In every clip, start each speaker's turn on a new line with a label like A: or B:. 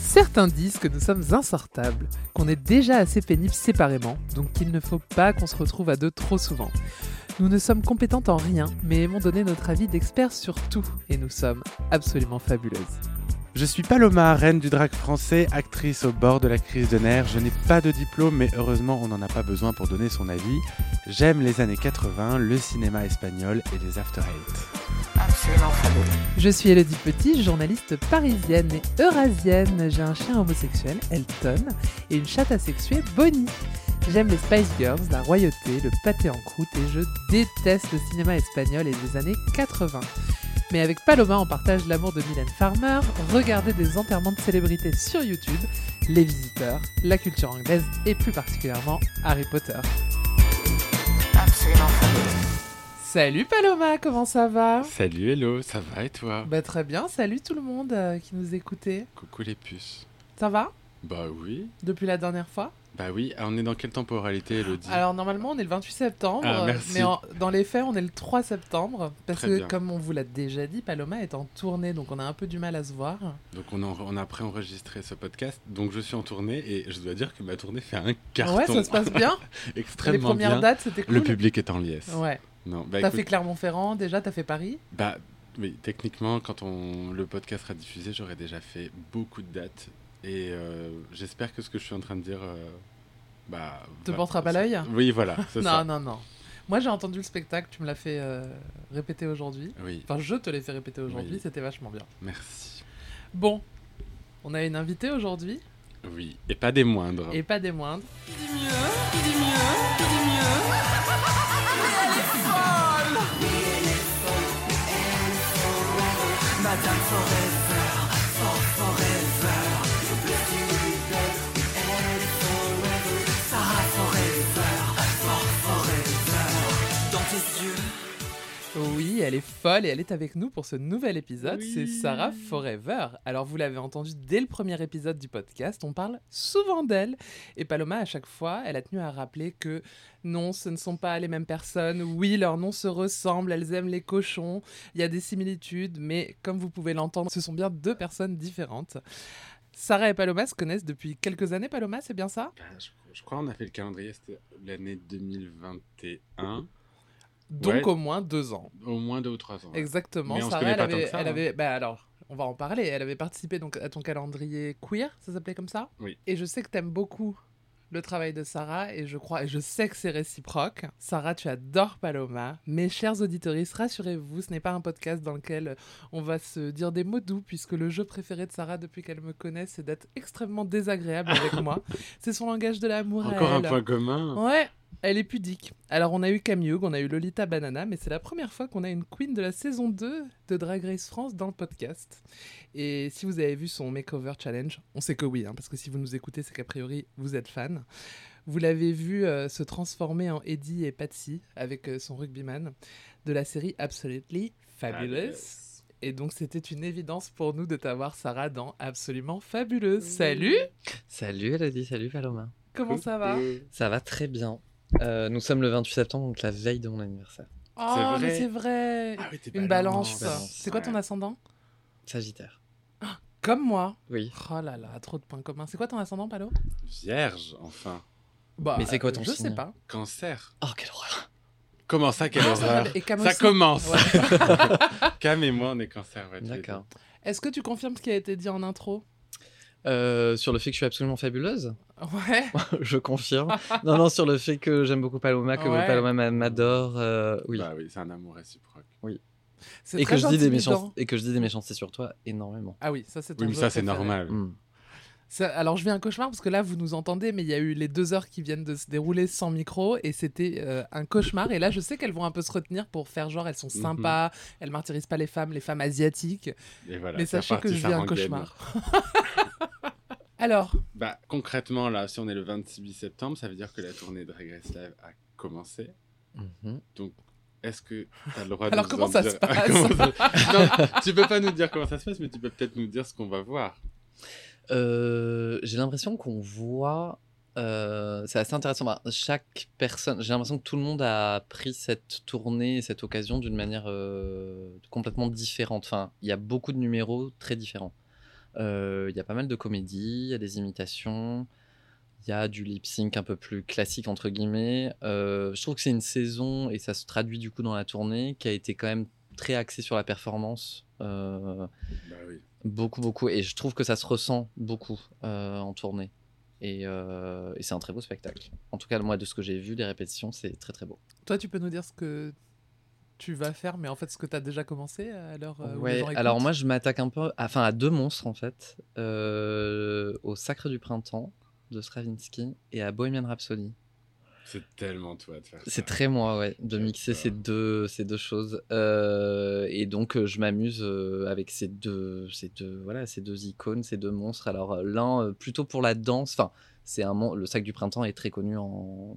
A: Certains disent que nous sommes insortables, qu'on est déjà assez pénibles séparément, donc qu'il ne faut pas qu'on se retrouve à deux trop souvent. Nous ne sommes compétentes en rien, mais aimons donner notre avis d'experts sur tout, et nous sommes absolument fabuleuses.
B: Je suis Paloma, reine du drag français, actrice au bord de la crise de nerfs. Je n'ai pas de diplôme, mais heureusement, on n'en a pas besoin pour donner son avis. J'aime les années 80, le cinéma espagnol et les after eight.
A: Absolument fabuleux. Je suis Elodie Petit, journaliste parisienne et eurasienne. J'ai un chien homosexuel, Elton, et une chatte asexuée, Bonnie. J'aime les Spice Girls, la royauté, le pâté en croûte et je déteste le cinéma espagnol et les années 80. Mais avec Paloma, on partage l'amour de Mylène Farmer, regarder des enterrements de célébrités sur YouTube, les visiteurs, la culture anglaise et plus particulièrement Harry Potter. Absolument Salut Paloma, comment ça va
B: Salut Hello, ça va et toi
A: Bah très bien, salut tout le monde euh, qui nous écoutait.
B: Coucou les puces.
A: Ça va
B: Bah oui.
A: Depuis la dernière fois
B: bah oui, on est dans quelle temporalité, Elodie
A: Alors normalement, on est le 28 septembre, euh,
B: ah, merci.
A: mais en, dans les faits, on est le 3 septembre, parce
B: Très
A: que
B: bien.
A: comme on vous l'a déjà dit, Paloma est en tournée, donc on a un peu du mal à se voir.
B: Donc on, en- on a préenregistré ce podcast, donc je suis en tournée et je dois dire que ma tournée fait un carton.
A: Ouais, ça se passe bien. les
B: Extrêmement
A: premières
B: bien.
A: dates, c'était cool.
B: Le public est en liesse.
A: Ouais.
B: Non, bah
A: t'as
B: écoute,
A: fait Clermont-Ferrand déjà, t'as fait Paris.
B: bah oui, techniquement, quand on, le podcast sera diffusé, j'aurai déjà fait beaucoup de dates et euh, j'espère que ce que je suis en train de dire, euh, bah,
A: Te
B: va-
A: portera pas l'œil
B: Oui, voilà, c'est
A: Non,
B: ça.
A: non, non. Moi, j'ai entendu le spectacle, tu me l'as fait euh, répéter aujourd'hui.
B: Oui,
A: Enfin, je te l'ai fait répéter aujourd'hui,
B: Oui.
A: c'était vachement bien.
B: merci.
A: Bon, on a une invitée aujourd'hui,
B: Oui, et pas des moindres.
A: et pas des moindres. Oui, elle est folle et elle est avec nous pour ce nouvel épisode.
B: Oui.
A: C'est Sarah Forever. Alors, vous l'avez entendu dès le premier épisode du podcast, on parle souvent d'elle. Et Paloma, à chaque fois, elle a tenu à rappeler que non, ce ne sont pas les mêmes personnes. Oui, leurs noms se ressemblent, elles aiment les cochons. Il y a des similitudes, mais comme vous pouvez l'entendre, ce sont bien deux personnes différentes. Sarah et Paloma se connaissent depuis quelques années, Paloma, c'est bien ça
B: Bah, je, je crois qu'on a fait le calendrier, c'était l'année 2021,
A: Donc
B: Ouais.
A: au moins deux ans.
B: au moins deux ou trois ans. ouais.
A: Exactement.
B: hein. Mais on se
A: Sarah,
B: connaît
A: elle
B: pas tant
A: avait,
B: que ça,
A: elle
B: hein.
A: avait- bah alors, on va en parler. Elle avait participé donc à ton calendrier queer, ça s'appelait comme ça.
B: Oui.
A: Et je sais que t'aimes beaucoup le travail de Sarah et je crois et je sais que c'est réciproque. Sarah, tu adores Paloma. Mes chers auditeurs, rassurez-vous, ce n'est pas un podcast dans lequel on va se dire des mots doux puisque le jeu préféré de Sarah depuis qu'elle me connaît, c'est d'être extrêmement désagréable avec moi. C'est son langage de l'amour. à
B: Encore un
A: elle.
B: point commun.
A: Ouais, elle est pudique. Alors on a eu Camille Hugues, on a eu Lolita Banana, mais c'est la première fois qu'on a une queen de la saison 2 de Drag Race France dans le podcast. Et si vous avez vu son makeover challenge, on sait que oui, hein, parce que si vous nous écoutez, c'est qu'a priori vous êtes fan. Vous l'avez vu euh, se transformer en Eddie et Patsy avec euh, son rugbyman de la série Absolutely Fabulous. Et donc c'était une évidence pour nous de t'avoir Sarah dans Absolument Fabuleux. Salut
C: Salut Elodie, salut Paloma.
A: Comment ça va
C: Ça va très bien. Euh, nous sommes le 28 septembre, donc la veille de mon anniversaire.
A: Oh, mais
B: vrai.
A: c'est vrai
B: Ah oui, t'es
A: Une
B: balance.
A: balance.
C: balance,
A: C'est quoi ton
B: ouais.
A: ascendant
C: Sagittaire.
A: Comme moi.
C: Oui.
A: Oh là là, trop de points communs. C'est quoi ton ascendant, Palo
B: Vierge, enfin.
A: bah,
C: Mais c'est quoi
A: euh,
C: ton
A: Je
C: signe
A: sais pas.
B: Cancer.
C: Oh, quelle horreur.
B: Comment ça, quelle horreur
A: Et Cam
B: Ça
A: aussi.
B: commence
A: Ouais.
B: Cam et moi, on est cancer. ouais, tous les deux.
C: D'accord.
A: Est-ce que tu confirmes ce qui a été dit en intro
C: Euh, sur le fait que je suis absolument fabuleuse,
A: Ouais.
C: je confirme. non, non, sur le fait que j'aime beaucoup Paloma, que
A: Ouais.
C: Paloma m'a- m'adore. euh, oui.
B: Bah oui, c'est un amour réciproque.
A: C'est
C: et, que
A: très
C: je dis des
A: intimidant.
C: méchancetés, et que je dis des méchancetés sur toi énormément.
A: Ah oui, ça c'est ton
B: Oui, mais
A: jeu
B: ça, c'est
A: préféré.
B: normal.
C: Hmm.
A: Ça- alors je vis un cauchemar parce que là vous nous entendez, mais il y a eu les deux heures qui viennent de se dérouler sans micro et c'était euh, un cauchemar. Et là je sais qu'elles vont un peu se retenir pour faire genre elles sont
B: Mhm.
A: sympas, elles martyrisent pas les femmes, les femmes asiatiques.
B: Et voilà,
A: mais
B: c'est
A: sachez que
B: reparti,
A: je
B: ça
A: vis un
B: rengaine.
A: cauchemar. alors,
B: Bah, concrètement, là, si on est le 26 septembre, ça veut dire que la tournée Drag Race Live a commencé.
C: Mhm.
B: Est-ce que t'as le droit de
A: Alors,
B: nous
A: comment
B: en
A: ça
B: dire-
A: se passe
B: Comment ça- Non, Tu peux pas nous dire comment ça se passe, mais tu peux peut-être nous dire ce qu'on va voir.
C: Euh, j'ai l'impression qu'on voit. euh, c'est assez intéressant. Bah, chaque personne, j'ai l'impression que tout le monde a pris cette tournée, cette occasion d'une manière euh, complètement différente. Enfin, il y a beaucoup de numéros très différents. Euh, Il y a pas mal de comédies, il y a des imitations, il y a du lip sync un peu plus classique, entre guillemets. Euh, je trouve que c'est une saison, et ça se traduit du coup dans la tournée, qui a été quand même très axée sur la performance. euh,
B: Bah oui.
C: beaucoup, beaucoup. Et je trouve que ça se ressent beaucoup euh, en tournée. Et, euh, et c'est un très beau spectacle. En tout cas, moi, de ce que j'ai vu, les répétitions, c'est très très beau.
A: Toi, tu peux nous dire ce que tu vas faire, mais en fait, ce que tu as déjà commencé à l'heure euh, où les
C: Ouais,
A: gens écoutent.
C: alors moi je m'attaque un peu, enfin à deux monstres en fait, euh, au Sacre du Printemps de Stravinsky et à Bohemian Rhapsody.
B: C'est tellement toi de faire ça.
C: C'est très moi, ouais, de
B: J'aime
C: mixer
B: ça.
C: ces deux, ces deux choses. Euh, et donc euh, je m'amuse euh, avec ces deux, ces deux, voilà, ces deux icônes, ces deux monstres. Alors euh, l'un euh, plutôt pour la danse, enfin c'est un mon- le Sacre du Printemps est très connu en,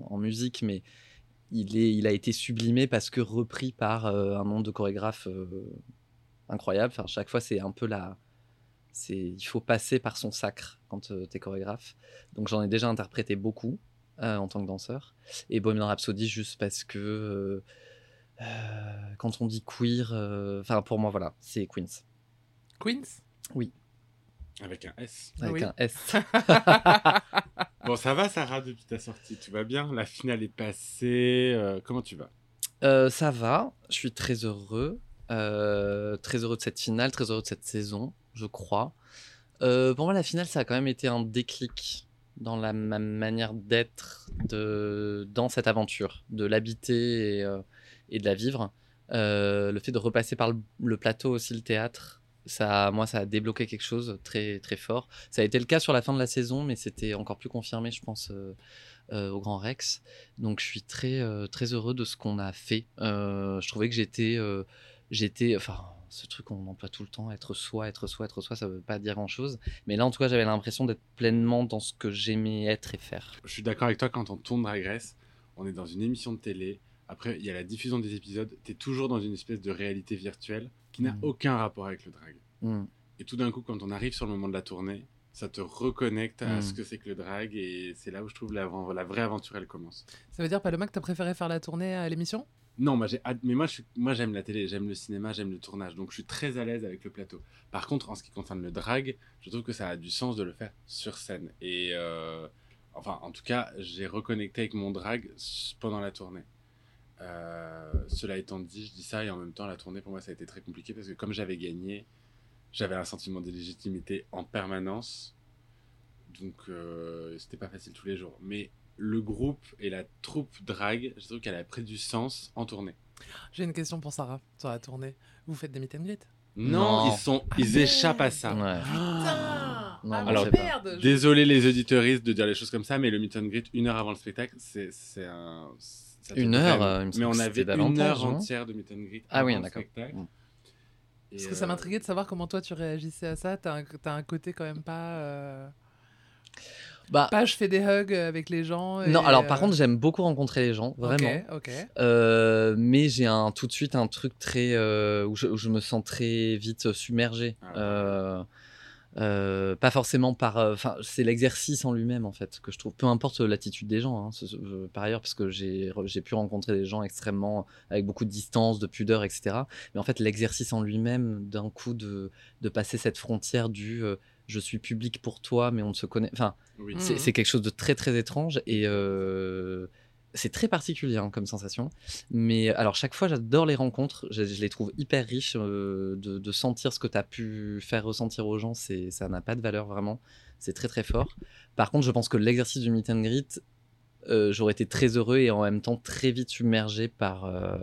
C: en musique, mais il est, il a été sublimé parce que repris par euh, un nombre de chorégraphes euh, incroyable. Enfin, chaque fois, c'est un peu la. C'est, il faut passer par son sacre quand tu t'es chorégraphe. Donc, j'en ai déjà interprété beaucoup euh, en tant que danseur. Et Bohemian Rhapsody, juste parce que euh, euh, quand on dit queer, euh, enfin pour moi, voilà, c'est Queens
A: Queens
B: Avec un S.
C: avec
A: Oui.
C: un S.
B: Bon, ça va, Sarah, depuis ta sortie Tu vas bien La finale est passée. euh, comment tu vas
C: Euh, ça va, je suis très heureux. euh, très heureux de cette finale, très heureux de cette saison, je crois. Euh, pour moi, la finale, ça a quand même été un déclic dans la, ma manière d'être de, dans cette aventure, de l'habiter et, euh, et de la vivre. Euh, le fait de repasser par le, le plateau aussi, le théâtre, ça, moi, ça a débloqué quelque chose très, très fort. Ça a été le cas sur la fin de la saison, mais c'était encore plus confirmé, je pense, euh, euh, au Grand Rex. Donc je suis très euh, très heureux de ce qu'on a fait. Euh, je trouvais que j'étais euh, j'étais enfin ce truc qu'on emploie tout le temps être soi être soi être soi ça veut pas dire grand chose mais là en tout cas j'avais l'impression d'être pleinement dans ce que j'aimais être et faire.
B: Je suis d'accord avec toi quand on tourne Drag Race, on est dans une émission de télé. Après, il y a la diffusion des épisodes. T'es toujours dans une espèce de réalité virtuelle qui n'a
C: Mm.
B: aucun rapport avec le drag.
C: Mm.
B: Et tout d'un coup, quand on arrive sur le moment de la tournée, ça te reconnecte à
C: Mm.
B: ce que c'est que le drag. Et c'est là où je trouve la, la vraie aventure, elle commence.
A: Ça veut dire, Paloma, que tu as préféré faire la tournée à l'émission
B: Non, moi j'ai hâte- mais moi je suis- moi j'aime la télé, j'aime le cinéma, j'aime le tournage, donc je suis très à l'aise avec le plateau. Par contre, en ce qui concerne le drag, je trouve que ça a du sens de le faire sur scène. Et euh, enfin, en tout cas, j'ai reconnecté avec mon drag s- pendant la tournée. Euh, cela étant dit, je dis ça et en même temps, la tournée pour moi ça a été très compliqué parce que comme j'avais gagné, j'avais un sentiment d'illégitimité en permanence, donc euh, c'était pas facile tous les jours. Mais le groupe et la troupe drag, je trouve qu'elle a pris du sens en tournée.
A: J'ai une question pour Sarah sur la tournée. Vous faites des meet and greet
B: Non,
C: Non.
B: ils sont,
A: Ah
B: ils
A: merde.
B: échappent à ça.
C: Ouais.
A: Putain
C: Non,
A: Ah, mais
C: alors-
A: merde je-
B: Désolé les auditeuristes de dire les choses comme ça, mais le meet and greet une heure avant le spectacle, c'est c'est un. ça fait
C: Une heure,
B: vraiment-
C: euh, il me semble
B: Mais
C: que
B: on
C: c'était
B: avait une
C: davantage,
B: heure
C: non
B: entière de meet and greet.
C: Ah oui,
B: avant le
C: d'accord.
B: spectacle.
C: Mm.
B: Et,
A: Parce que ça
B: euh,
A: m'intriguait de savoir comment toi tu réagissais à ça. T'as un, t'as un côté quand même pas. euh,
C: Bah
A: Pas je fais des hugs avec les gens. et,
C: non alors par
A: euh,
C: contre j'aime beaucoup rencontrer les gens
A: ok,
C: vraiment.
A: Ok.
C: Euh, mais j'ai un tout de suite un truc très euh, où, je, où je me sens très vite submergé.
B: Ah ouais.
C: Euh, euh, pas forcément par, euh, enfin c'est l'exercice en lui-même en fait que je trouve. Peu importe l'attitude des gens. hein, ce- ce- euh, par ailleurs, parce que j'ai re- j'ai pu rencontrer des gens extrêmement avec beaucoup de distance, de pudeur, etc. Mais en fait, l'exercice en lui-même, d'un coup de de passer cette frontière du euh, je suis public pour toi, mais on ne se connaît. Enfin,
B: oui.
A: Mm.
C: c'est c'est quelque chose de très très étrange et euh, c'est très particulier hein, comme sensation. Mais alors chaque fois, j'adore les rencontres. Je, je les trouve hyper riches. euh, de, de sentir ce que tu as pu faire ressentir aux gens, c'est ça n'a pas de valeur vraiment. C'est très très fort. Par contre, je pense que l'exercice du meet and greet, euh, j'aurais été très heureux et en même temps très vite submergé par, euh,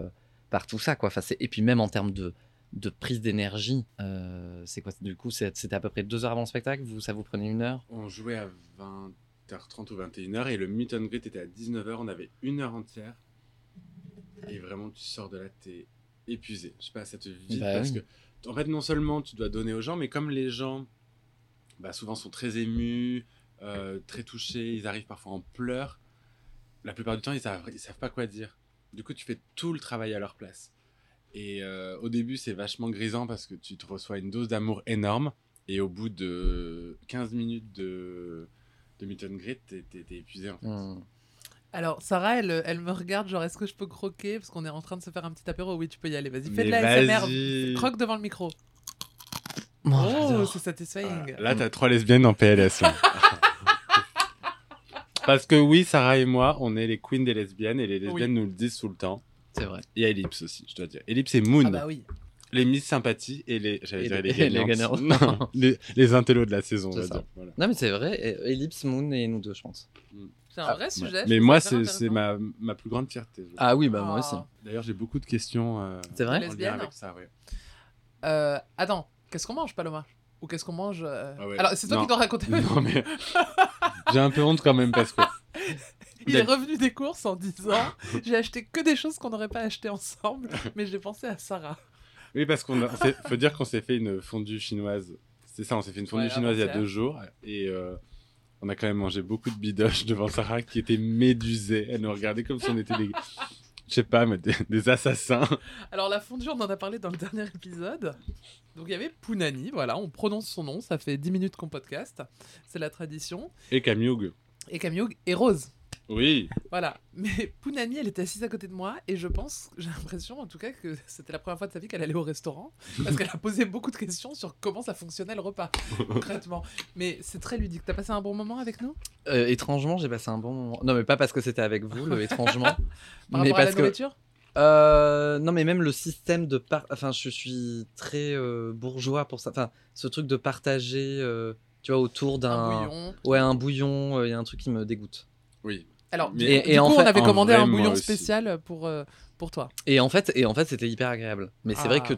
C: par tout ça. Quoi. Enfin, c'est- et puis même en termes de, de prise d'énergie, euh, c'est quoi Du coup, c'est- c'était à peu près deux heures avant le spectacle. Vous, ça vous prenait une heure
B: On jouait à 20h30 ou 21h et le meet and greet était à 19h. On avait une heure entière. Et vraiment, tu sors de là, t'es épuisé. Je sais pas, ça te vide
C: Bah
B: parce
C: oui.
B: que, en fait, non seulement tu dois donner aux gens, mais comme les gens, bah, souvent sont très émus, euh, très touchés, ils arrivent parfois en pleurs. La plupart du temps, ils savent, ils savent pas quoi dire. Du coup, tu fais tout le travail à leur place. Et euh, au début, c'est vachement grisant parce que tu te reçois une dose d'amour énorme. Et au bout de 15 minutes de, de meet and greet, t'es, t'es- t'es épuisé en fait.
C: Hmm.
A: Alors, Sarah, elle, elle me regarde, genre, est-ce que je peux croquer Parce qu'on est en train de se faire un petit apéro. Oui, tu peux y aller. Vas-y, fais
B: Mais
A: de la ASMR.
B: vas-y.
A: Croque devant le micro. Oh,
C: Oh, j'adore.
A: c'est satisfying.
B: Ah, Là, t'as trois lesbiennes en PLS. là. Parce que oui, Sarah et moi, on est les queens des lesbiennes et les lesbiennes nous le disent tout le temps.
C: c'est vrai.
B: Il y a Ellipse aussi, je dois dire. Ellipse et Moon,
A: Ah bah oui.
B: les Miss Sympathie et les, j'allais
C: Et
B: dire les
C: les- les
B: gagnantes.
C: gagnantes.
B: Non, les, les intellos de la saison, on
C: C'est
B: va
C: ça.
B: dire. Voilà.
C: Non, mais c'est vrai. et- Ellipse, Moon et nous deux, je pense.
A: C'est un
B: Ah,
A: vrai
B: ouais.
A: sujet. je
B: Mais
A: trouve
B: moi,
A: ça hyper
B: c'est c'est
A: intéressant.
B: ma, ma plus grande fierté. je
C: Ah oui, bah moi aussi.
A: Ah.
B: D'ailleurs, j'ai beaucoup de questions euh,
C: C'est
B: en
C: vrai
B: lien
A: Lesbiennes
B: avec ça. ouais.
A: Euh, attends, qu'est-ce qu'on mange, Paloma Ou qu'est-ce qu'on mange euh,
B: Ah ouais.
A: Alors, c'est toi
B: Non.
A: qui dois raconter.
B: Non, mais j'ai un peu honte quand même parce que.
A: Il est revenu des courses en disant J'ai acheté que des choses qu'on n'aurait pas achetées ensemble, mais j'ai pensé à Sarah.
B: Oui, parce qu'on a- on s'est- faut dire qu'on s'est fait une fondue chinoise. C'est ça, on s'est fait une fondue
A: Ouais,
B: chinoise il y a
A: avant-hier.
B: deux jours et euh, on a quand même mangé beaucoup de bidoches devant Sarah qui était médusée. Elle nous regardait comme si on était des, je sais pas, mais des, des assassins.
A: Alors, la fondue, on en a parlé dans le dernier épisode. Donc, il y avait Pounani, voilà, on prononce son nom, ça fait 10 minutes qu'on podcast, c'est la tradition.
B: Et Camille.
A: Et Camille et Rose.
B: Oui.
A: Voilà. Mais Pounani, elle était assise à côté de moi et je pense, j'ai l'impression en tout cas que c'était la première fois de sa vie qu'elle allait au restaurant parce qu'elle a posé beaucoup de questions sur comment ça fonctionnait le repas concrètement. Mais c'est très ludique. T'as passé un bon moment avec nous
C: Euh, étrangement, j'ai passé un bon moment. Non, mais pas parce que c'était avec vous, le étrangement.
A: par
C: mais
A: rapport à la
C: parce que.
A: nourriture
C: Euh, non, mais même le système de. Par... Enfin, je suis très euh, bourgeois pour ça. Enfin, ce truc de partager, euh, tu vois, autour
A: Un
C: d'un.
A: bouillon.
C: Ouais, un bouillon, euh, il y a un truc qui me dégoûte.
B: Oui.
A: Alors, du,
B: Mais-
A: coup-
C: et
A: du
C: en
A: coup, on
C: fait-
A: avait
B: en
A: commandé
B: vrai,
A: un
B: moi
A: bouillon
B: aussi.
A: spécial pour, euh, pour toi.
C: Et en fait, et en fait c'était hyper agréable. Mais c'est vrai
A: Ah.
C: que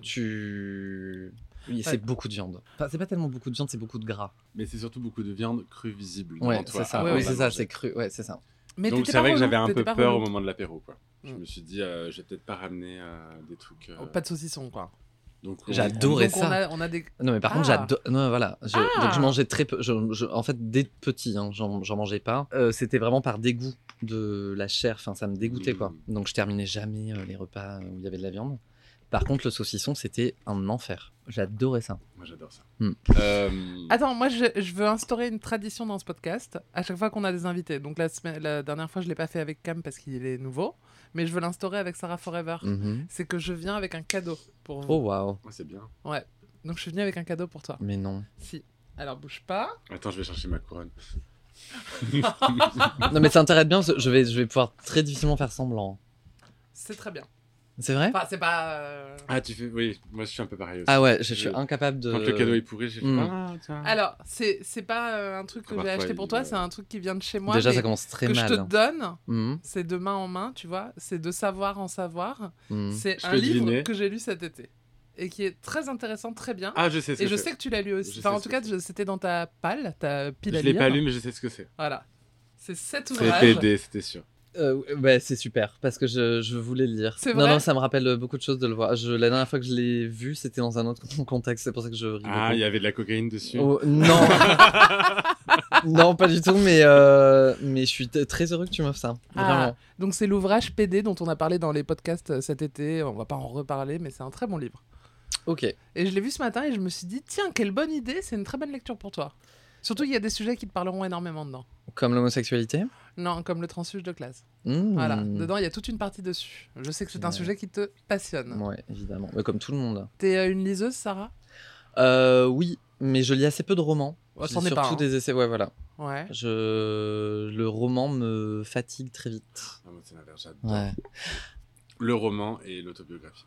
C: tu. Oui,
A: Ouais.
C: c'est beaucoup de viande. Enfin, c'est pas tellement beaucoup de viande, c'est beaucoup de gras.
B: Mais c'est surtout beaucoup de viande crue visible. devant
C: Ouais,
B: toi
C: c'est ça.
B: avant
A: ouais,
B: de
C: oui,
B: la
C: c'est ça,
B: manger.
C: c'est cru. Ouais, c'est ça.
A: Mais
B: Donc
A: t'étais
B: c'est
A: pas
B: vrai que
A: relou,
B: j'avais un
A: t'étais
B: peu
A: pas
B: peur au
A: relou.
B: moment de l'apéro. quoi. Je
A: Mm.
B: me suis dit, euh, je vais peut-être pas ramener euh, des trucs. euh,
A: Oh, Pas de saucisson quoi.
B: donc, on-
C: J'adorais
A: Donc,
C: ça.
A: On a, on a des...
C: Non, mais par contre,
A: Ah.
C: j'adore. Non, voilà. Je...
A: Ah.
C: Donc, je mangeais très peu. Je- je- En fait, dès petit, hein, j'en j'en mangeais pas. Euh, C'était vraiment par dégoût de la chair. Enfin, ça me dégoûtait, quoi. Donc, je terminais jamais euh, les repas où il y avait de la viande. Par contre, le saucisson, c'était un enfer. J'adorais ça.
B: Moi j'adore ça.
C: Mm.
B: Euh,
A: Attends, moi je, je veux instaurer une tradition dans ce podcast. À chaque fois qu'on a des invités, donc la, semaine, la dernière fois je l'ai pas fait avec Cam parce qu'il est nouveau, mais je veux l'instaurer avec Sarah Forever.
C: Mhm.
A: C'est que je viens avec un cadeau pour vous.
C: Oh, waouh.
B: ouais, c'est bien.
A: Donc je suis venue avec un cadeau pour toi.
C: Mais non.
A: Si. Alors bouge pas.
B: Attends, je vais chercher ma couronne.
A: Ah.
C: non, mais ça intéresse bien. parce que Je vais, je vais pouvoir très difficilement faire semblant.
A: C'est très bien.
C: C'est vrai
A: Enfin, c'est pas. euh,
B: Ah, tu fais. Oui, moi je suis un peu pareil aussi.
C: Ah ouais, je, je suis
B: Je-
C: incapable de.
B: Quand le cadeau est pourri, j'ai fait.
C: Mm.
B: Ah, tiens.
A: Alors, c'est c'est pas euh, un
C: Ah,
A: truc que j'ai
B: Parfois,
A: acheté pour
B: il,
A: toi,
B: euh,
A: c'est un truc qui vient de chez moi.
C: Déjà,
A: mais
C: ça commence très
A: que
C: mal.
A: je te donne,
C: Mhm,
A: c'est de main en main, tu vois. C'est de savoir en savoir.
C: mhm.
A: C'est
B: Je
A: un
B: peux
A: livre
B: deviner.
A: que j'ai lu cet été et qui est très intéressant, très bien.
B: Ah, je sais ce que
A: Et je
B: c'est.
A: sais que tu l'as lu aussi.
B: Je
A: Enfin,
B: sais
A: en
B: ce
A: tout
B: que
A: cas, je- c'était dans ta palle, ta pile
B: Je
A: à
B: l'ai
A: lire.
B: pas lu, mais je sais ce que c'est.
A: Voilà. C'est cet
B: C'est
A: ouvrage.
B: PD, c'était sûr.
C: Euh, ouais, c'est super parce que je, je voulais le lire.
A: C'est
C: non,
A: vrai
C: non, ça me rappelle euh, beaucoup de choses de le voir. Je, la dernière fois que je l'ai vu, c'était dans un autre contexte, c'est pour ça que je ris.
B: Ah, il y
C: beaucoup.
B: avait de la cocaïne dessus.
C: Oh, non, non, pas du tout, mais, euh, mais je suis t- très heureux que tu m'offres ça.
A: Ah.
C: Vraiment.
A: Donc, c'est l'ouvrage PD dont on a parlé dans les podcasts euh, cet été. On va pas en reparler, mais c'est un très bon livre.
C: Ok,
A: Et je l'ai vu ce matin et je me suis dit, tiens, quelle bonne idée, c'est une très bonne lecture pour toi. Surtout, il y a des sujets qui te parleront énormément dedans.
C: comme l'homosexualité.
A: Non, comme le transfuge de classe.
C: Mmh.
A: Voilà, dedans, il y a toute une partie dessus. Je sais que c'est un
C: Ouais.
A: sujet qui te passionne.
C: Ouais, évidemment, Mais comme tout le monde.
A: T'es euh, une liseuse, Sarah
C: Euh, oui, mais je lis assez peu de romans.
A: Oh,
C: Je
A: t'en
C: lis
A: es pas,
C: surtout
A: hein.
C: des essais. Ouais, voilà.
A: Ouais. Ah
C: Je le roman me fatigue très vite.
B: Non, Ah, moi, c'est l'inverse, j'adore.
C: Ouais.
B: Le roman et l'autobiographie.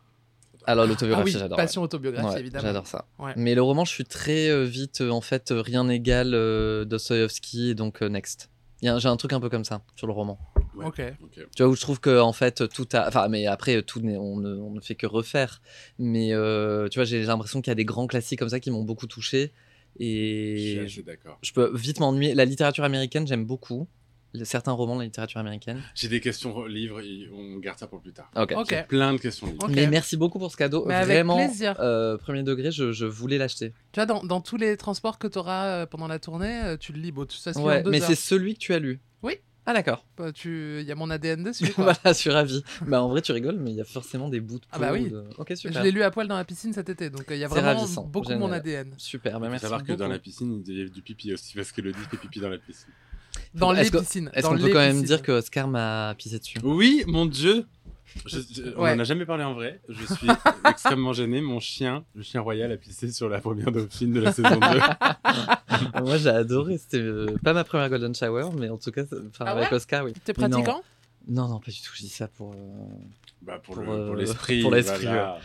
C: Alors
A: Ah
C: l'autobiographie,
A: oui,
C: j'adore. ouais.
A: passion autobiographie,
C: Ouais,
A: évidemment.
C: J'adore ça.
A: Ouais.
C: Mais le roman, je suis très euh, vite, euh, en fait, euh, rien n'égale euh, Dostoïevski et donc euh, Next. Il y a un- J'ai un truc un peu comme ça sur le roman.
B: Ouais.
A: Ok.
B: Ok.
C: Tu vois, où je trouve que, en fait, tout a. Enfin, mais après, euh, tout n'est- on ne, on ne fait que refaire. Mais euh, tu vois, j'ai l'impression qu'il y a des grands classiques comme ça qui m'ont beaucoup touché.
B: Je suis
C: Et je,
B: assez d'accord.
C: je peux vite m'ennuyer. La littérature américaine, j'aime beaucoup. Le- Certains romans de la littérature américaine.
B: J'ai des questions livres, et on garde ça pour plus tard.
C: Ok.
A: Ok.
B: J'ai plein de questions livres.
A: Ok.
C: Mais merci beaucoup pour ce cadeau.
A: Mais avec
C: Vraiment,
A: plaisir.
C: euh, premier degré, je, je voulais l'acheter.
A: Tu vois, dans, dans tous les transports que t'auras euh, pendant la tournée, euh, tu le lis. Bon, tu sais,
C: Ouais, mais c'est
A: c'est.
C: celui que tu as lu.
A: Oui.
C: Ah d'accord.
A: Bah, Il y a mon ADN dessus. quoi.
C: voilà, je suis ravi. Bah en vrai, tu rigoles, mais il y a forcément des bouts de
A: Ah
C: peau
A: bah oui.
C: de- Ok,
A: je
C: super.
A: l'ai lu à poil dans la piscine cet été, donc euh, il y a
C: C'est
A: vraiment
C: ravissant,
A: beaucoup
C: génial.
A: mon ADN.
C: Super, bah
B: Faut
C: merci.
B: savoir que dans
C: beaucoup.
B: la piscine, il y a du pipi aussi, parce que le dit fait pipi dans la piscine.
A: Dans
C: Est-ce
A: les
C: que-
A: piscines.
C: Est-ce
A: dans
C: qu'on peut
A: les
C: quand même
A: piscines.
C: dire que Oscar m'a pissé dessus
B: Oui, mon dieu Je- je- On
A: Ouais.
B: n'en a jamais parlé en vrai. Je suis extrêmement gêné. Mon chien, le chien royal, a pissé sur la première dauphine de la saison 2.
C: Moi, j'ai adoré. C'était euh, pas ma première Golden Shower, mais en tout cas, ça- enfin,
A: Ah
C: avec
A: ouais
C: Oscar, oui.
A: T'es pratiquant
C: Non, non, pas du tout. Je dis ça pour. euh,
B: Bah, pour
C: Pour,
B: le- pour
C: euh,
B: l'esprit.
C: pour l'esprit,
B: voilà.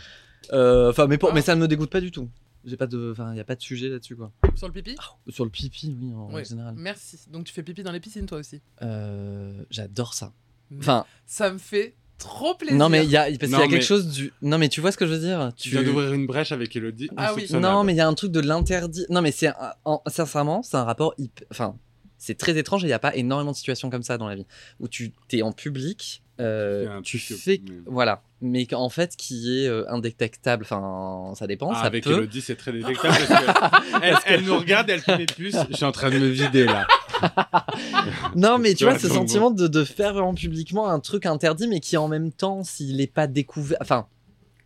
C: Euh, Enfin, mais,
A: Ah.
C: pour... mais ça ne me dégoûte pas du tout. J'ai pas de, enfin, y a pas de sujet là-dessus quoi.
A: Sur le pipi
C: Sur le pipi, oui, en
A: Ouais.
C: général.
A: Merci. Donc tu fais pipi dans les piscines toi aussi.
C: Euh, J'adore ça. Enfin,
A: Ça me fait trop plaisir.
C: non mais il y a, parce qu'il y a
B: Non,
C: quelque
B: mais-
C: chose du. Non mais tu vois ce que je veux dire.
B: Tu viens d'ouvrir une brèche avec Elodie.
A: Ah oui.
B: insoupçonnable.
C: Non mais il y a un truc de l'interdit. Non mais c'est, un- en- sincèrement, c'est un rapport hyp- Enfin, c'est très étrange et il n'y a pas énormément de situations comme ça dans la vie où tu t'es en public, euh,
B: Tu fais un
C: tu
B: truc,
C: fais,
B: mais-
C: voilà, mais qu'en fait qui est euh, indétectable. Enfin, ça dépend.
B: Ah,
C: ça
B: avec
C: peut.
B: Elodie, c'est très détectable parce que elle, elle nous regarde, elle fait des puces. Je suis en train de me vider là.
C: Non, mais
B: Tu
C: tu
B: vois,
C: vois, ce
B: donc,
C: sentiment de, de faire vraiment publiquement un truc interdit, mais qui en même temps, s'il n'est pas découvert, enfin,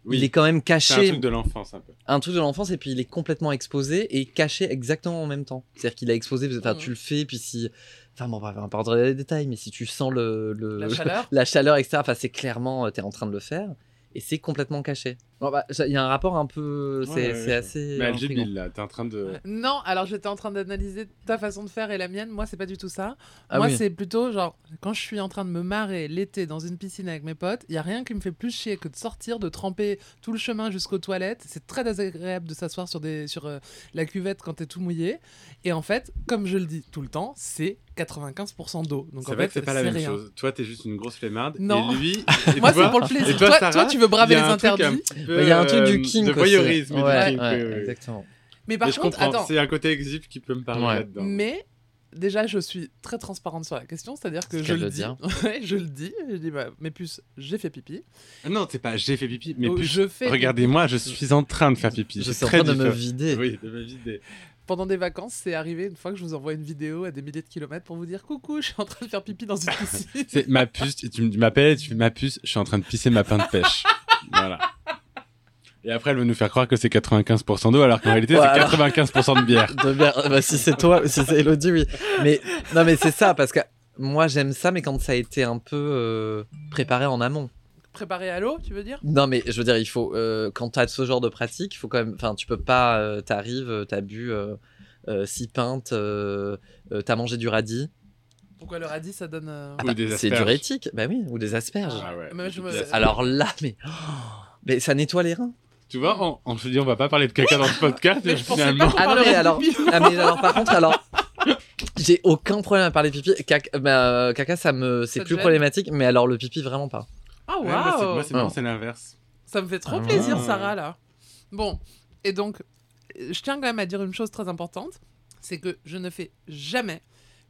C: il est
B: Oui,
C: quand même
B: c'est un
C: caché,
B: truc de l'enfance un peu.
C: de l'enfance, et puis il est complètement exposé et caché exactement en même temps. C'est-à-dire qu'il a exposé, enfin,
A: Mhm.
C: tu le fais, puis si. Enfin, bon, on va on va pas rentrer dans les détails, mais si tu sens le, le-
A: La chaleur
C: la chaleur, etc., enfin, c'est clairement, tu es en train de le faire, et c'est complètement caché. Bon, bah, ça- Il y a un rapport un peu.
B: Ouais,
C: C'est
B: ouais,
C: c'est
B: ouais.
C: assez.
B: Mais
C: intriguant.
B: Aljibil, là, t'es en train de.
A: Non, alors j'étais en train d'analyser ta façon de faire et la mienne. Moi, c'est pas du tout ça.
C: Ah
A: Moi,
C: oui.
A: c'est plutôt genre quand je suis en train de me marrer l'été dans une piscine avec mes potes, il y a rien qui me fait plus chier que de sortir, de tremper tout le chemin jusqu'aux toilettes. C'est très désagréable de s'asseoir sur des sur euh, la cuvette quand t'es tout mouillé. Et en fait, comme je le dis tout le temps, c'est 95% d'eau. Donc
B: C'est
A: en
B: vrai
A: fait,
B: que c'est pas la même
A: rien.
B: chose. Toi, t'es juste une grosse flemmarde.
A: Non.
B: Et lui, et
A: Moi,
B: toi-
A: c'est pour le plaisir.
B: et toi,
A: Toi,
B: Sarah,
A: toi, tu veux braver
B: il y
A: les
B: a un truc
A: interdits.
B: un petit
C: Il
B: peu,
C: y a un truc
B: euh,
C: du king.
B: De
C: quoi, c'est-
B: voyeurisme et
C: Ouais,
B: du king.
C: ouais,
B: oui, oui.
C: Exactement.
A: Mais par
B: Mais je
A: contre,
B: comprends,
A: attends.
B: c'est un côté exhibe qui peut me parler
C: Ouais.
B: là-dedans.
A: Mais déjà, je suis très transparente sur la question, c'est-à-dire que
C: C'est
A: je
C: qu'elle
A: le
C: le
A: dis. Ouais, je le dis. Je dis, bah, mes puces, j'ai fait pipi.
B: Ah Non, c'est pas j'ai fait pipi, mais
A: Ou
B: plus
A: Oh, je fais
B: regardez-moi, je suis en train de faire pipi.
C: Je
B: C'est
C: suis en
B: très
C: train de me
B: différent.
C: vider.
B: Oui, de ma vie des-
A: Pendant des vacances, c'est arrivé une fois que je vous envoie une vidéo à des milliers de kilomètres pour vous dire coucou, je suis en train de faire pipi dans une piscine.
B: C'est ma puce, tu me- tu m'appelles et tu fais ma puce, je suis en train de pisser ma pain de pêche. voilà. Et après, elle veut nous faire croire que c'est 95% d'eau, alors qu'en réalité,
C: Voilà.
B: c'est 95% de bière.
C: De merde. Bah, si c'est toi, si c'est Elodie, oui. Mais non, mais c'est ça, parce que moi j'aime ça, mais quand ça a été un peu euh, préparé en amont.
A: Préparé à l'eau, tu veux dire
C: Non, mais je veux dire, il faut euh, quand t'as ce genre de pratique, il faut quand même. Enfin, tu peux pas. euh, t'arrives, euh, t'as bu euh, euh, six pintes, euh, euh, t'as mangé du radis.
A: Pourquoi le radis, ça donne... euh,
C: Ah
B: Ou
C: bah,
B: des
C: c'est
B: asperges.
C: diurétique, bah oui, ou des asperges.
B: Ah ouais.
A: Mais je me-
B: Yes.
C: Alors là, mais oh, mais ça nettoie les reins.
B: Tu vois, on, on se dit, on va pas parler de caca dans ce podcast,
A: Mais
B: mais
A: je pensais pas
B: finalement.
A: qu'on
C: Ah non,
A: parlerait
C: mais
A: de
C: alors-
A: pipi.
C: Ah mais alors par contre alors j'ai aucun problème à parler pipi caca, bah, euh, caca ça me
A: Ça
C: c'est
A: te
C: plus
A: gêne
C: problématique mais alors le pipi vraiment pas
A: Ah
B: Ouais, moi,
A: waouh
B: c'est-
A: Oh,
B: Moi, c'est marrant,
C: Ah.
B: c'est l'inverse.
A: Ça me fait trop
C: Ah.
A: plaisir, Sarah, là. Bon, et donc, euh, je tiens quand même à dire une chose très importante, c'est que je ne fais jamais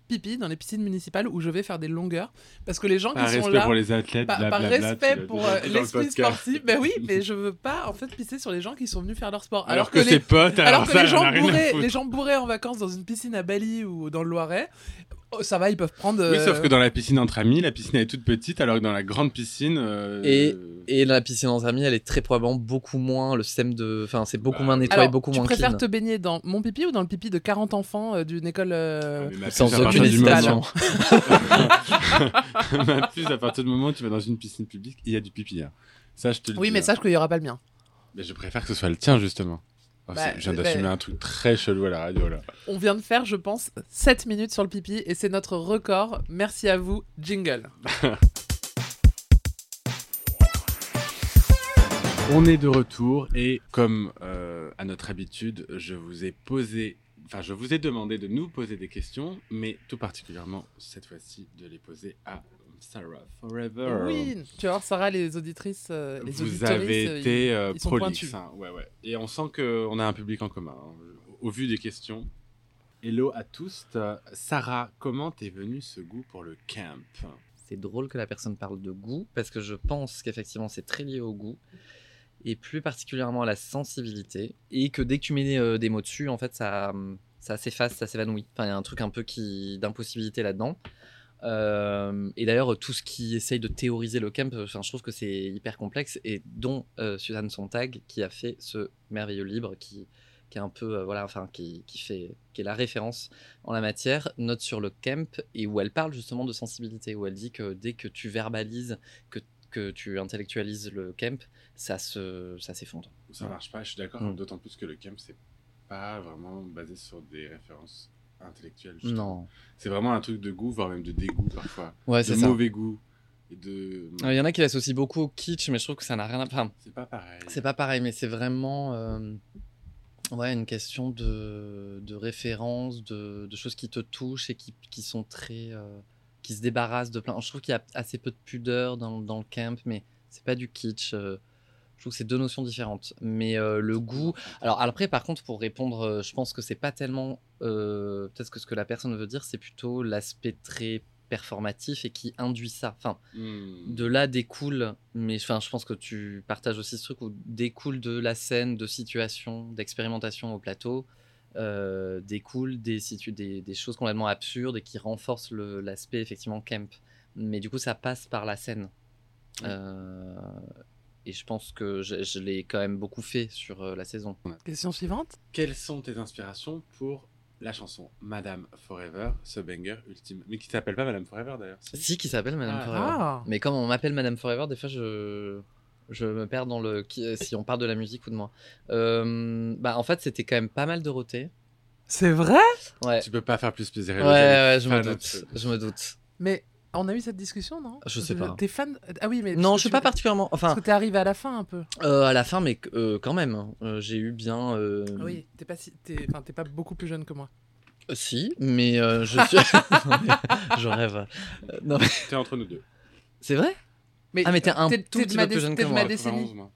A: pipi dans les piscines municipales où je vais faire des longueurs, parce que les gens
B: Par
A: qui sont
B: Ah, respect
A: là...
B: pour les athlètes,
A: Par, par
B: blablabla, tu
A: respect
B: l'as
A: pour
B: déjà
A: euh,
B: dit dans le
A: l'esprit
B: podcast.
A: sportif, ben oui, mais je veux pas en fait pisser sur les gens qui sont venus faire leur sport.
B: Alors, que, ses potes, alors,
A: alors que
B: ça,
A: les
B: j'en ai
A: gens,
B: rien à
A: bourrés,
B: foutre.
A: les gens bourrés en vacances dans une piscine à Bali ou dans le Loiret, oh, ça va, ils peuvent prendre.
B: Oui,
A: euh,
B: sauf que dans la piscine entre amis, la piscine elle est toute petite, alors que dans la grande piscine. euh,
C: Et- et la piscine dans un ami elle est très probablement beaucoup moins le système de enfin c'est beaucoup
B: Bah,
C: moins nettoyé
A: Alors,
C: beaucoup
A: tu
C: moins
A: préfères
C: clean
A: te baigner dans mon pipi ou dans le pipi de 40 enfants euh, d'une école euh,
B: Ah, mais ma
C: sans
B: puce, à partir
C: aucune
B: du
C: hésitation
B: Ma puce, à partir du moment où tu vas dans une piscine publique, il y a du pipi. hein. Ça, je te le
A: Oui,
B: dis,
A: mais
B: hein.
A: sache qu'il n'y aura pas le mien.
B: Mais je préfère que ce soit le tien, justement. Oh,
A: Bah,
B: c'est- je viens
A: bah-
B: d'assumer un truc très chelou à la radio, là.
A: On vient de faire, je pense, 7 minutes sur le pipi et c'est notre record. Merci à vous, jingle.
B: On est de retour et, comme euh, à notre habitude, je vous ai posé. Enfin, je vous ai demandé de nous poser des questions, mais tout particulièrement, cette fois-ci, de les poser à Sarah Forever.
A: Oui, tu vas voir, Sarah, les auditrices, euh, les
B: vous
A: auditoristes,
B: avez
A: euh,
B: été euh,
A: ils sont
B: prolixe.
A: pointus.
B: hein. Ouais, ouais. Et on sent qu'on a un public en commun. hein. Au vu des questions. Hello à tous. Euh, Sarah, comment t'es venu ce goût pour le camp
C: c'est drôle que la personne parle de goût parce que je pense qu'effectivement c'est très lié au goût et plus particulièrement à la sensibilité et que dès que tu mets euh, des mots dessus en fait ça hum, ça s'efface ça s'évanouit enfin il y a un truc un peu qui d'impossibilité là-dedans Euh, et d'ailleurs tout ce qui essaye de théoriser le camp enfin je trouve que c'est hyper complexe et dont euh, Suzanne Sontag qui a fait ce merveilleux livre qui qui est un peu euh, voilà enfin qui, qui fait qui est la référence en la matière, note sur le camp, et où elle parle justement de sensibilité, où elle dit que dès que tu verbalises, que, que tu intellectualises le camp, ça se, ça s'effondre.
B: Ça marche pas, je suis d'accord,
C: Mm.
B: d'autant plus que le camp, c'est pas vraiment basé sur des références intellectuelles. je trouve.
C: Non.
B: C'est vraiment un truc de goût, voire même de dégoût parfois.
C: Ouais,
B: de
C: c'est ça.
B: mauvais goût. Et de.
C: Il y en a qui l'associent beaucoup au kitsch, mais je trouve que ça n'a rien à. Enfin,
B: C'est pas pareil.
C: c'est pas pareil, mais c'est vraiment euh, ouais, une question de, de référence, de, de choses qui te touchent et qui, qui sont très. euh, qui se débarrassent de plein. Je trouve qu'il y a assez peu de pudeur dans, dans le camp, mais c'est pas du kitsch. euh, je trouve que c'est deux notions différentes. Mais euh, le goût. Alors après, par contre, pour répondre, euh, je pense que c'est pas tellement euh, peut-être que ce que la personne veut dire, c'est plutôt l'aspect très performatif et qui induit ça. Enfin,
B: Mm.
C: de là découle, mais enfin, je pense que tu partages aussi ce truc où découle de la scène, de situation, d'expérimentation au plateau, euh, découle des, situ- des, des choses complètement absurdes et qui renforcent le- l'aspect effectivement camp. Mais du coup, ça passe par la scène.
B: Ouais.
C: Euh, et je pense que je, je l'ai quand même beaucoup fait sur euh, la saison.
A: Question suivante.
B: Quelles sont tes inspirations pour la chanson Madame Forever, ce banger ultime Mais qui s'appelle pas Madame Forever d'ailleurs. si
C: Si, qui s'appelle Madame
B: Ah.
C: Forever.
A: Ah,
C: Mais comme on m'appelle Madame Forever, des fois je, je me perds dans le. qui- euh, Si on parle de la musique ou de moi. Euh, Bah, en fait, c'était quand même pas mal Dorothée.
A: c'est vrai
C: Ouais.
B: Tu peux pas faire plus plaisir.
C: Ouais,
B: Elodie, elle est
C: ouais, je me
B: fan
C: doute.
B: absolue.
C: Je me doute.
A: Mais on a eu cette discussion, non
C: Je sais pas.
A: T'es fan Ah oui, mais. parce
C: Non,
A: que
C: je suis
A: tu-
C: pas particulièrement.
A: Parce
C: Enfin,
A: que t'es arrivé à la fin un peu.
C: euh, à la fin, mais euh, quand même. euh, J'ai eu bien. euh,
A: Ah Oui, t'es pas, si... t'es... Enfin, t'es pas beaucoup plus jeune que moi.
C: euh, Si, mais euh, je suis. je rêve. Euh, non, mais-
B: T'es entre nous deux.
C: C'est vrai Ah, mais t'es un tout
A: de
C: petit
A: ma
C: peu plus
A: dé-
C: jeune
A: t'es
C: que
A: de
C: moi,
A: ma
B: 91,
A: décennie.
B: moi.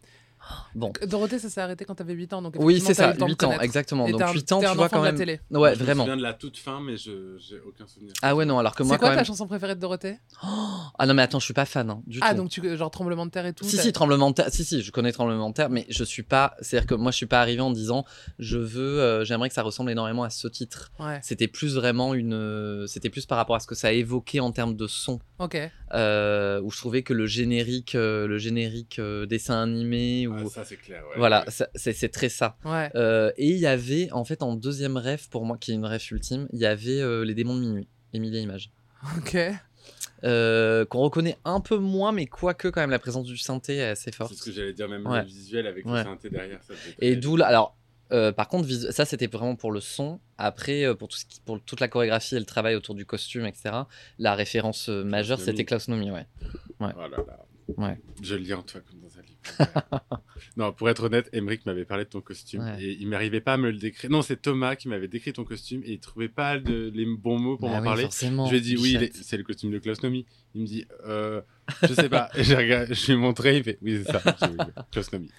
C: Bon.
A: Dorothée, ça s'est arrêté quand t'avais 8 ans. Donc
C: Oui,
A: effectivement,
C: c'est
A: t'as eu
C: ça,
A: le temps de
C: 8 ans,
A: connaître.
C: exactement.
A: Et
C: Donc
A: t'es un-
C: 8 ans,
A: t'es un
C: tu vois
A: enfant
C: quand
A: de la
C: même.
A: télé.
C: Ouais,
B: Je me
C: vraiment.
B: souviens de la toute fin, mais je j'ai aucun souvenir.
C: Ah ouais, non, alors que
A: C'est
C: moi
A: quoi
C: quand
A: ta
C: même.
A: chanson préférée de Dorothée
C: Ah non, mais attends, je suis pas fan. hein, du
A: Ah,
C: tout.
A: donc tu... genre Tremblement de terre et tout.
C: Si,
A: t'as-
C: si, tremblement de terre. Si, si, je connais tremblement de terre, mais je suis pas. C'est-à-dire que moi, je suis pas arrivé en disant je veux, euh, j'aimerais que ça ressemble énormément à ce titre.
A: Ouais,
C: C'était plus vraiment une. euh, C'était plus par rapport à ce que ça évoquait en termes de son,
A: ok.
C: euh, où je trouvais que le générique, euh, le générique euh, dessin animé, ou.
B: Ah, ça c'est clair. ouais.
C: voilà, ça- c'est c'est très ça.
A: Ouais.
C: Euh, et il y avait, en fait, en deuxième rêve, pour moi, qui est une rêve ultime, il y avait euh, Les démons de minuit, Emilia Image.
A: Ok.
C: Euh, qu'on reconnaît un peu moins, mais quoique, quand même, la présence du synthé est assez forte.
B: C'est ce que j'allais dire, même
C: Ouais.
B: le visuel avec
C: Ouais.
B: le synthé derrière. Ça, c'est
C: Et
B: très-
C: d'où, là- alors, euh, par contre, visu- ça c'était vraiment pour le son. Après, euh, pour, tout ce qui- pour toute la chorégraphie et le travail autour du costume, etc., la référence euh, majeure
B: Nomi.
C: c'était Klaus Nomi, ouais.
B: Oh là là.
C: Ouais.
B: Je lis en toi comme dans un livre. Ouais. non, pour être honnête, Emmerich m'avait parlé de ton costume
C: Ouais.
B: et il m'arrivait pas à me le décrire. Non, c'est Thomas qui m'avait décrit ton costume et il trouvait pas de- les bons mots pour
C: Bah
B: m'en
C: oui,
B: parler.
C: forcément,
B: Je lui ai dit oui, il
C: Bichette.
B: est- c'est le costume de Klaus Nomi. Il me dit euh, je sais pas. Et je, regarde- je lui ai montré, il fait oui, c'est ça. Je lui ai dit, Klaus Nomi.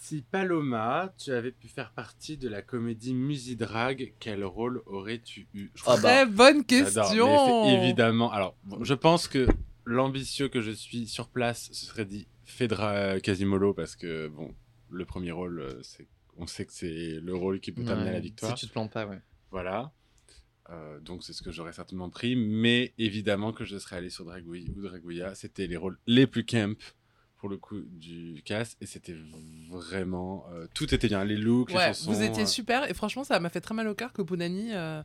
B: Si Paloma, tu avais pu faire partie de la comédie Musidrag, quel rôle aurais-tu eu Je
C: Ah bah,
A: Très bonne
B: J'adore,
A: question.
B: mais c'est évidemment. Alors, bon, je pense que l'ambitieux que je suis sur place se serait dit Fedra Casimolo parce que bon, le premier rôle, euh, c'est on sait que c'est le rôle qui peut t'amener
C: Ouais,
B: à la victoire.
C: Si tu te plantes pas, ouais.
B: Voilà. Euh, donc c'est ce que j'aurais certainement pris, mais évidemment que je serais allé sur Dragouille ou Dragouilla. C'était les rôles les plus camp pour le coup du cast et c'était vraiment euh, tout était bien, les looks, les
A: Ouais,
B: chansons.
A: vous étiez
B: euh,
A: super. Et franchement, ça m'a fait très mal au cœur que Bounani euh,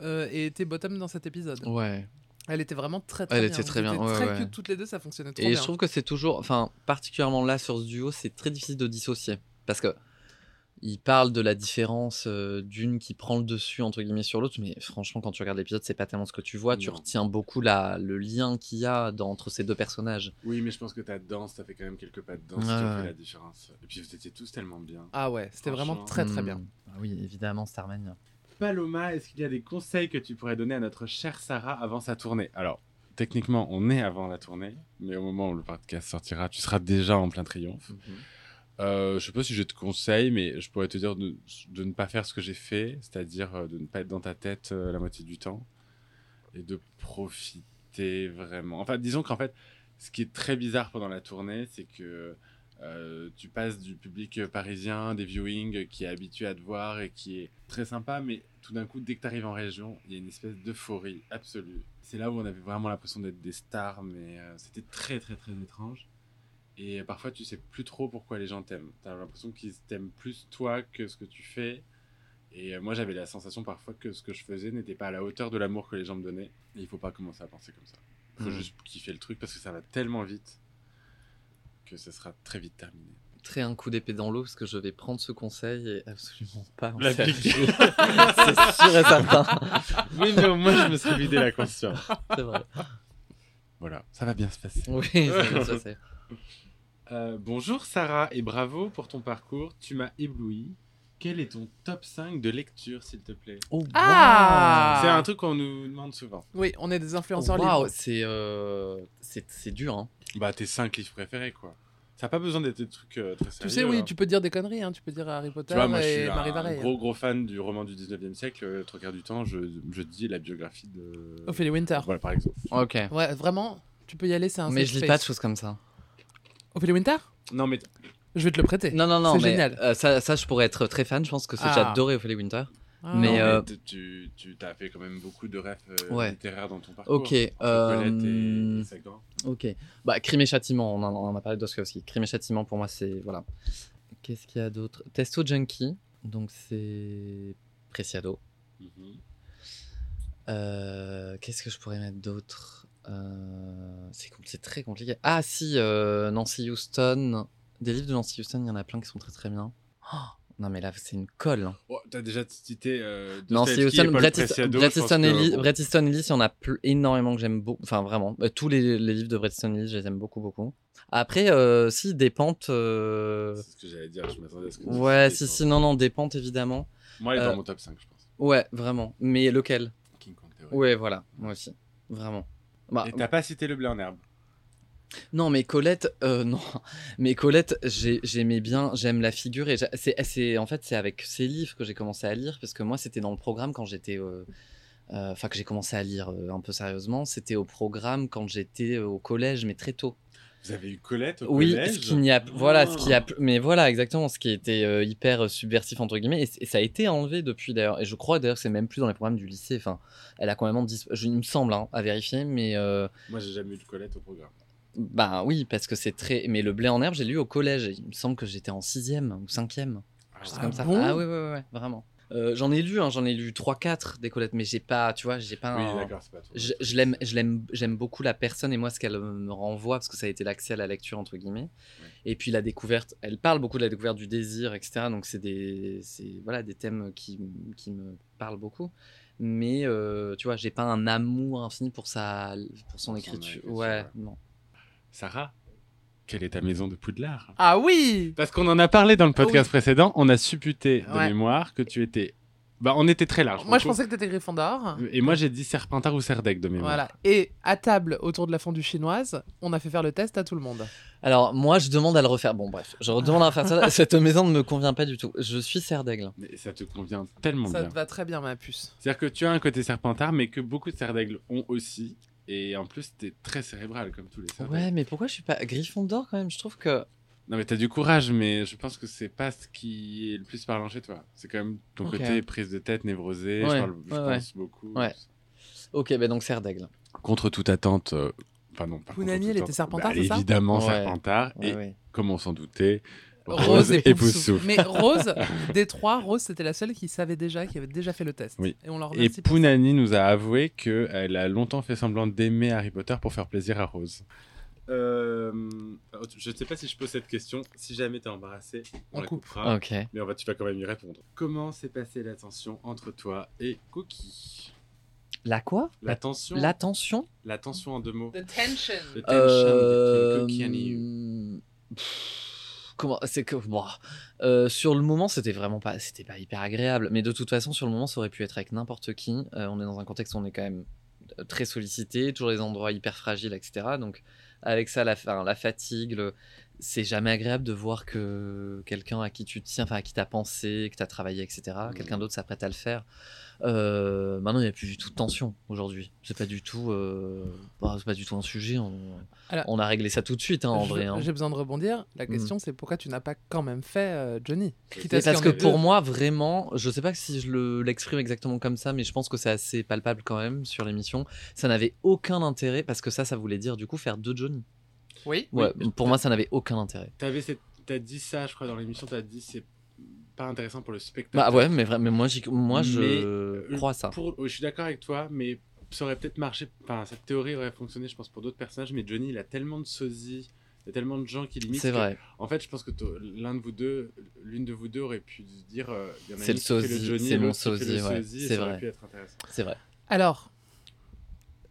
A: euh, ait été bottom dans cet épisode.
C: Ouais.
A: Elle était vraiment très très
C: Elle
A: bien.
C: était très
A: Vous
C: bien,
A: étiez
C: ouais,
A: très
C: ouais.
A: cute toutes les deux, ça fonctionnait trop
C: Et
A: bien.
C: je trouve que c'est toujours, enfin, particulièrement là sur ce duo, c'est très difficile de dissocier parce que il parle de la différence euh, d'une qui prend le dessus entre guillemets sur l'autre, mais franchement, quand tu regardes l'épisode, c'est pas tellement ce que tu vois. Tu
B: Non.
C: retiens beaucoup la, le lien qu'il y a dans- entre ces deux personnages.
B: Oui, mais je pense que ta danse, t'as fait quand même quelques pas de danse
C: Ouais,
B: qui ont
C: ouais.
B: fait la différence. Et puis vous étiez tous tellement bien.
A: Ah ouais, c'était vraiment
B: Franchement.
A: très très bien.
C: Hmm. Ah Oui, évidemment, Starmania.
B: Paloma, est-ce qu'il y a des conseils que tu pourrais donner à notre chère Sarah avant sa tournée Alors, techniquement, on est avant la tournée, mais au moment où le podcast sortira, tu seras déjà en plein triomphe. Euh, je sais pas si je te conseille, mais je pourrais te dire de, de ne pas faire ce que j'ai fait, c'est-à-dire euh, de ne pas être dans ta tête euh, la moitié du temps et de profiter vraiment. Enfin, disons qu'en fait, ce qui est très bizarre pendant la tournée, c'est que euh, tu passes du public euh, parisien, des viewings euh, qui est habitué à te voir et qui est très sympa, mais tout d'un coup, dès que tu arrives en région, il y a une espèce d'euphorie absolue. C'est là où on avait vraiment l'impression d'être des stars, mais euh, c'était très, très, très étrange. Et parfois, tu sais plus trop pourquoi les gens t'aiment. T'as l'impression qu'ils t'aiment plus toi que ce que tu fais. Et euh, moi, j'avais la sensation parfois que ce que je faisais n'était pas à la hauteur de l'amour que les gens me donnaient. Et il faut pas commencer à penser comme ça. Il faut
C: Mhm.
B: juste kiffer le truc parce que ça va tellement vite que ce sera très vite terminé.
C: Très un coup d'épée dans l'eau parce que je vais prendre ce conseil et absolument pas en faire
B: L'appliquer.
C: jour. C'est sûr et certain.
B: oui, mais au moins, je me suis vidé la conscience.
C: C'est vrai.
B: Voilà, ça va bien se passer.
C: Oui, c'est- ça, c'est-
B: Euh, bonjour Sarah et bravo pour ton parcours. Tu m'as ébloui. Quel est ton top 5 de lecture, s'il te plaît
C: Oh,
A: Ah
B: C'est un truc qu'on nous demande souvent.
A: Oui, on est des
C: wow.
A: influenceurs
C: Wow,
A: libres.
C: c'est euh, c'est c'est dur. Hein.
B: Bah, tes 5 livres préférés, quoi. Ça n'a pas besoin d'être des trucs euh, très sérieux.
A: Tu sais, oui,
B: hein.
A: tu hein. peux dire des conneries, hein. tu peux dire Harry Potter
B: Tu vois, moi, je suis
A: et Marie
B: un
A: Varey.
B: gros, gros fan du roman du 19e siècle. Euh, Trois quarts du temps, je, je dis la biographie de...
A: Ophélie Winter.
B: Voilà, par exemple.
C: Ok.
A: Ouais, vraiment, tu peux y aller, c'est un
C: Mais
A: safe
C: je lis
A: space.
C: pas de choses comme ça.
A: Ophélie Winter
B: Non, mais
A: Je vais te le prêter.
C: Non, non, non.
A: C'est
C: mais,
A: génial.
C: euh, ça, ça, je pourrais être très fan. Je pense que c'est-
A: Ah.
C: j'adorais Ophélie Winter.
A: Ah.
C: mais,
B: Non,
C: euh,
B: t- tu, tu as fait quand même beaucoup de rêves euh,
C: Ouais.
B: littéraires dans ton parcours.
C: Ok,
B: Entre
C: euh,
B: Colette et, et Sagan.
C: Ok. Bah, Crime et Châtiment, on en, on en a parlé d'Oskowski. Crime et Châtiment, pour moi, c'est. Voilà. Qu'est-ce qu'il y a d'autre Testo Junkie, donc c'est Preciado.
B: Mhm.
C: Euh, Qu'est-ce que je pourrais mettre d'autre Euh, C'est compl- c'est très compliqué. Ah, si, euh, Nancy Houston. Des livres de Nancy Houston, il y en a plein qui sont très très bien. Oh, non, mais là, c'est une colle. hein.
B: Oh, t'as déjà cité euh,
C: Nancy
B: Dostoïevski et
C: Houston,
B: Paul
C: Bret Easton
B: Preciado,
C: Bret
B: je pense
C: Easton
B: que- euh,
C: Ellis,
B: bon.
C: Bret Easton Ellis, il y en a plus énormément que j'aime beaucoup. Enfin, vraiment. Euh, Tous les, les livres de Bret Easton Ellis, je les aime beaucoup, beaucoup. Après, euh, si, des pentes. euh,
B: C'est ce que j'allais dire, je m'attendais à ce que tu
C: Ouais,
B: cites,
C: si,
B: hein.
C: si, non, non, des pentes, évidemment.
B: Moi, elle est
C: Euh,
B: dans mon top 5, je pense.
C: Ouais, vraiment. Mais lequel
B: King Kong Theory.
C: Ouais, voilà, moi aussi. Vraiment. Bah,
B: Et t'as pas cité Le Blé en Herbe.
C: non, mais Colette, euh, non. Mais Colette, j'ai- j'aimais bien, j'aime la figure. Et j'a- c'est, c'est- en fait, c'est avec ses livres que j'ai commencé à lire, parce que moi, c'était dans le programme quand j'étais. euh, euh, Enfin, que j'ai commencé à lire euh, un peu sérieusement, c'était au programme quand j'étais euh, au collège, mais très tôt.
B: Vous avez eu Colette au
C: Oui,
B: collège
C: ce qui n'y a,
B: Ah.
C: voilà, ce qui a, mais voilà, exactement, ce qui était euh, hyper euh, subversif entre guillemets, et, c- et ça a été enlevé depuis d'ailleurs. Et je crois d'ailleurs, que c'est même plus dans les programmes du lycée. Enfin, elle a quand même, dis- je, il me semble, hein, à vérifier, mais euh,
B: Moi, j'ai jamais eu de Colette au programme.
C: bah oui, parce que c'est très. Mais le blé en herbe, j'ai lu au collège. et il me semble que j'étais en sixième ou cinquième.
B: Ah,
C: C'est
B: ouais.
C: comme ça.
A: bon
C: ah oui, oui, oui, oui, vraiment. Euh, j'en ai lu, hein, j'en ai lu 3-4 des Colettes, mais j'ai pas, tu vois, j'ai pas.
B: Oui,
C: un-
B: d'accord, c'est pas toi.
C: je, je l'aime, je l'aime, j'aime beaucoup la personne et moi ce qu'elle euh, me renvoie parce que ça a été l'accès à la lecture entre guillemets. Et puis la découverte, elle parle beaucoup de la découverte du désir, etc. Donc c'est des, c'est voilà des thèmes qui, qui me parlent beaucoup. Mais euh, tu vois, j'ai pas un amour infini pour sa, pour son
B: Pour son
C: écriture.
B: écriture,
C: Ouais,
B: ouais.
C: non.
B: Sarah, quelle est ta maison de Poudlard
A: Ah oui
B: Parce qu'on en a parlé dans le
A: Ah oui.
B: podcast précédent, on a supputé de
A: Ouais.
B: mémoire que tu étais. Bah, on était très large.
A: Moi, je
B: pour le
A: pensais que t'étais Gryffondor.
B: coup. Et moi, j'ai dit Serpentard ou Serdec de mémoire.
A: Voilà. Et à table, autour de la fondue chinoise, on a fait faire le test à tout le monde.
C: Alors moi je demande à le refaire. Bon bref, je demande à refaire ça. Cette maison ne me convient pas du tout. Je suis serre d'aigle.
B: Mais ça te convient tellement
A: Ça
B: bien.
A: te va très bien, ma puce.
B: C'est-à-dire que tu as un côté Serpentard, mais que beaucoup de Serdègles ont aussi. Et en plus, t'es très cérébral comme tous les Serdègles.
C: Ouais, mais pourquoi je suis pas Gryffondor quand même Je trouve que
B: Non, mais t'as du courage, mais je pense que c'est pas ce qui est le plus parlant chez toi. C'est quand même ton
C: Ok.
B: côté prise de tête, névrosé. je
C: Ouais,
B: parle, je
C: ouais,
B: pense beaucoup.
C: Ouais. ok, ben donc serre d'aigle.
B: Contre toute attente. euh, Enfin, non, pas. contre
A: Pounani,
B: toute
A: elle était
B: attente,
A: Serpentard,
B: bah,
A: c'est ça
B: Évidemment,
C: Ouais.
B: Serpentard.
C: Ouais,
B: et
C: ouais.
B: comme on s'en doutait, Rose,
A: et
B: et
A: Poussou.
B: Poussou.
A: Mais Rose, des trois, Rose, c'était la seule qui savait déjà, qui avait déjà fait le test.
B: Oui.
A: Et on
C: Oh,
A: leur
B: Et
A: remercie. pour ça.
B: Pounani nous a avoué qu'elle a longtemps fait semblant d'aimer Harry Potter pour faire plaisir à Rose. Euh, je ne sais pas si je pose cette question. Si jamais t'es embarrassé,
A: on On la coupe.
B: coupera.
C: Ok.
B: Mais on va, tu vas quand même y répondre. Comment s'est passée la tension entre toi et Cookie
C: La quoi
B: La tension
C: La tension
B: La tension en deux mots.
A: The tension.
B: The tension
C: Euh,
B: between Cookie and you.
C: pff, Comment C'est que moi. euh, sur le moment, c'était vraiment pas, c'était pas hyper agréable. Mais de toute façon, sur le moment, ça aurait pu être avec n'importe qui. Euh, on est dans un contexte où on est quand même euh, très sollicité, toujours des endroits hyper fragiles, etc. Donc avec ça, la, enfin, la fatigue, le- c'est jamais agréable de voir que quelqu'un à qui tu te tiens, enfin à qui t'as pensé, que t'as travaillé, etc.
B: Mhm.
C: Quelqu'un d'autre s'apprête à le faire. Euh, maintenant, il n'y a plus du tout de tension aujourd'hui. C'est pas du tout, euh, bah, c'est pas du tout un sujet. On,
A: Alors-
C: on a réglé ça tout de suite, hein, en vrai. hein. Hmm.
A: J'ai besoin de rebondir. La question, c'est pourquoi tu n'as pas quand même fait euh, Johnny Quitte à
C: Mais
A: ce
C: parce
A: qu'il
C: que
A: y en ait deux.
C: pour moi, vraiment, je sais pas si je le- l'exprime exactement comme ça, mais je pense que c'est assez palpable quand même sur l'émission. Ça n'avait aucun intérêt parce que ça, ça voulait dire du coup faire deux Johnny.
A: Oui.
C: Ouais, pour moi, ça n'avait aucun intérêt.
B: T'avais cette- T'as dit ça, je crois, dans l'émission. T'as dit c'est pas intéressant pour le spectateur.
C: Bah ouais, mais, vra- mais moi, j'y- moi je
B: Mais, euh,
C: crois à ça.
B: Pour- oui, je suis d'accord avec toi, mais ça aurait peut-être marché. Enfin, cette théorie aurait fonctionné, je pense, pour d'autres personnages. Mais Johnny, il a tellement de sosie Il y a tellement de gens qui l'imitent.
C: C'est
B: que-
C: vrai.
B: En fait, je pense que t'au- l'un de vous deux, l'une de vous deux aurait pu se dire euh, il y en a
C: C'est
B: une
C: le
B: qui fait
C: sosie,
B: Johnny,
C: c'est mon
B: l'autre qui fait le
C: sosie, ouais,
B: sosie, et
C: c'est
B: ça
C: vrai.
B: aurait pu être intéressant.
C: C'est vrai.
A: Alors,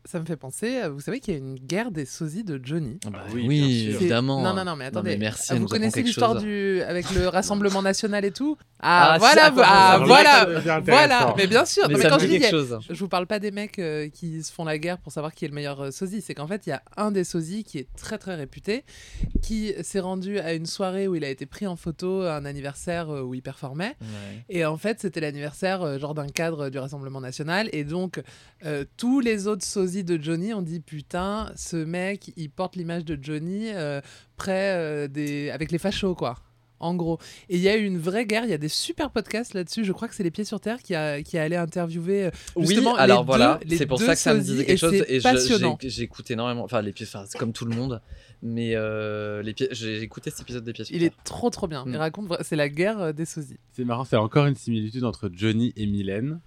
A: ça me fait penser, à- vous savez qu'il y a une guerre des sosies de Johnny.
C: Ah bah
B: oui,
C: oui,
B: bien sûr.
A: C'est-
C: évidemment. hein.
A: Non, non, non, mais attendez.
C: merci,
A: Ah,
C: elle
A: vous
C: nous apprend
A: connaissez
C: quelque
A: l'histoire
C: chose.
A: du avec le Rassemblement national et tout Ah,
C: Ah,
A: voilà,
C: ça
A: vous-
C: commence à
A: ah,
B: Alors là,
A: voilà,
B: ça devient
A: voilà.
B: intéressant.
A: Mais bien sûr,
C: Mais
A: non, mais
C: ça
A: quand
C: me
A: je
C: dit
A: dis il y a-
C: quelque chose.
A: je vous parle pas des mecs euh, qui se font la guerre pour savoir qui est le meilleur euh, sosie. C'est qu'en fait, il y a un des sosies qui est très très réputé, qui s'est rendu à une soirée où il a été pris en photo à un anniversaire euh, où il performait.
C: Ouais.
A: Et en fait, c'était l'anniversaire euh, genre d'un cadre euh, du Rassemblement national. Et donc, euh, tous les autres sosies de Johnny ont dit Putain, ce mec, il porte l'image de Johnny euh, près euh, des... avec les fachos, quoi. En gros. Et il y a eu une vraie guerre. Il y a des super podcasts là-dessus. Je crois que c'est Les Pieds sur Terre qui, a, qui est allé interviewer. euh, Justement,
C: oui,
A: les
C: alors
A: deux-
C: voilà,
A: les
C: c'est pour
A: deux
C: ça que ça me disait
A: sosies,
C: quelque
A: et
C: chose
A: c'est
C: et je-
A: passionnant.
C: j'ai- j'écoute énormément, enfin les pieds, enfin, c'est comme tout le monde, mais euh, les pieds, j'ai écouté cet épisode des pieds. sur
A: Il
C: terre.
A: est trop, trop bien. Il
C: Mm.
A: raconte, vra- c'est la guerre euh, des sosies.
B: C'est marrant, c'est encore une similitude entre Johnny et Mylène.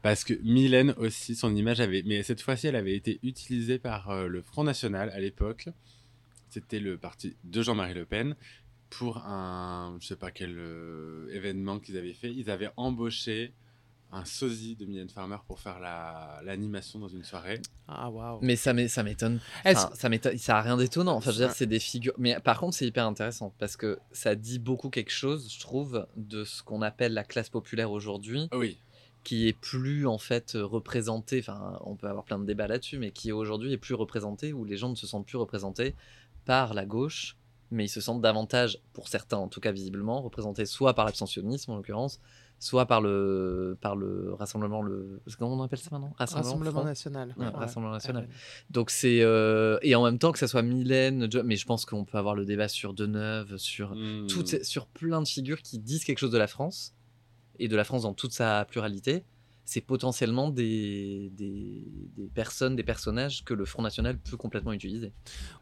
B: Parce que Mylène aussi, son image avait. Mais cette fois-ci, elle avait été utilisée par euh, le Front National à l'époque. C'était le parti de Jean-Marie Le Pen. Pour un. Je sais pas quel euh, événement qu'ils avaient fait. Ils avaient embauché un sosie de Mylène Farmer pour faire la- l'animation dans une soirée.
A: Ah, waouh.
B: Mm.
C: Mais ça m'é- ça m'étonne.
A: Est-ce-
C: Enfin, ça m'étonne, ça a rien d'étonnant. Enfin, je veux dire,
B: Ça-
C: c'est des figures. Mais par contre, c'est hyper intéressant parce que ça dit beaucoup quelque chose, je trouve, de ce qu'on appelle la classe populaire aujourd'hui,
B: Ah oui,
C: qui est plus en fait euh, représentée. Enfin, on peut avoir plein de débats là-dessus, mais qui aujourd'hui est plus représentée, où les gens ne se sentent plus représentés par la gauche, mais ils se sentent davantage, pour certains en tout cas visiblement, représentés soit par l'abstentionnisme en l'occurrence, soit par le par le rassemblement le comment on appelle ça maintenant
A: Rassemblement
C: Front
A: national.
C: Ouais,
A: Ouais.
C: Rassemblement national.
A: Ouais.
C: Donc c'est euh, et en même temps que ça soit Mylène, Jo- mais je pense qu'on peut avoir le débat sur Deneuve, sur
B: Hmm.
C: toutes ces- sur plein de figures qui disent quelque chose de la France et de la France dans toute sa pluralité. C'est potentiellement des, des, des personnes, des personnages que le Front National peut complètement utiliser.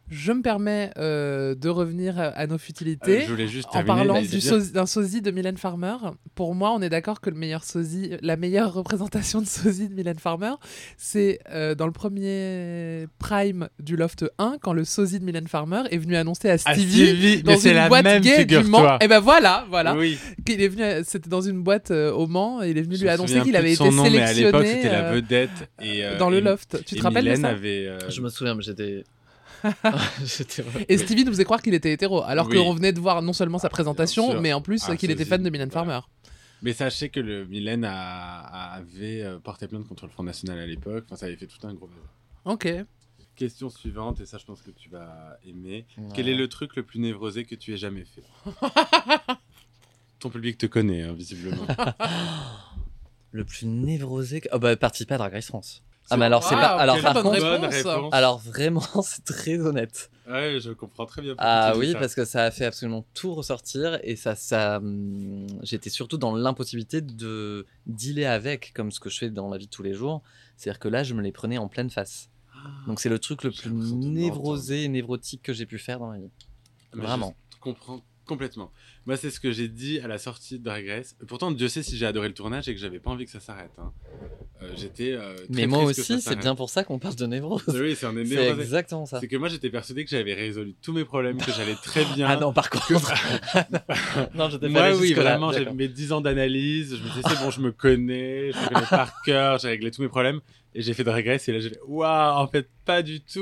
A: Je me permets euh, de revenir à- à nos futilités.
B: Euh, je voulais juste
A: En
B: terminer,
A: parlant
B: mais
A: du
B: dire-
A: sosie- d'un sosie de Mylène Farmer, pour moi, on est d'accord que le meilleur sosie, la meilleure représentation de sosie de Mylène Farmer, c'est euh, dans le premier prime du Loft 1, quand le sosie de Mylène Farmer est venu annoncer à
B: Ah,
A: Stevie,
B: Stevie,
A: dans
B: mais c'est
A: une
B: la
A: boîte
B: même
A: gay
B: figure,
A: du Mans.
B: toi.
A: Et ben voilà, voilà.
B: Oui.
A: Qu'il est venu, c'était dans une boîte euh, au Mans, et il est venu
B: Je
A: lui
B: me
A: annoncer
B: souviens
A: qu'il
B: plus
A: avait
B: de
A: été
B: son nom, mais à l'époque,
A: sélectionné
B: c'était la
A: euh,
B: vedette. Et, euh,
A: dans le
B: et-
A: Loft. Tu
B: et
A: te rappelles de
B: Mylène
A: ça
B: avait. euh,
C: Je me souviens, mais j'étais. j'étais
A: Et Stevie nous faisait croire qu'il était hétéro, alors
B: Oui.
A: qu'on venait de voir non seulement sa
B: bien
A: présentation,
B: sûr.
A: mais en plus euh,
B: Ah,
A: qu'il était
B: sosie,
A: fan de Mylène
B: voilà.
A: Farmer.
B: Mais sachez que le Mylène a, a- avait euh, porté plainte contre le Front National à l'époque. Enfin, ça avait fait tout un gros bazar.
A: Ok.
B: Question suivante, et ça, je pense que tu vas aimer.
C: Ouais.
B: Quel est le truc le plus névrosé que tu aies jamais fait Ton public te connaît, hein, visiblement.
C: Le plus névrosé. que- Ah bah, participer à Drag Race France.
B: Ah, C'est-
C: mais alors, c'est pas-
A: Waouh,
C: alors,
A: quelle
C: par
A: bonne
C: contre-
A: réponse.
C: Alors vraiment, c'est très honnête.
B: Ouais, je comprends très bien. pourquoi
C: Ah
B: tu dis
C: oui,
B: ça.
C: parce que ça a fait absolument tout ressortir et ça, ça, hum, j'étais surtout dans l'impossibilité de dealer avec, comme ce que je fais dans la vie de tous les jours. C'est-à-dire que là, je me les prenais en pleine face.
B: Ah.
C: Donc c'est le truc le
B: J'ai
C: plus
B: l'impression de
C: névrosé et névrotique que j'ai pu faire dans ma vie.
B: Mais
C: Vraiment.
B: Je comprends complètement. Moi, c'est ce que j'ai dit à la sortie de Drag Race. Pourtant, Dieu sait si j'ai adoré le tournage et que j'avais pas envie que ça s'arrête. hein. Euh, J'étais. euh, très
C: Mais moi
B: triste que ça
C: aussi, c'est
B: s'arrête.
C: bien pour ça qu'on parle de névrose.
B: Oui, c'est un
C: C'est
B: névrosé.
C: exactement ça.
B: C'est que moi j'étais persuadé que j'avais résolu tous mes problèmes, que j'allais très bien.
C: Ah non, par contre. non, je t'ai pas
B: Moi
C: allé
B: oui,
C: jusque-là.
B: vraiment, j'ai
C: D'accord.
B: mes 10 ans d'analyse, je me disais c'est bon, je me connais, je me connais par cœur, j'ai réglé tous mes problèmes et j'ai fait de régresse et là j'ai fait waouh, en fait pas du tout.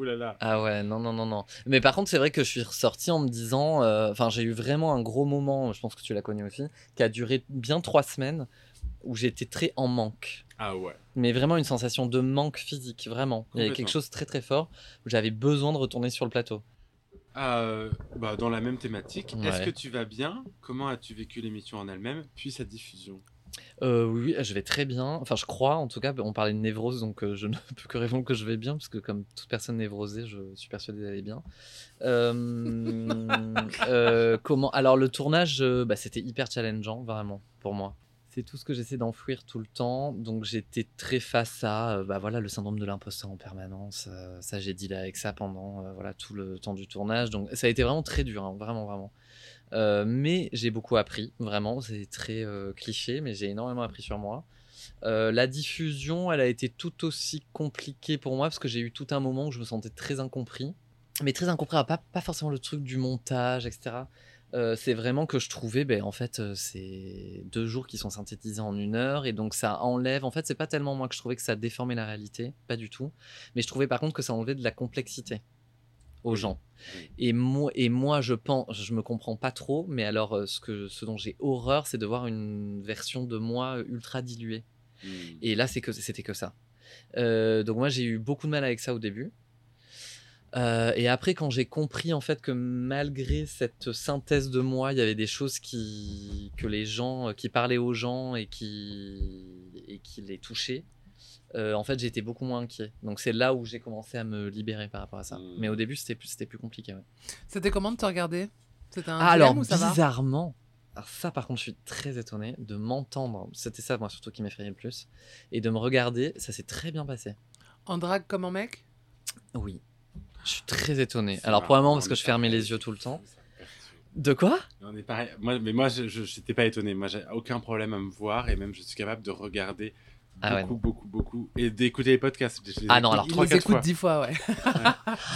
B: Ouh là là.
C: Ah ouais, non, non, non, non. Mais par contre, c'est vrai que je suis ressorti en me disant. euh, Enfin, j'ai eu vraiment un gros moment, je pense que tu l'as connu aussi, qui a duré bien trois semaines, où j'étais très en manque.
B: Ah ouais.
C: Mais vraiment une sensation de manque physique, vraiment. Il y avait
B: Complètement.
C: quelque chose de très très fort, où j'avais besoin de retourner sur le plateau.
B: Euh, bah, dans la même thématique, est-ce
C: Ouais.
B: que tu vas bien Comment as-tu vécu l'émission en elle-même puis sa diffusion
C: Euh, oui, oui, je vais très bien. Enfin, je crois, en tout cas, on parlait de névrose, donc euh, je ne peux que répondre que je vais bien, parce que comme toute personne névrosée, je suis persuadé d'aller bien. Euh, euh, comment Alors, le tournage, euh, bah, c'était hyper challengeant, vraiment, pour moi. C'est tout ce que j'essaie d'enfouir tout le temps, donc j'étais très face à euh, bah, voilà, le syndrome de l'imposteur en permanence. euh, ça, j'ai dealé avec ça pendant euh, voilà, tout le temps du tournage, donc ça a été vraiment très dur, hein, vraiment, vraiment. Euh, mais j'ai beaucoup appris, vraiment. C'est très euh, cliché, mais j'ai énormément appris sur moi. Euh, la diffusion, elle a été tout aussi compliquée pour moi parce que j'ai eu tout un moment où je me sentais très incompris. mais très incompréhensible. Pas, pas forcément le truc du montage, etc. Euh, c'est vraiment que je trouvais, ben, en fait, euh, c'est deux jours qui sont synthétisés en une heure, et donc ça enlève. En fait, c'est pas tellement moi que je trouvais que ça déformait la réalité, pas du tout. Mais je trouvais par contre que ça enlevait de la complexité aux gens. Et moi, et moi, je pense, je me comprends pas trop, mais alors euh, ce, que, ce dont j'ai horreur, c'est de voir une version de moi ultra diluée. Et là, c'est que c'était que ça. Euh, donc moi, j'ai eu beaucoup de mal avec ça au début. Euh, et après, quand j'ai compris en fait que malgré cette synthèse de moi, il y avait des choses qui que les gens euh, qui parlaient aux gens et qui et qui les touchaient, euh, en fait, j'étais beaucoup moins inquiet. Donc c'est là où j'ai commencé à me libérer par rapport à ça.
B: Mm.
C: Mais au début, c'était plus c'était plus compliqué. ouais.
A: C'était comment de te regarder C'était un
C: Ah, alors
A: dilemme ou ça va
C: bizarrement, alors ça par contre je suis très étonné de m'entendre, c'était ça moi surtout qui m'effrayait le plus, et de me regarder, ça s'est très bien passé.
A: En drague comme en mec
C: Oui. Ah Je suis très étonné.
B: C'est
C: Alors
B: marrant,
C: probablement
B: on
C: parce que
B: est
C: je fermais
B: pareil.
C: les yeux tout le temps.
B: Ça me perturbe.
C: De quoi
B: Et On est pareil. Moi, mais moi, je je- j'étais pas étonné. Moi, j'ai aucun problème à me voir et même je suis capable de regarder
C: Ah ouais,
B: beaucoup, beaucoup, beaucoup et d'écouter les podcasts. Je les
C: Ah non,
B: écoute
C: alors,
B: trois,
A: Il les
B: quatre
A: écoute
B: fois.
A: dix fois, ouais.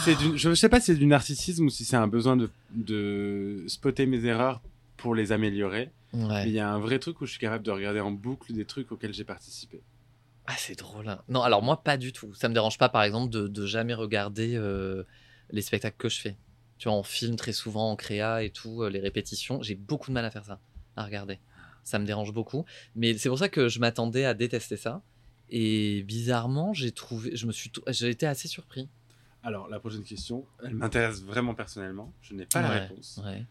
B: C'est du- je sais pas si c'est du narcissisme ou si c'est un besoin de, de spotter mes erreurs pour les améliorer.
C: Ouais.
B: Mais il y a un vrai truc où je suis capable de regarder en boucle des trucs auxquels j'ai participé.
C: Ah c'est drôle. hein. Non, alors moi pas du tout. Ça me dérange pas par exemple de, de jamais regarder euh, les spectacles que je fais. Tu vois, en film très souvent, en créa et tout, euh, les répétitions, j'ai beaucoup de mal à faire ça, à regarder. Ça me dérange beaucoup. Mais c'est pour ça que je m'attendais à détester ça. Et bizarrement, j'ai trouvé, je me suis, tou- j'ai été assez surpris.
B: Alors, la prochaine question, elle m'intéresse vraiment personnellement. Je n'ai pas la
C: Ouais.
B: réponse.
C: Ouais.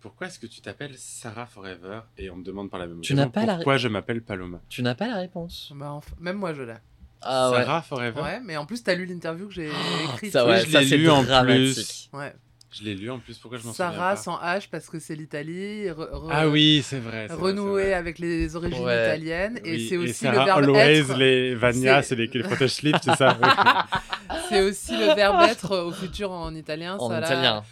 B: Pourquoi est-ce que tu t'appelles Sarah Forever Et on me demande par la même
C: Tu
B: occasion
C: n'as pas la ré-
B: pourquoi je m'appelle Paloma.
C: Tu n'as pas la réponse.
A: Bah, enfin, Même moi, je l'ai.
C: Ah ouais.
B: Sarah Forever
A: Ouais, mais en plus, t'as lu l'interview que j'ai
B: Ah,
C: Oh,
A: écrite.
C: ça
B: Oui,
C: ouais,
B: je
C: ça
B: l'ai
C: c'est
B: lu en
C: dramatique.
A: Ouais.
B: Je l'ai lu en plus, pourquoi je m'en souviens
A: Sarah
B: pas
A: sans H parce que c'est l'italie. re- re-
B: Ah oui, c'est vrai. c'est vrai,
A: renouer
B: c'est vrai.
A: avec les origines
C: Ouais.
A: italiennes et
B: Oui,
A: c'est aussi
B: Sarah
A: le verbe
B: Always,
A: être.
B: les Vania,
A: C'est-
B: c'est les, les protège slip c'est ça ok.
A: C'est aussi le verbe être euh, au futur en italien.
C: En
A: ça, là.
C: italien.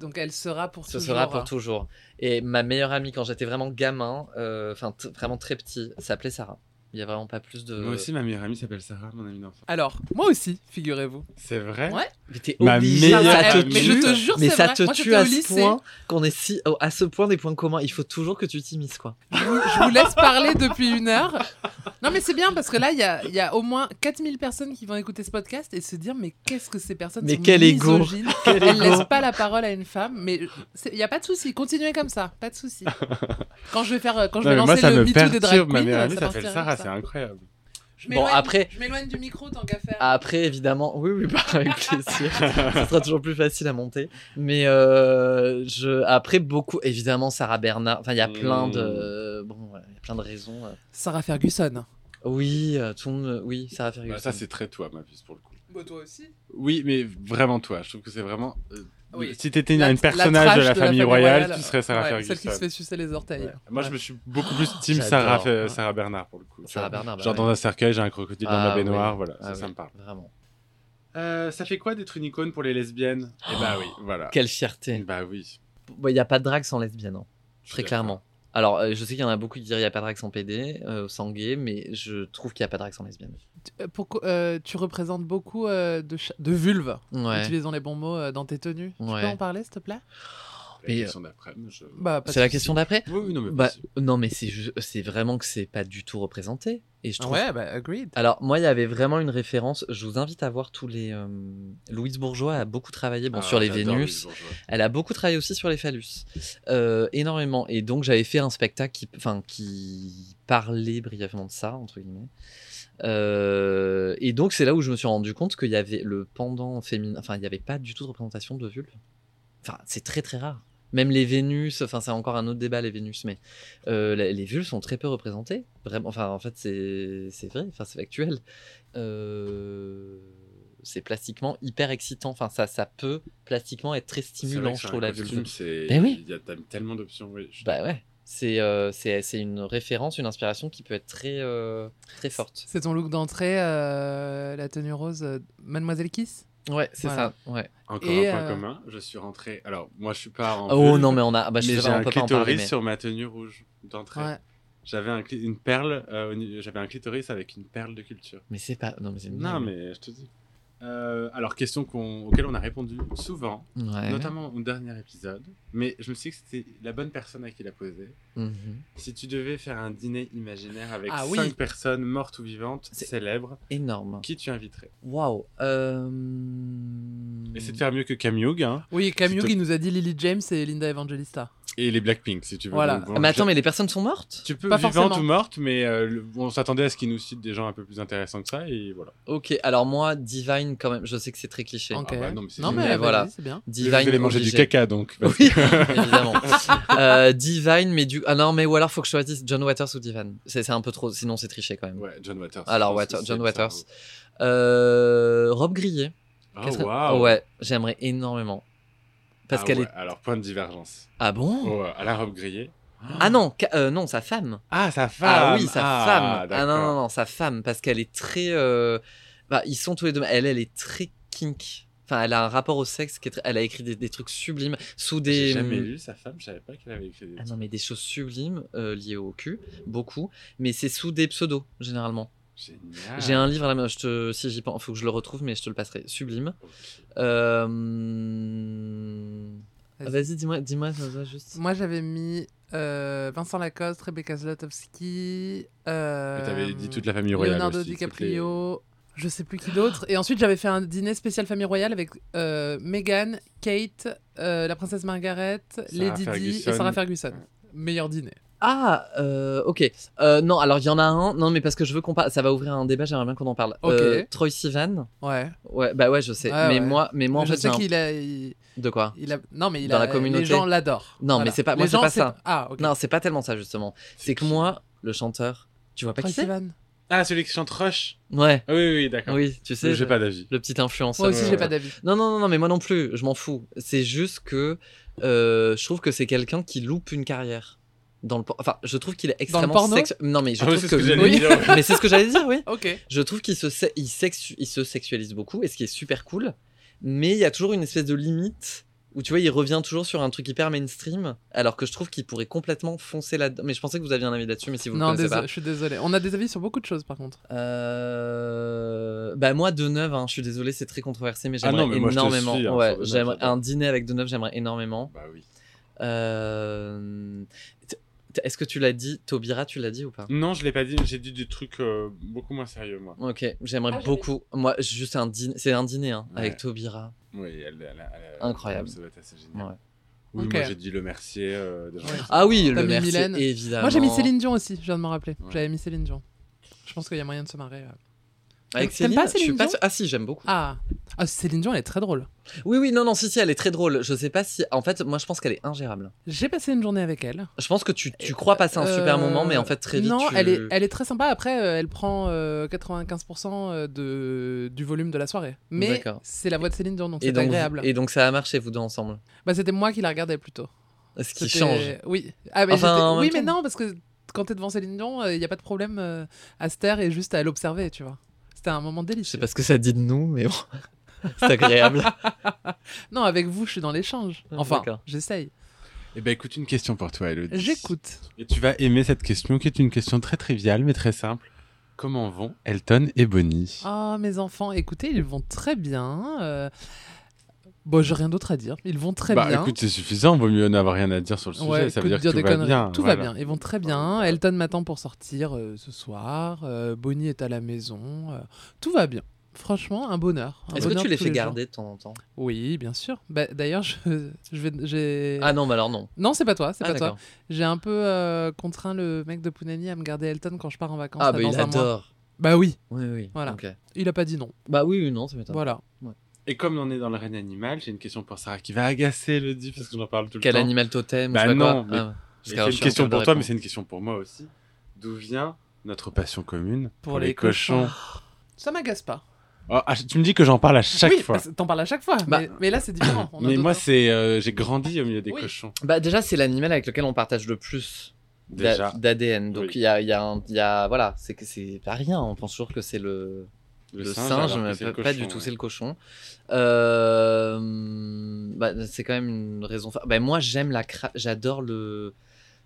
A: Donc elle sera pour
C: Ce
A: toujours. euh. hein.
C: sera pour toujours. Et ma meilleure amie, quand j'étais vraiment gamin, euh, enfin t- vraiment très petit, s'appelait Sarah. Il n'y a vraiment pas plus de.
A: Euh.
B: Moi aussi, ma meilleure amie s'appelle Sarah, mon amie d'enfant.
A: Alors moi aussi, figurez-vous.
B: C'est vrai
A: Ouais.
C: Mais t'es
B: Ma
C: obligé.
B: meilleure
C: ça te
B: amie.
A: mais je
C: tue.
A: te jure,
C: Mais
A: c'est
C: ça
A: vrai.
C: te
A: Moi,
C: tue
A: j'étais
C: à
A: au
C: ce
A: lycée.
C: point qu'on est si. oh, à ce point des points communs. Il faut toujours que tu t'immisces, quoi.
A: Je vous, je vous laisse parler depuis une heure. Non mais c'est bien parce que là il y a, il y a au moins 4000 personnes qui vont écouter ce podcast et se dire mais qu'est-ce que ces personnes
C: Mais
A: sont
C: quel égo.
A: misogynes.
C: Quel
A: Elles
C: égo.
A: laissent pas la parole à une femme mais c'est- il y a pas de souci continuez comme ça pas de souci. Quand je vais faire euh, quand je
B: Non,
A: vais
B: mais
A: lancer
B: moi, ça
A: le
B: me
A: MeToo des drag
B: perturbe. Ma
A: queens
B: meilleure
A: euh,
B: amie
A: ça
B: s'appelle
A: partira comme
B: Sarah, c'est
A: ça.
B: incroyable.
A: Je
C: Bon,
A: m'éloigne-
C: après- Ah.
A: je m'éloigne du micro tant qu'à faire.
C: Après, évidemment, oui, oui, bah, avec plaisir. Ce sera toujours plus facile à monter. Mais euh, je, après, beaucoup, évidemment, Sarah Bernard. Enfin, il y a plein
B: Mmh.
C: de, bon, ouais, il y a plein de raisons. euh.
A: Sarah Ferguson.
C: Oui, euh, tout le monde, oui, Sarah Ferguson.
B: Bah, ça, c'est très toi, ma puce, pour le coup.
A: Bah toi aussi.
B: Oui, mais vraiment toi. Je trouve que c'est vraiment. euh,
A: Oui.
B: Si t'étais une,
A: La-
B: un
A: la
B: personnage
A: trash
B: de la famille royale, tu serais Sarah
A: Ouais,
B: Ferguson.
A: Celle qui se fait sucer les orteils.
B: Ouais. Moi, je
A: Ouais.
B: me suis beaucoup plus team
C: J'adore.
B: Sarah, euh,
C: Ouais.
B: Sarah Bernard pour le coup. tu
C: Sarah
B: vois.
C: Bernard, bah
B: Genre
C: ouais.
B: dans un cercueil, j'ai un crocodile dans ma
C: Ah,
B: baignoire,
C: oui.
B: voilà,
C: Ah
B: ça, ça
C: oui,
B: me parle.
C: Vraiment.
B: Euh, ça fait quoi d'être une icône pour les lesbiennes Eh bah oui, voilà.
C: Quelle fierté.
B: Bah oui.
C: Bon, Il n'y a pas de drague sans lesbienne. hein.
B: Je suis
C: Très
B: d'accord.
C: clairement. Alors, euh, je sais qu'il y en a beaucoup qui diraient qu'il n'y a pas de drague sans PD, euh, sans gay, mais je trouve qu'il n'y a pas de drague sans lesbienne.
A: Euh, Pourquoi euh, tu représentes beaucoup euh, de cha- de vulve
C: Ouais.
A: Utilisons les bons mots euh, dans tes tenues. Tu peux
C: ouais.
A: en parler, s'il te plaît
B: La
C: Mais,
B: question d'après, mais je-
A: bah, pas de
C: C'est la
A: souci.
C: question d'après
B: Oui, oui, non, mais
C: Bah,
B: vas-y.
C: Non, mais c'est ju- c'est vraiment que c'est pas du tout représenté. Et je trouve
A: Ouais, bah, agreed.
C: Alors, moi, il y avait vraiment une référence. Je vous invite à voir tous les. euh, Louise Bourgeois a beaucoup travaillé bon,
B: Ah,
C: sur les
B: j'adore les
C: Vénus.
B: bourgeois.
C: Elle a beaucoup travaillé aussi sur les phallus. Euh, énormément. Et donc, j'avais fait un spectacle qui, enfin, qui parlait brièvement de ça, entre guillemets. Euh, et donc, c'est là où je me suis rendu compte qu'il y avait le pendant féminin. Enfin, il n'y avait pas du tout de représentation de vulve. Enfin, c'est très, très rare. Même les Vénus, enfin, c'est encore un autre débat, les Vénus, mais euh, les, les vulves sont très peu représentées. Vraiment, enfin, en fait, c'est c'est vrai, enfin, c'est factuel. Euh, c'est plastiquement hyper excitant. Enfin, ça, ça peut plastiquement être très
B: C'est vrai
C: stimulant,
B: que
C: je
B: sur
C: trouve,
B: un
C: la vulve.
B: costume, c'est-
C: Ben oui.
B: Il y a t'as tellement d'options, oui. je-
C: Bah ouais. C'est euh, c'est c'est une référence, une inspiration qui peut être très, euh, très forte.
A: C'est ton look d'entrée, euh, la tenue rose, euh, Mademoiselle Kiss
C: Ouais, c'est
A: Voilà.
C: ça. Ouais.
B: Encore
A: Et,
B: un point
A: euh,
B: commun, je suis rentré. Alors, moi, je suis pas en.
C: Oh
B: vulve,
C: non, mais on a. Bah, je
B: mais
C: sais
B: j'ai
C: pas, on
B: un
C: peut pas en parler.
B: clitoris
C: Mais...
B: sur ma tenue rouge d'entrée.
A: Ouais.
B: J'avais un cli- une perle, euh, au niveau- j'avais un clitoris avec une perle de culture.
C: mais c'est pas. Non, mais c'est.
B: Non,
C: minable.
B: mais je te dis. Euh, alors, question qu'on- auquel on a répondu souvent,
C: Ouais.
B: notamment au dernier épisode, mais je me suis dit que c'était la bonne personne à qui la poser.
C: Mhm.
B: Si tu devais faire un dîner imaginaire avec
C: Ah
B: cinq
C: oui.
B: personnes mortes ou vivantes,
C: C'est-
B: célèbres,
C: Énorme.
B: qui tu inviterais
C: Waouh. Euh... Mm.
B: Essaie de faire mieux que Cam Young hein,
A: Oui, Cam
B: S'il te-
A: Young, il nous a dit Lily James et Linda Evangelista.
B: et les Blackpink, si tu veux.
A: Voilà.
B: bon,
C: Ah, mais
B: je-
C: attends, mais les personnes sont mortes
B: Tu peux
A: Pas
B: vivante
A: forcément.
B: ou morte, mais euh, le- on s'attendait à ce qu'ils nous citent des gens un peu plus intéressants que ça, et voilà.
C: Ok, alors moi, Divine, quand même, je sais que c'est très cliché.
A: Ok.
B: bah non, mais c'est
A: non, mais
C: génial. Voilà.
A: voilà. c'est bien.
C: Divine.
B: je vais les manger du
C: obligé.
B: caca, donc. parce
C: Oui, évidemment. Euh, Divine, mais du. Ah non, mais ou alors faut que je choisisse John Waters ou Divine. C'est c'est un peu trop, sinon c'est triché quand
B: que-
C: même.
B: Ouais, John Waters.
C: Alors,
B: je pense
C: Water-
B: que c'est
C: John
B: ça.
C: Waters. Euh, Rob Grillet.
B: Ah,
C: Catherine-
B: waouh.
C: Ouais, j'aimerais énormément. Parce
B: Ah
C: qu'elle
B: ouais,
C: est.
B: Alors, point de divergence.
C: Ah bon
B: Oh, à la robe grillée.
C: Ah non, ca- euh, non, sa femme.
B: Ah, sa
C: Ah oui, sa
B: Oh. Ah,
C: femme. Ah non,
B: d'accord.
C: non, non, sa femme, parce qu'elle est très. euh, Bah, ils sont tous les deux. Elle, elle est très kink. Enfin, elle a un rapport au sexe. Qui est très- Elle a écrit des, des trucs sublimes sous
B: J'ai
C: des. mm,
B: jamais lu sa femme, je savais pas qu'elle avait écrit des
C: Ah
B: trucs.
C: non, mais des choses sublimes euh, liées au cul, beaucoup. Mais c'est sous des pseudos, généralement.
B: Génial.
C: J'ai un livre à la main, je te, si j'y pense, faut que je le retrouve, mais je te le passerai. Sublime.
B: Ok.
C: Euh, ah,
A: Vas-y.
C: Vas-y, dis-moi, dis-moi, dis-moi juste.
A: Moi, j'avais mis euh, Vincent Lacoste, Rebecca Zlotowski. Euh,
B: Mais T'avais dit toute la famille royale.
A: Leonardo
B: aussi, toutes les-
A: DiCaprio, je sais plus qui d'autre. Et ensuite, j'avais fait un dîner spécial famille royale avec euh, Meghan, Kate, euh, la princesse Margaret, Lady Di
B: Ferguson.
A: et Sarah Ferguson.
B: Ouais.
A: Meilleur dîner.
C: Ah, euh, ok. Euh, non, alors il y en a un. Non, mais parce que je veux qu'on parle. Ça va ouvrir un débat. J'aimerais bien qu'on en parle.
A: Ok.
C: Euh, Troy Sivan.
A: Ouais.
C: Ouais, bah ouais, je sais.
A: Ouais,
C: mais
A: ouais.
C: moi, mais moi, en
A: je
C: fait, j'ai
A: sais
C: un-
A: qu'il a, il,
C: de quoi
A: il a. Non, mais il
C: Dans
A: a-
C: la communauté.
A: Les gens l'adorent.
C: Non, mais c'est pas- moi,
A: Les
C: c'est
A: gens,
C: pas ça.
A: Ah, ok.
C: Non, c'est pas tellement ça justement. C'est que
B: qui
C: moi, le chanteur, tu vois pas qui
A: Troye
C: c'est
A: Sivan.
B: Ah, celui qui chante Rush
C: Ouais.
B: Ah Oui, oui, oui, d'accord.
C: Oui, tu sais.
B: J'ai
C: le-
B: pas d'avis.
C: Le petit influenceur.
A: Moi aussi,
B: Ouais.
A: j'ai pas d'avis.
C: Non, non, non, non, mais moi non plus. Je m'en fous. C'est juste que euh, je trouve que c'est quelqu'un qui loupe une carrière dans le. por- Enfin, je trouve qu'il est extrêmement
A: porno
C: sexu- Non, mais je
B: Ah oui,
C: trouve
B: c'est ce
C: que.
B: que j'allais
A: oui.
B: dire.
C: mais c'est ce que j'allais dire, oui.
A: Ok.
C: Je trouve qu'il se, se- il sexu- il se sexualise beaucoup, et ce qui est super cool, mais il y a toujours une espèce de limite où tu vois, il revient toujours sur un truc hyper mainstream, alors que je trouve qu'il pourrait complètement foncer là-dedans. Mais je pensais que vous aviez un avis là-dessus, mais si vous
A: Non,
C: le connaissez
A: désolé, je suis désolé. On a des avis sur beaucoup de choses, par contre.
C: pas. Euh... Bah, moi, Deneuve, hein, je suis désolé, c'est très controversé, mais
B: Ah
C: j'aimerais
B: non, mais moi, je te
C: énormément.
B: suis, hein,
C: ouais,
B: sur Deneuve,
C: j'aimerais-
B: j'adore.
C: un dîner avec Deneuve, j'aimerais énormément.
B: Bah oui.
C: Euh, t- t- Est-ce que tu l'as dit, Taubira, tu l'as dit ou pas
B: Non, je l'ai pas dit, j'ai dit des trucs euh, beaucoup moins sérieux, moi.
C: Ok, j'aimerais
A: Ah, j'avais-
C: beaucoup. Moi, juste un dîner, c'est un dîner hein,
B: Ouais.
C: avec Taubira.
B: Oui, elle, elle- elle-
C: Incroyable.
B: Ça doit être assez génial.
C: Ouais.
B: Oui,
A: Ok.
B: moi j'ai dit le Mercier. euh, des gens
A: Ouais.
B: comme ça.
C: Ah oui,
A: T'as
C: le
A: mis
C: merci,
A: Mylène.
C: évidemment.
A: Moi, j'ai mis Céline Dion aussi, je viens de m'en rappeler.
B: Ouais.
A: J'avais mis Céline Dion. Je pense qu'il y a moyen de se marrer. ouais.
C: Avec
A: T'aimes
C: Céline,
A: pas
C: je suis
A: Céline
C: pas
A: Dion
C: sûre- Ah si, j'aime beaucoup.
A: Ah. ah, Céline Dion, elle est très drôle.
C: Oui, oui, non, non, si, si, elle est très drôle. Je sais pas si. En fait, moi, je pense qu'elle est ingérable.
A: J'ai passé une journée avec elle.
C: Je pense que tu, tu crois passer un super
A: Euh,
C: moment, mais en fait, très vite.
A: Non,
C: tu-
A: elle, est, elle est très sympa. Après, euh, elle prend euh, 95% euh, de, du volume de la soirée. Mais
C: D'accord.
A: c'est la voix de Céline Dion, donc
C: Et
A: c'est
C: donc,
A: agréable.
C: et donc, ça a marché, vous deux ensemble.
A: Bah, c'était moi qui la regardais plutôt.
C: Ce qui
A: C'était-
C: change.
A: Oui, Ah, bah,
C: Enfin,
A: j'étais-
C: en même
A: oui
C: temps.
A: mais non, parce que quand t'es devant Céline Dion, il n'y a pas de problème euh, à se taire et juste à l'observer, tu vois. C'était un moment
C: Je sais
A: délicieux.
C: pas ce que ça dit de nous, mais bon. C'est agréable.
A: Non, avec vous, je suis dans l'échange.
C: Ah,
A: Enfin,
C: d'accord.
A: j'essaye.
B: Eh ben écoute, une question pour toi, Elodie.
A: J'écoute.
B: Et tu vas aimer cette question, qui est une question très triviale, mais très simple. Comment vont Elton et Bonnie
A: Ah, mes enfants, écoutez, ils vont très bien. euh, Bon, j'ai rien d'autre à dire. Ils vont très
B: Bah
A: bien.
B: écoute, c'est suffisant, vaut mieux n'avoir rien à dire sur le sujet,
A: Ouais,
B: ça
A: écoute,
B: veut dire que
A: dire
B: tout
A: des
B: va
A: conneries.
B: bien.
A: Tout
B: voilà.
A: va bien, ils vont très bien. Elton m'attend pour sortir euh, ce soir. euh, Bonnie est à la maison. euh, tout va bien. Franchement, un bonheur. un
C: Est-ce que
A: bonheur
C: tu les
A: tous
C: fais
A: jours.
C: garder de temps en temps
A: Oui, bien sûr. Bah, D'ailleurs, je, je vais. j'ai-
C: Ah non, mais alors non.
A: Non, c'est pas toi, c'est
C: Ah,
A: pas toi.
C: d'accord.
A: J'ai un peu euh, contraint le mec de Punani à me garder Elton quand je pars en vacances.
C: Ah,
A: là,
C: bah,
A: dans
C: il
A: un mois.
C: adore.
A: Bah oui,
C: Oui, oui.
A: Voilà.
C: ok.
A: il a pas dit non.
C: Bah oui, oui, non, ça m'étonne.
A: Voilà.
B: Et comme on est dans le règne animal, j'ai une question pour Sarah qui va agacer Elodie parce que j'en parle tout le
C: Quel
B: temps.
C: animal totem
B: Bah
C: je sais pas
B: non,
C: quoi.
B: mais- Et
C: Ah, parce qu'alors,
B: C'est
C: je
B: une
C: suis en
B: question
C: train
B: pour
C: de
B: toi, mais
C: répondre.
B: c'est une question pour moi aussi. D'où vient notre passion commune
A: Pour les Oh, Ça m'agace pas.
B: Oh, ah, tu me dis que j'en parle à chaque
A: oui,
B: fois.
A: parce que t'en parles à chaque fois.
C: Bah-
A: Mais, mais là, c'est différent. On a
B: Mais
A: d'autres-
B: moi, c'est euh, j'ai grandi au milieu des
A: Oui.
B: cochons.
C: Bah déjà c'est l'animal avec lequel on partage le plus d'a-
B: Déjà,
C: d'ADN. Donc
B: Oui.
C: il y, a, il y, a un- il y a voilà, c'est que c'est pas rien. On pense toujours que c'est le,
B: le,
C: le
B: singe,
C: singe,
B: alors que
C: mais
B: c'est le
C: pas, pas
B: cochon,
C: du tout,
B: ouais.
C: c'est le cochon. Euh, bah, c'est quand même une raison. fa- Bah, moi j'aime la cra... j'adore le.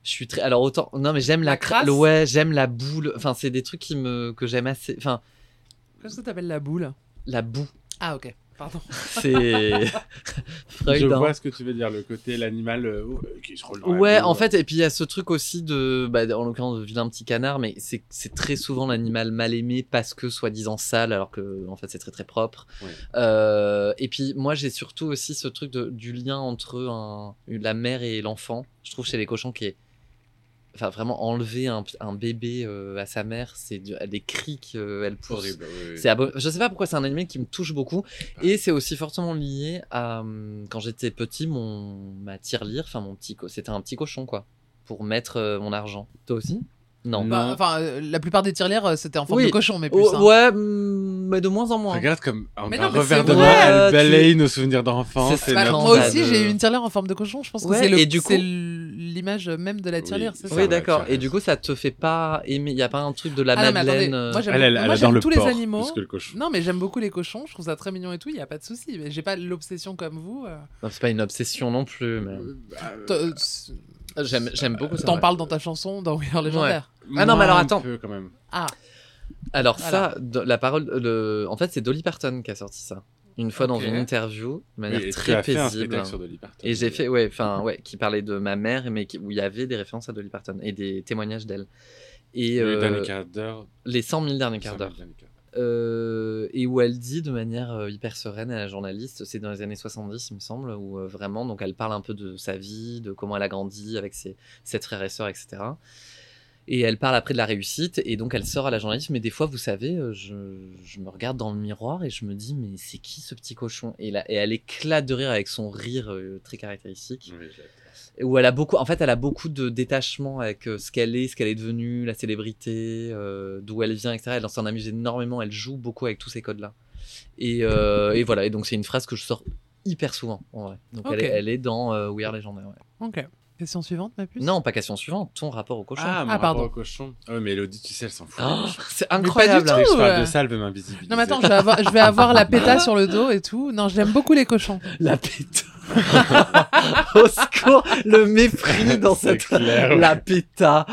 C: Je suis très alors autant non mais j'aime la,
A: La
C: cra-
A: crasse
C: ouais j'aime la boule. Enfin c'est des trucs qui me que j'aime assez. Enfin
A: Qu'est-ce que t'appelles la boule
C: la boue.
A: Ah, ok. Pardon.
C: C'est Freud.
B: Je
C: hein.
B: vois ce que tu veux dire, le côté l'animal euh, euh, qui se roule. dans la
C: Ouais,
B: boue,
C: en fait, et puis il y a ce truc aussi de, bah, en l'occurrence, de vilain petit canard, mais c'est c'est très souvent l'animal mal aimé parce que soi-disant sale, alors que en fait c'est très très propre.
B: Ouais.
C: Euh, et puis moi j'ai surtout aussi ce truc de- du lien entre un- la mère et l'enfant. Je trouve chez les cochons qui est, enfin vraiment enlever un, un bébé euh, à sa mère, c'est du- des cris qu'elle pousse.
B: euh, Horrible, oui, oui.
C: C'est abo- je sais pas pourquoi c'est un anime qui me touche beaucoup
B: pareil.
C: et c'est aussi fortement lié à hum, quand j'étais petit mon ma tirelire enfin mon petit co- c'était un petit cochon quoi pour mettre euh, mon argent. Toi aussi Non.
B: Non.
A: Bah, Enfin, euh, la plupart des tirelires, euh, c'était en forme
C: Oui.
A: de cochon, mais plus.
C: Oh,
A: hein.
C: ouais, hum, mais de moins en moins.
B: Regarde comme en
A: Mais
B: un
A: non, mais
B: revers
A: c'est
B: de
A: vrai, euh,
B: main, elle
C: tu-
B: balaye nos souvenirs d'enfance.
C: C'est
B: et
A: Bah,
B: notre-
A: moi
C: scandaleux.
A: aussi, j'ai eu une tirelire en forme de cochon. Je pense que
C: Ouais,
A: c'est le-
C: et du
A: c'est
C: coup-
A: l'image même de la
B: Oui,
A: tirelire, c'est
B: c'est
A: ça
C: oui,
B: vrai,
C: d'accord.
B: tu as
C: Et du
B: raison.
C: coup, ça te fait pas aimer. Il y a pas un truc de la
A: Ah non, mais
C: Madeleine.
A: attendez,
C: euh,
A: moi, j'aime-
B: Elle, elle, elle
A: moi,
B: adore
A: j'aime
B: le
A: tous les
B: porc
A: animaux.
B: plus que le cochon.
A: Non, mais j'aime beaucoup les cochons, je trouve ça très mignon et tout, il n'y a pas de souci. Mais J'ai pas l'obsession comme vous. euh.
C: non, c'est pas une obsession non plus. mais-
B: bah,
C: bah, ah
A: T- euh, s-
C: J'aime, j'aime beaucoup ça.
A: T'en
C: ouais.
A: parles dans ta chanson, dans We Are Légendaire.
C: Ah non, mais
B: Moins
C: alors
B: un
C: attends.
B: peu, quand même.
A: Ah,
C: Alors
A: Voilà.
C: ça, de- la parole, euh, le... en fait, c'est Dolly Parton qui a sorti ça. Une fois dans
A: Ok.
C: une interview, de manière
B: Oui, et tu
C: très
B: as fait un
C: paisible.
B: spectacle sur Dolly Parton.
C: Et j'ai fait, ouais, enfin, ouais, qui parlait de ma mère, mais qui- où il y avait des références à Dolly Parton et des témoignages d'elle. Et
B: Le
C: euh,
B: dernier quart d'heure.
C: les 100 000 derniers quarts
B: ça,
C: d'heure.
B: le dernier quart d'heure.
C: Euh, et où elle dit de manière euh, hyper sereine à la journaliste, c'est dans les années 70, il me semble, où euh, vraiment, donc elle parle un peu de sa vie, de comment elle a grandi avec ses, ses frères et sœurs, etc. Et elle parle après de la réussite, et donc elle sort à la journaliste, mais des fois, vous savez, euh, je, je me regarde dans le miroir et je me dis, mais c'est qui ce petit cochon et, là, et elle éclate de rire avec son rire euh, très caractéristique
B: Oui, je l'ai.
C: où elle a beaucoup, en fait, elle a beaucoup de détachement avec euh, ce qu'elle est, ce qu'elle est devenue, la célébrité, euh, d'où elle vient, etc. Elle s'en amuse énormément, elle joue beaucoup avec tous ces codes-là. Et, euh, et voilà, et donc c'est une phrase que je sors hyper souvent, en vrai. Donc
A: Ok.
C: elle, est, elle est dans euh, We Are Legendary. ouais.
A: ok. Question suivante, ma puce
C: Non, pas question suivante, ton rapport au cochon.
B: Ah, mon
A: Ah, pardon.
B: rapport au cochon. Ah, mais Elodie, tu sais, elle s'en fout.
C: Oh, c'est
A: du
C: incroyable.
A: tout.
B: Tu sais que je parle
A: Ouais.
B: de ça, elle veut m'invisibiliser.
A: Non, mais attends, je vais avoir, je vais avoir la péta sur le dos et tout. Non, j'aime beaucoup les cochons.
C: La péta. au secours, le mépris dans
B: C'est
C: cette.
B: clair, ouais.
C: La péta.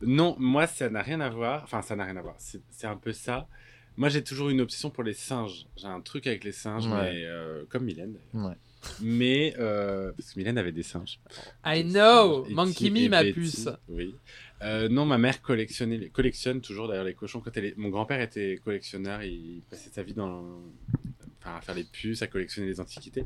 B: Non, moi, ça n'a rien à voir. Enfin, ça n'a rien à voir. C'est c'est un peu ça. Moi, j'ai toujours une obsession pour les singes. J'ai un truc avec les singes,
C: Ouais.
B: mais, euh, comme Mylène. d'ailleurs.
C: Ouais.
B: Mais, euh, parce que Mylène avait des singes.
A: I
B: Des
A: know
B: singes,
A: Monkey
B: Eti
A: Me,
B: et
A: ma
B: Betty,
A: puce.
B: Oui. Euh, non, ma mère collectionnait, les- collectionne toujours d'ailleurs les cochons. Quand elle est- Mon grand-père était collectionneur, il passait sa vie dans... enfin, à faire les puces, à collectionner les antiquités.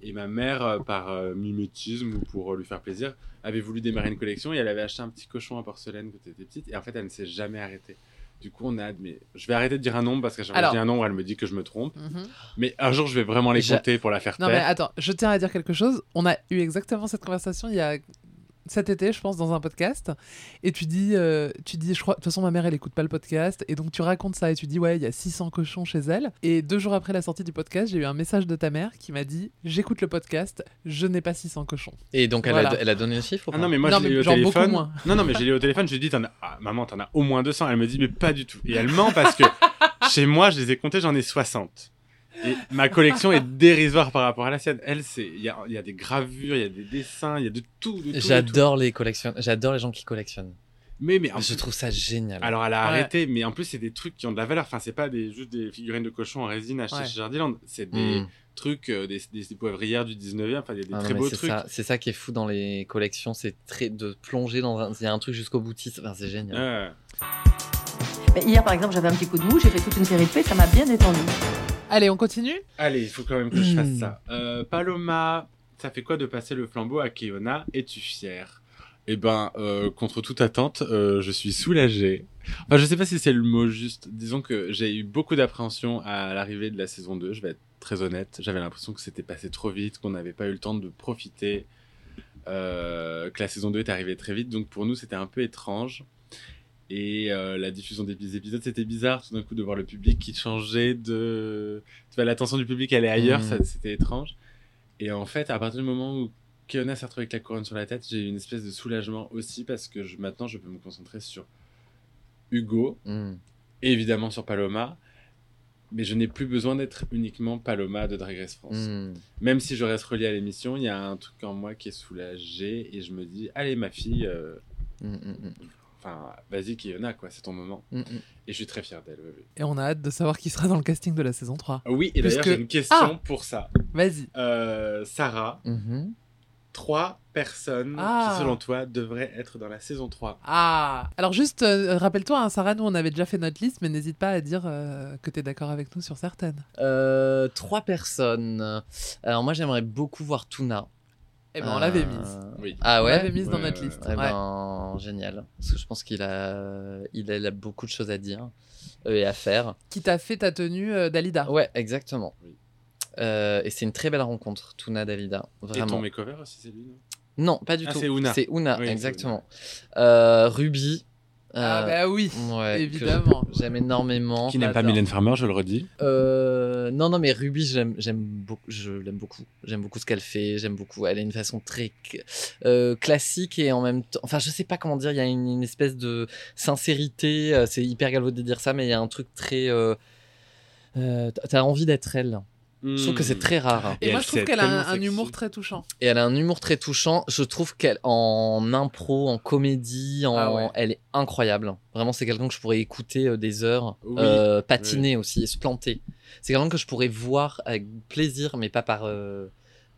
B: Et ma mère, euh, par euh, mimétisme ou pour euh, lui faire plaisir, avait voulu démarrer une collection et elle avait acheté un petit cochon en porcelaine quand elle était petite. Et en fait, elle ne s'est jamais arrêtée. Du coup, on a. Mais je vais arrêter de dire un nombre parce que chaque fois que je
A: Alors.
B: dis un nombre, elle me dit que je me trompe.
A: Mhm.
B: Mais un jour, je vais vraiment les
C: J'a-
B: compter pour la faire
A: Non,
B: taire.
A: mais attends, je tiens à dire quelque chose. On a eu exactement cette conversation il y a cet été, je pense, dans un podcast. Et tu dis, euh, tu dis, je crois, de toute façon, ma mère, elle écoute pas le podcast. Et donc, tu racontes ça et tu dis, ouais, il y a 600 cochons chez elle. Et deux jours après la sortie du podcast, j'ai eu un message de ta mère qui m'a dit, j'écoute le podcast, je n'ai pas 600 cochons.
C: Et donc elle, a-
A: Voilà.
C: elle a donné le chiffre ou
B: Ah
C: pas
B: non, mais moi,
A: Non,
B: j'ai
A: mais
B: eu au
A: genre beaucoup
B: téléphone.
A: moins.
B: Non, non, mais j'ai eu au téléphone, j'ai dit, t'en as... ah, maman, t'en as au moins 200. Elle me dit, mais pas du tout. Et elle ment parce que chez moi, je les ai comptés, j'en ai 60. Et ma collection est dérisoire par rapport à la sienne. Elle, c'est, il y a, il y a des gravures, il y a des dessins, il y a de tout. de tout, de tout.
C: J'adore les collectionne, j'adore les gens qui collectionnent.
B: Mais, mais en
C: Je
B: plus-
C: trouve ça génial.
B: Alors, elle a
A: Ouais.
B: arrêté, mais en plus, c'est des trucs qui ont de la valeur. Enfin, c'est pas des, juste des figurines de cochon en résine achetées
A: Ouais.
B: chez Jardiland. C'est des
C: Mm.
B: trucs, euh, des, des, des poivrières du 19e. Enfin, il y a des
C: Ah non,
B: très
C: mais
B: beaux
C: c'est
B: trucs.
C: ça- C'est ça qui est fou dans les collections, c'est très de plonger dans un, il y a un truc jusqu'au boutiste, Enfin, c'est génial.
B: Ouais.
D: Mais Hier, par exemple, j'avais un petit coup de mou, j'ai fait toute une série de faits, ça m'a bien détendu.
A: Allez, on continue
B: Allez, il faut quand même que je fasse
C: Hmm.
B: ça. Euh, Paloma, ça fait quoi de passer le flambeau à Keona Es-tu fière Eh ben, euh, contre toute attente, euh, je suis soulagée. Enfin, je sais pas si c'est le mot juste. Disons que j'ai eu beaucoup d'appréhension à l'arrivée de la saison 2, je vais être très honnête. J'avais l'impression que c'était passé trop vite, qu'on n'avait pas eu le temps de profiter, euh, que la saison 2 est arrivée très vite. Donc pour nous, c'était un peu étrange. Et euh, la diffusion des épisodes, c'était bizarre tout d'un coup de voir le public qui changeait de... Tu vois, l'attention du public allait ailleurs,
C: Mhm.
B: ça, c'était étrange. Et en fait, à partir du moment où Keona s'est retrouvée avec la couronne sur la tête, j'ai eu une espèce de soulagement aussi parce que je- maintenant, je peux me concentrer sur Hugo,
C: Mm.
B: et évidemment sur Paloma, mais je n'ai plus besoin d'être uniquement Paloma de Drag Race France.
C: Mm.
B: Même si je reste relié à l'émission, il y a un truc en moi qui est soulagé et je me dis, allez ma fille, euh,
C: Mm, mm, mm.
B: enfin, Enfin, vas-y, Kiona, quoi, c'est ton moment.
C: Mm, mm.
B: Et je suis très fier d'elle. Oui, oui.
A: Et on a hâte de savoir qui sera dans le casting de la saison 3.
B: Ah oui, et
A: Parce
B: d'ailleurs,
A: que-
B: j'ai une question
A: Ah
B: pour ça.
A: Vas-y.
B: Euh, Sarah,
C: Mhm.
B: trois personnes
A: Ah.
B: qui, selon toi, devraient être dans la saison 3.
A: Ah Alors juste, euh, rappelle-toi, hein, Sarah, nous, on avait déjà fait notre liste, mais n'hésite pas à dire euh, que tu es d'accord avec nous sur certaines.
C: Euh, trois personnes. Alors moi j'aimerais beaucoup voir Tuna.
A: Eh ben, on l'avait
C: Euh,
A: mise.
B: Oui.
C: Ah
A: On l'avait
C: ouais.
A: mise dans
B: Ouais,
A: notre
B: ouais,
A: liste.
C: Eh
A: Ouais.
C: ben, génial. Parce que je pense qu'il a, il a, il a beaucoup de choses à dire euh, et à faire.
A: Qui t'a fait ta tenue euh, d'Alida.
C: Ouais, exactement.
B: Oui.
C: Euh, et c'est une très belle rencontre, Tuna
B: Et
C: Davida.
B: ton
C: Vraiment.
B: makeover aussi, c'est lui, non
C: Non, pas du
B: Ah,
C: tout.
B: c'est Una.
C: C'est Una,
B: Oui, c'est
C: exactement. Euh, Ruby.
A: Ah
C: euh,
A: bah oui
C: ouais, que
A: évidemment.
C: J'aime énormément.
B: Qui n'aime pas
A: Attends.
B: Mylène Farmer, je le redis.
C: Euh, non, non, mais Ruby, j'aime, j'aime beaucoup, je l'aime beaucoup. J'aime beaucoup ce qu'elle fait. J'aime beaucoup. Elle a une façon très cl- euh, classique et en même temps, enfin, je sais pas comment dire. Il y a une, une espèce de sincérité. euh, C'est hyper galvaudé de dire ça, mais il y a un truc très. euh, euh, t'as- T'as envie d'être elle.
B: Hmm.
C: Je trouve que c'est très rare.
A: Et,
B: Et
A: moi,
B: elle
A: je trouve
B: s'est
A: qu'elle a un,
B: tellement
A: un humour
B: sexy.
A: très touchant.
C: Et elle a un humour très touchant. Je trouve qu'elle, en impro, en comédie, en,
A: Ah ouais.
C: elle est incroyable. Vraiment, c'est quelqu'un que je pourrais écouter euh, des heures,
B: Oui.
C: euh, patiner aussi, et se planter. C'est quelqu'un que je pourrais voir avec plaisir, mais pas par euh,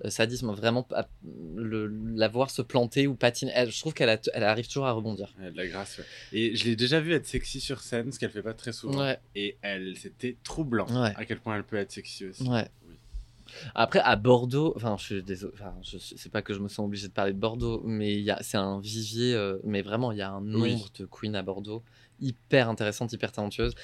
C: euh, sadisme. Vraiment, pas- le- la voir se planter ou patiner. Elle- je trouve qu'elle a- elle arrive toujours à rebondir.
B: Elle a de la grâce, ouais. Et je l'ai déjà vue être sexy sur scène, ce qu'elle fait pas très souvent.
C: Ouais,
B: Et elle, c'était troublant
C: Ouais.
B: à quel point elle peut être sexy aussi.
C: ouais.
B: Oui.
C: Après, à Bordeaux, enfin, je suis désolé, enfin, je suis- c'est pas que je me sens obligé de parler de Bordeaux, mais il y a, c'est un vivier, euh, mais vraiment, il y a un nombre
B: Oui.
C: de queens à Bordeaux, hyper intéressantes, hyper talentueuses.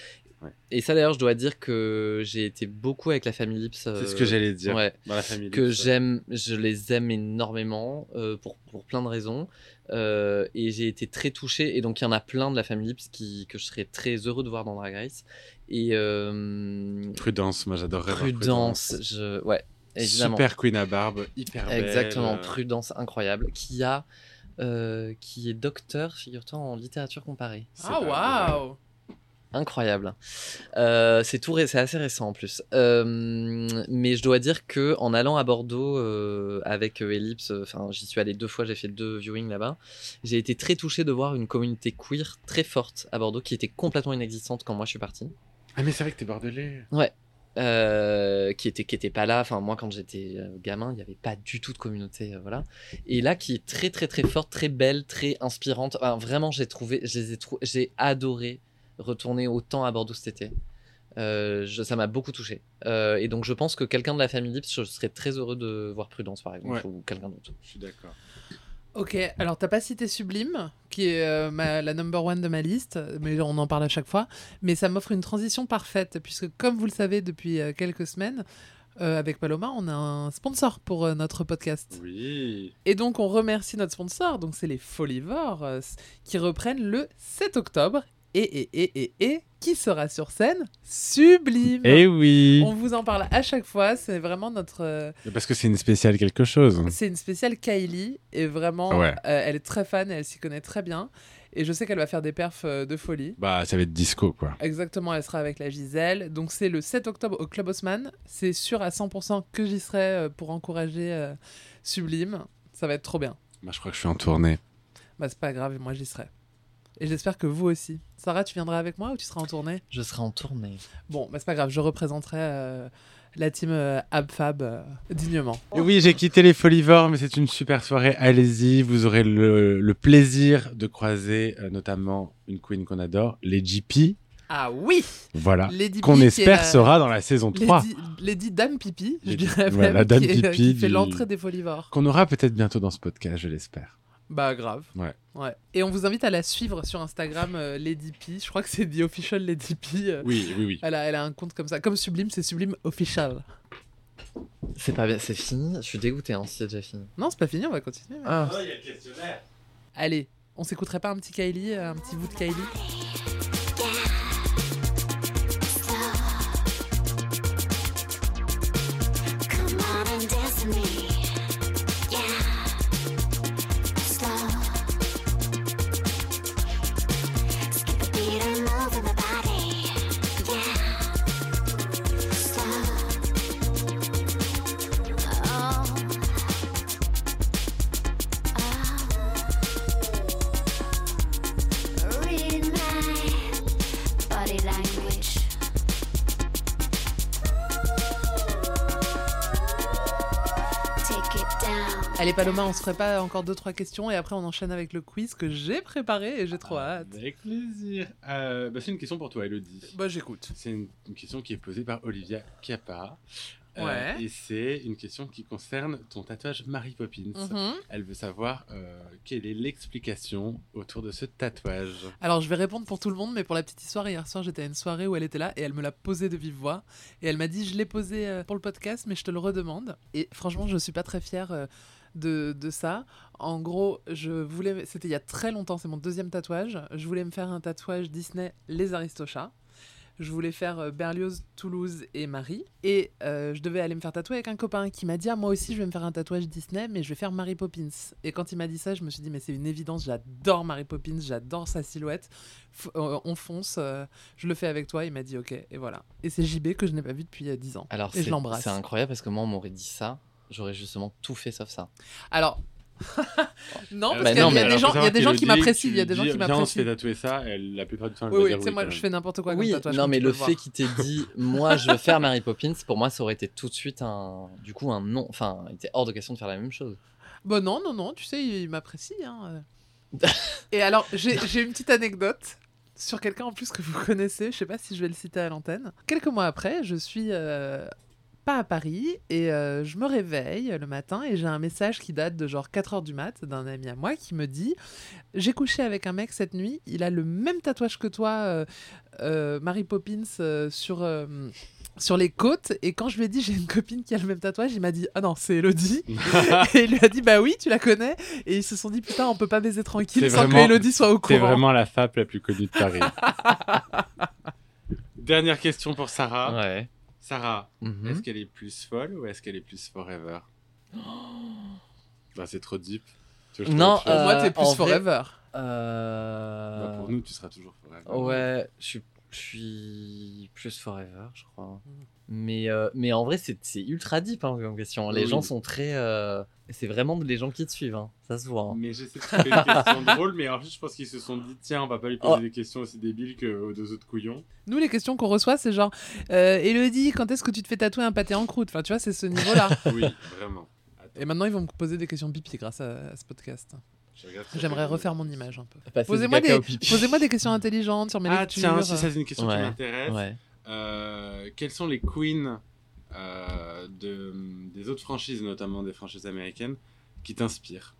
B: Ouais.
C: Et ça, d'ailleurs, je dois dire que j'ai été beaucoup avec la famille Lips. euh,
B: C'est ce que j'allais dire
C: Ouais,
B: dans la famille.
C: que
B: Lips, ouais.
C: j'aime, je les aime énormément euh, pour, pour plein de raisons. euh, et j'ai été très touché. Et donc, il y en a plein de la famille Lips qui, que je serais très heureux de voir dans Drag Race. Et euh,
B: Prudence, moi j'adorerais. voir
C: Prudence, je... ouais, évidemment.
B: Super queen à barbe, hyper belle.
C: Exactement,
B: Euh,
C: Prudence incroyable, qui a, euh, qui est docteur, figure-toi, en littérature comparée.
B: c'est
A: Ah
B: pas vrai.
A: waouh
C: Incroyable. Euh, c'est tout, ré- c'est assez récent en plus. Euh, mais je dois dire que en allant à Bordeaux euh, avec euh, Ellipse, euh, enfin j'y suis allé deux fois, j'ai fait deux viewings là-bas. J'ai été très touché de voir une communauté queer très forte à Bordeaux qui était complètement inexistante quand moi je suis parti.
B: Ah, mais c'est vrai que t'es bordelais.
C: euh, qui était qui était pas là enfin moi quand j'étais euh, gamin il n'y avait pas du tout de communauté euh, voilà et là qui est très très très forte très belle très inspirante Enfin, vraiment j'ai trouvé je les ai trou- j'ai adoré retourner autant à Bordeaux cet été Euh, je- ça m'a beaucoup touché Euh, et donc je pense que quelqu'un de la famille Lips je serais très heureux de voir Prudence par exemple ou quelqu'un d'autre
B: Je suis d'accord.
A: Ok, alors t'as pas cité Sublime, qui est euh, ma- la number one de ma liste, mais on en parle à chaque fois. Mais ça m'offre une transition parfaite, puisque comme vous le savez depuis euh, quelques semaines, euh, avec Paloma, on a un sponsor pour euh, notre podcast.
B: Oui.
A: Et donc on remercie notre sponsor, donc c'est les Folivores, euh, s- qui reprennent le 7 octobre. Et, et, et, et, et, qui sera sur scène Sublime
B: Eh oui.
A: On vous en parle à chaque fois, c'est vraiment notre... euh,
B: Parce que c'est une spéciale quelque chose.
A: C'est une spéciale Kylie et vraiment,
B: Ouais.
A: euh, elle est très fan et elle s'y connaît très bien. Et je sais qu'elle va faire des perfs euh, de folie.
B: Bah, ça va être disco, quoi.
A: Exactement, elle sera avec la Gisèle. Donc c'est le 7 octobre au Club Haussmann. C'est sûr à 100% que j'y serai euh, pour encourager euh, Sublime. Ça va être trop bien.
B: Moi, je crois que je suis en tournée.
A: Bah c'est pas grave, moi j'y serai. Et j'espère que vous aussi. Sarah, tu viendras avec moi ou tu seras en tournée
C: je serai en tournée
A: Bon, bah c'est pas grave, je représenterai euh, la team euh, AbFab euh, dignement.
B: Et oui, j'ai quitté les Folivores, mais c'est une super soirée. Allez-y, vous aurez le, le plaisir de croiser euh, notamment une queen qu'on adore, les GP.
A: Ah oui
B: Voilà.
A: Lady
B: Qu'on
A: Bee qui est
B: espère
A: la-
B: sera dans la saison 3.
A: Lady, Lady Dame Pipi, je
B: Lady-
A: dirais
B: ouais,
A: même,
B: la Dame
A: qui, est-
B: Pipi
A: qui fait
B: du-
A: l'entrée des folivores.
B: Qu'on aura peut-être bientôt dans ce podcast, je l'espère.
A: Bah grave.
B: Ouais.
A: Et on vous invite à la suivre sur Instagram, euh, Lady P. Je crois que c'est The Official Lady P. euh,
B: Oui, oui, oui.
A: Elle a, elle a un compte comme ça. Comme Sublime, c'est Sublime Official.
C: c'est pas bien c'est fini je suis dégoûté hein, si c'est déjà fini
A: Non, c'est pas fini, on va continuer.
C: ah,
A: Allez, on s'écouterait pas un petit Kylie, euh, un petit bout de Kylie
E: Come on and dance with me, yeah. Slow, skip the beat and move with my body, yeah. Slow, oh, oh.
A: Allez Paloma, on se ferait pas encore deux trois questions et après on enchaîne avec le quiz que j'ai préparé et j'ai trop hâte.
B: Ah, Avec plaisir. Euh, bah, c'est une question pour toi, Elodie.
A: Bah j'écoute.
B: C'est une, une question qui est posée par Olivia Capa.
A: Ouais.
B: et c'est une question qui concerne ton tatouage Mary Poppins.
A: Mhm.
B: Elle veut savoir euh, quelle est l'explication autour de ce tatouage. Euh,
A: Alors je vais répondre pour tout le monde, mais pour la petite histoire, hier soir j'étais à une soirée où elle était là et elle me l'a posé de vive voix. Et elle m'a dit Je l'ai posé euh, pour le podcast, mais je te le redemande. Et franchement, je suis pas très fière. euh, de, de ça. En gros, je voulais. C'était il y a très longtemps, c'est mon deuxième tatouage. Je voulais me faire un tatouage Disney Les Aristochats. Je voulais faire euh, Berlioz, Toulouse et Marie. Et euh, je devais aller me faire tatouer avec un copain qui m'a dit Ah, Moi aussi, je vais me faire un tatouage Disney, mais je vais faire Mary Poppins. Et quand il m'a dit ça, je me suis dit Mais c'est une évidence, j'adore Mary Poppins, j'adore sa silhouette. F- euh, on fonce, euh, je le fais avec toi. Il m'a dit Ok, et voilà. Et c'est JB que je n'ai pas vu depuis euh, 10 ans.
C: Alors,
A: Et je
C: c'est-
A: l'embrasse.
C: C'est incroyable parce que moi, on m'aurait dit ça. J'aurais justement tout fait sauf ça.
A: Alors. non,
B: Alors,
A: parce
C: Bah
A: qu'il y a-
C: non,
A: il y a
C: mais
A: des gens,
B: alors, faut
A: il y a
B: savoir
A: des gens
B: qu'Élodie,
A: qui m'apprécient.
B: tu
A: Il y a des
B: lui
A: gens
B: dis,
A: qui
B: Viens, on se
A: m'apprécient.
B: fait tatouer ça. Elle, la plupart du temps, elle
A: Oui,
B: va
A: oui,
B: dire
A: c'est moi,
B: quand
A: je
B: même.
A: fais n'importe quoi
C: oui,
A: comme tatouage.
C: non,
A: comme
C: mais
A: tu
C: le
A: peux
C: fait
A: voir.
C: qu'il t'ait dit, moi, je veux faire Mary Poppins, pour moi, ça aurait été tout de suite un, du coup, un non. Enfin, il était hors de question de faire la même chose.
A: Bon, Bah non, non, non, tu sais, il, il m'apprécie. hein. Et alors, j'ai j'ai une petite anecdote sur quelqu'un en plus que vous connaissez. Je sais pas si je vais le citer à l'antenne. Quelques mois après, je suis euh, pas à Paris et euh, je me réveille le matin et j'ai un message qui date de genre 4 heures du mat d'un ami à moi qui me dit J'ai couché avec un mec cette nuit, il a le même tatouage que toi, euh, euh, Mary Poppins, euh, sur. euh, sur les côtes, et quand je lui ai dit j'ai une copine qui a le même tatouage, il m'a dit Ah non, c'est Elodie. et il lui a dit Bah oui, tu la connais. Et ils se sont dit Putain, on peut pas baiser tranquille
B: C'est
A: sans
B: vraiment-
A: que Elodie soit au
B: C'est
A: courant.
B: vraiment la FAP la plus connue de Paris. Dernière question pour Sarah.
C: Ouais.
B: Sarah,
C: Mhm.
B: est-ce qu'elle est plus folle ou est-ce qu'elle est plus forever Bah, C'est trop deep. Tu veux que je
C: Non,
B: trouve
A: Pour
B: autre chose
A: moi,
C: Euh,
A: t'es plus
C: en vrai-
A: forever.
C: Euh,
B: Bah, pour nous, tu seras toujours forever.
C: Ouais, je suis, je suis plus forever, je crois.
A: Mm.
C: Mais, euh, mais en vrai, c'est c'est ultra deep hein, comme question. Les
B: Oui.
C: gens sont très. euh, C'est vraiment les gens qui te suivent, hein. ça se voit. hein.
B: Mais j'essaie de trouver une question drôle, mais en fait, je pense qu'ils se sont dit tiens, on va pas lui poser
C: Oh.
B: des questions aussi débiles que aux deux autres couillons.
A: Nous, les questions qu'on reçoit, c'est genre euh, Elodie, quand est-ce que tu te fais tatouer un pâté en croûte Enfin, tu vois, c'est ce niveau-là.
B: Oui, vraiment. Attends,
A: et maintenant, ils vont me poser des questions pipi grâce à, à ce podcast.
B: je
C: Eh
B: regarde
C: ben,
B: si
A: J'aimerais
B: j'ai-
A: refaire mon image un peu.
C: Passer du
A: Posez-moi
C: caca
A: des,
C: au pipi.
A: posez-moi des questions intelligentes sur mes
B: Ah,
A: lectures.
B: tiens, si ça, c'est une question qui
C: Ouais,
B: m'intéresse.
C: Ouais.
B: Euh, quelles sont les queens euh, de, des autres franchises, notamment des franchises américaines, qui t'inspirent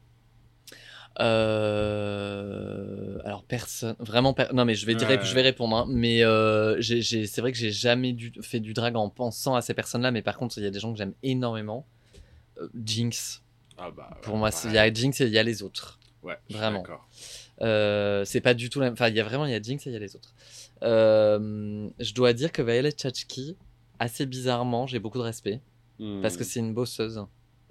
C: Euh, Alors personne, vraiment per- non mais je vais dire-
B: Ouais.
C: je vais répondre hein. mais euh, j'ai- j'ai- c'est vrai que j'ai jamais du- fait du drag en pensant à ces personnes-là mais par contre il y a des gens que j'aime énormément Euh, Jinx
B: Ah bah,
C: pour moi c'est- il y a Jinx et il y a les autres
B: ouais, je suis
C: vraiment.
B: d'accord.
C: Euh, c'est pas du tout la même enfin il y a vraiment il y a Jinx et il y a les autres Euh, je dois dire que Violet Chachki assez bizarrement j'ai beaucoup de respect
B: Hmm.
C: parce que c'est une bosseuse.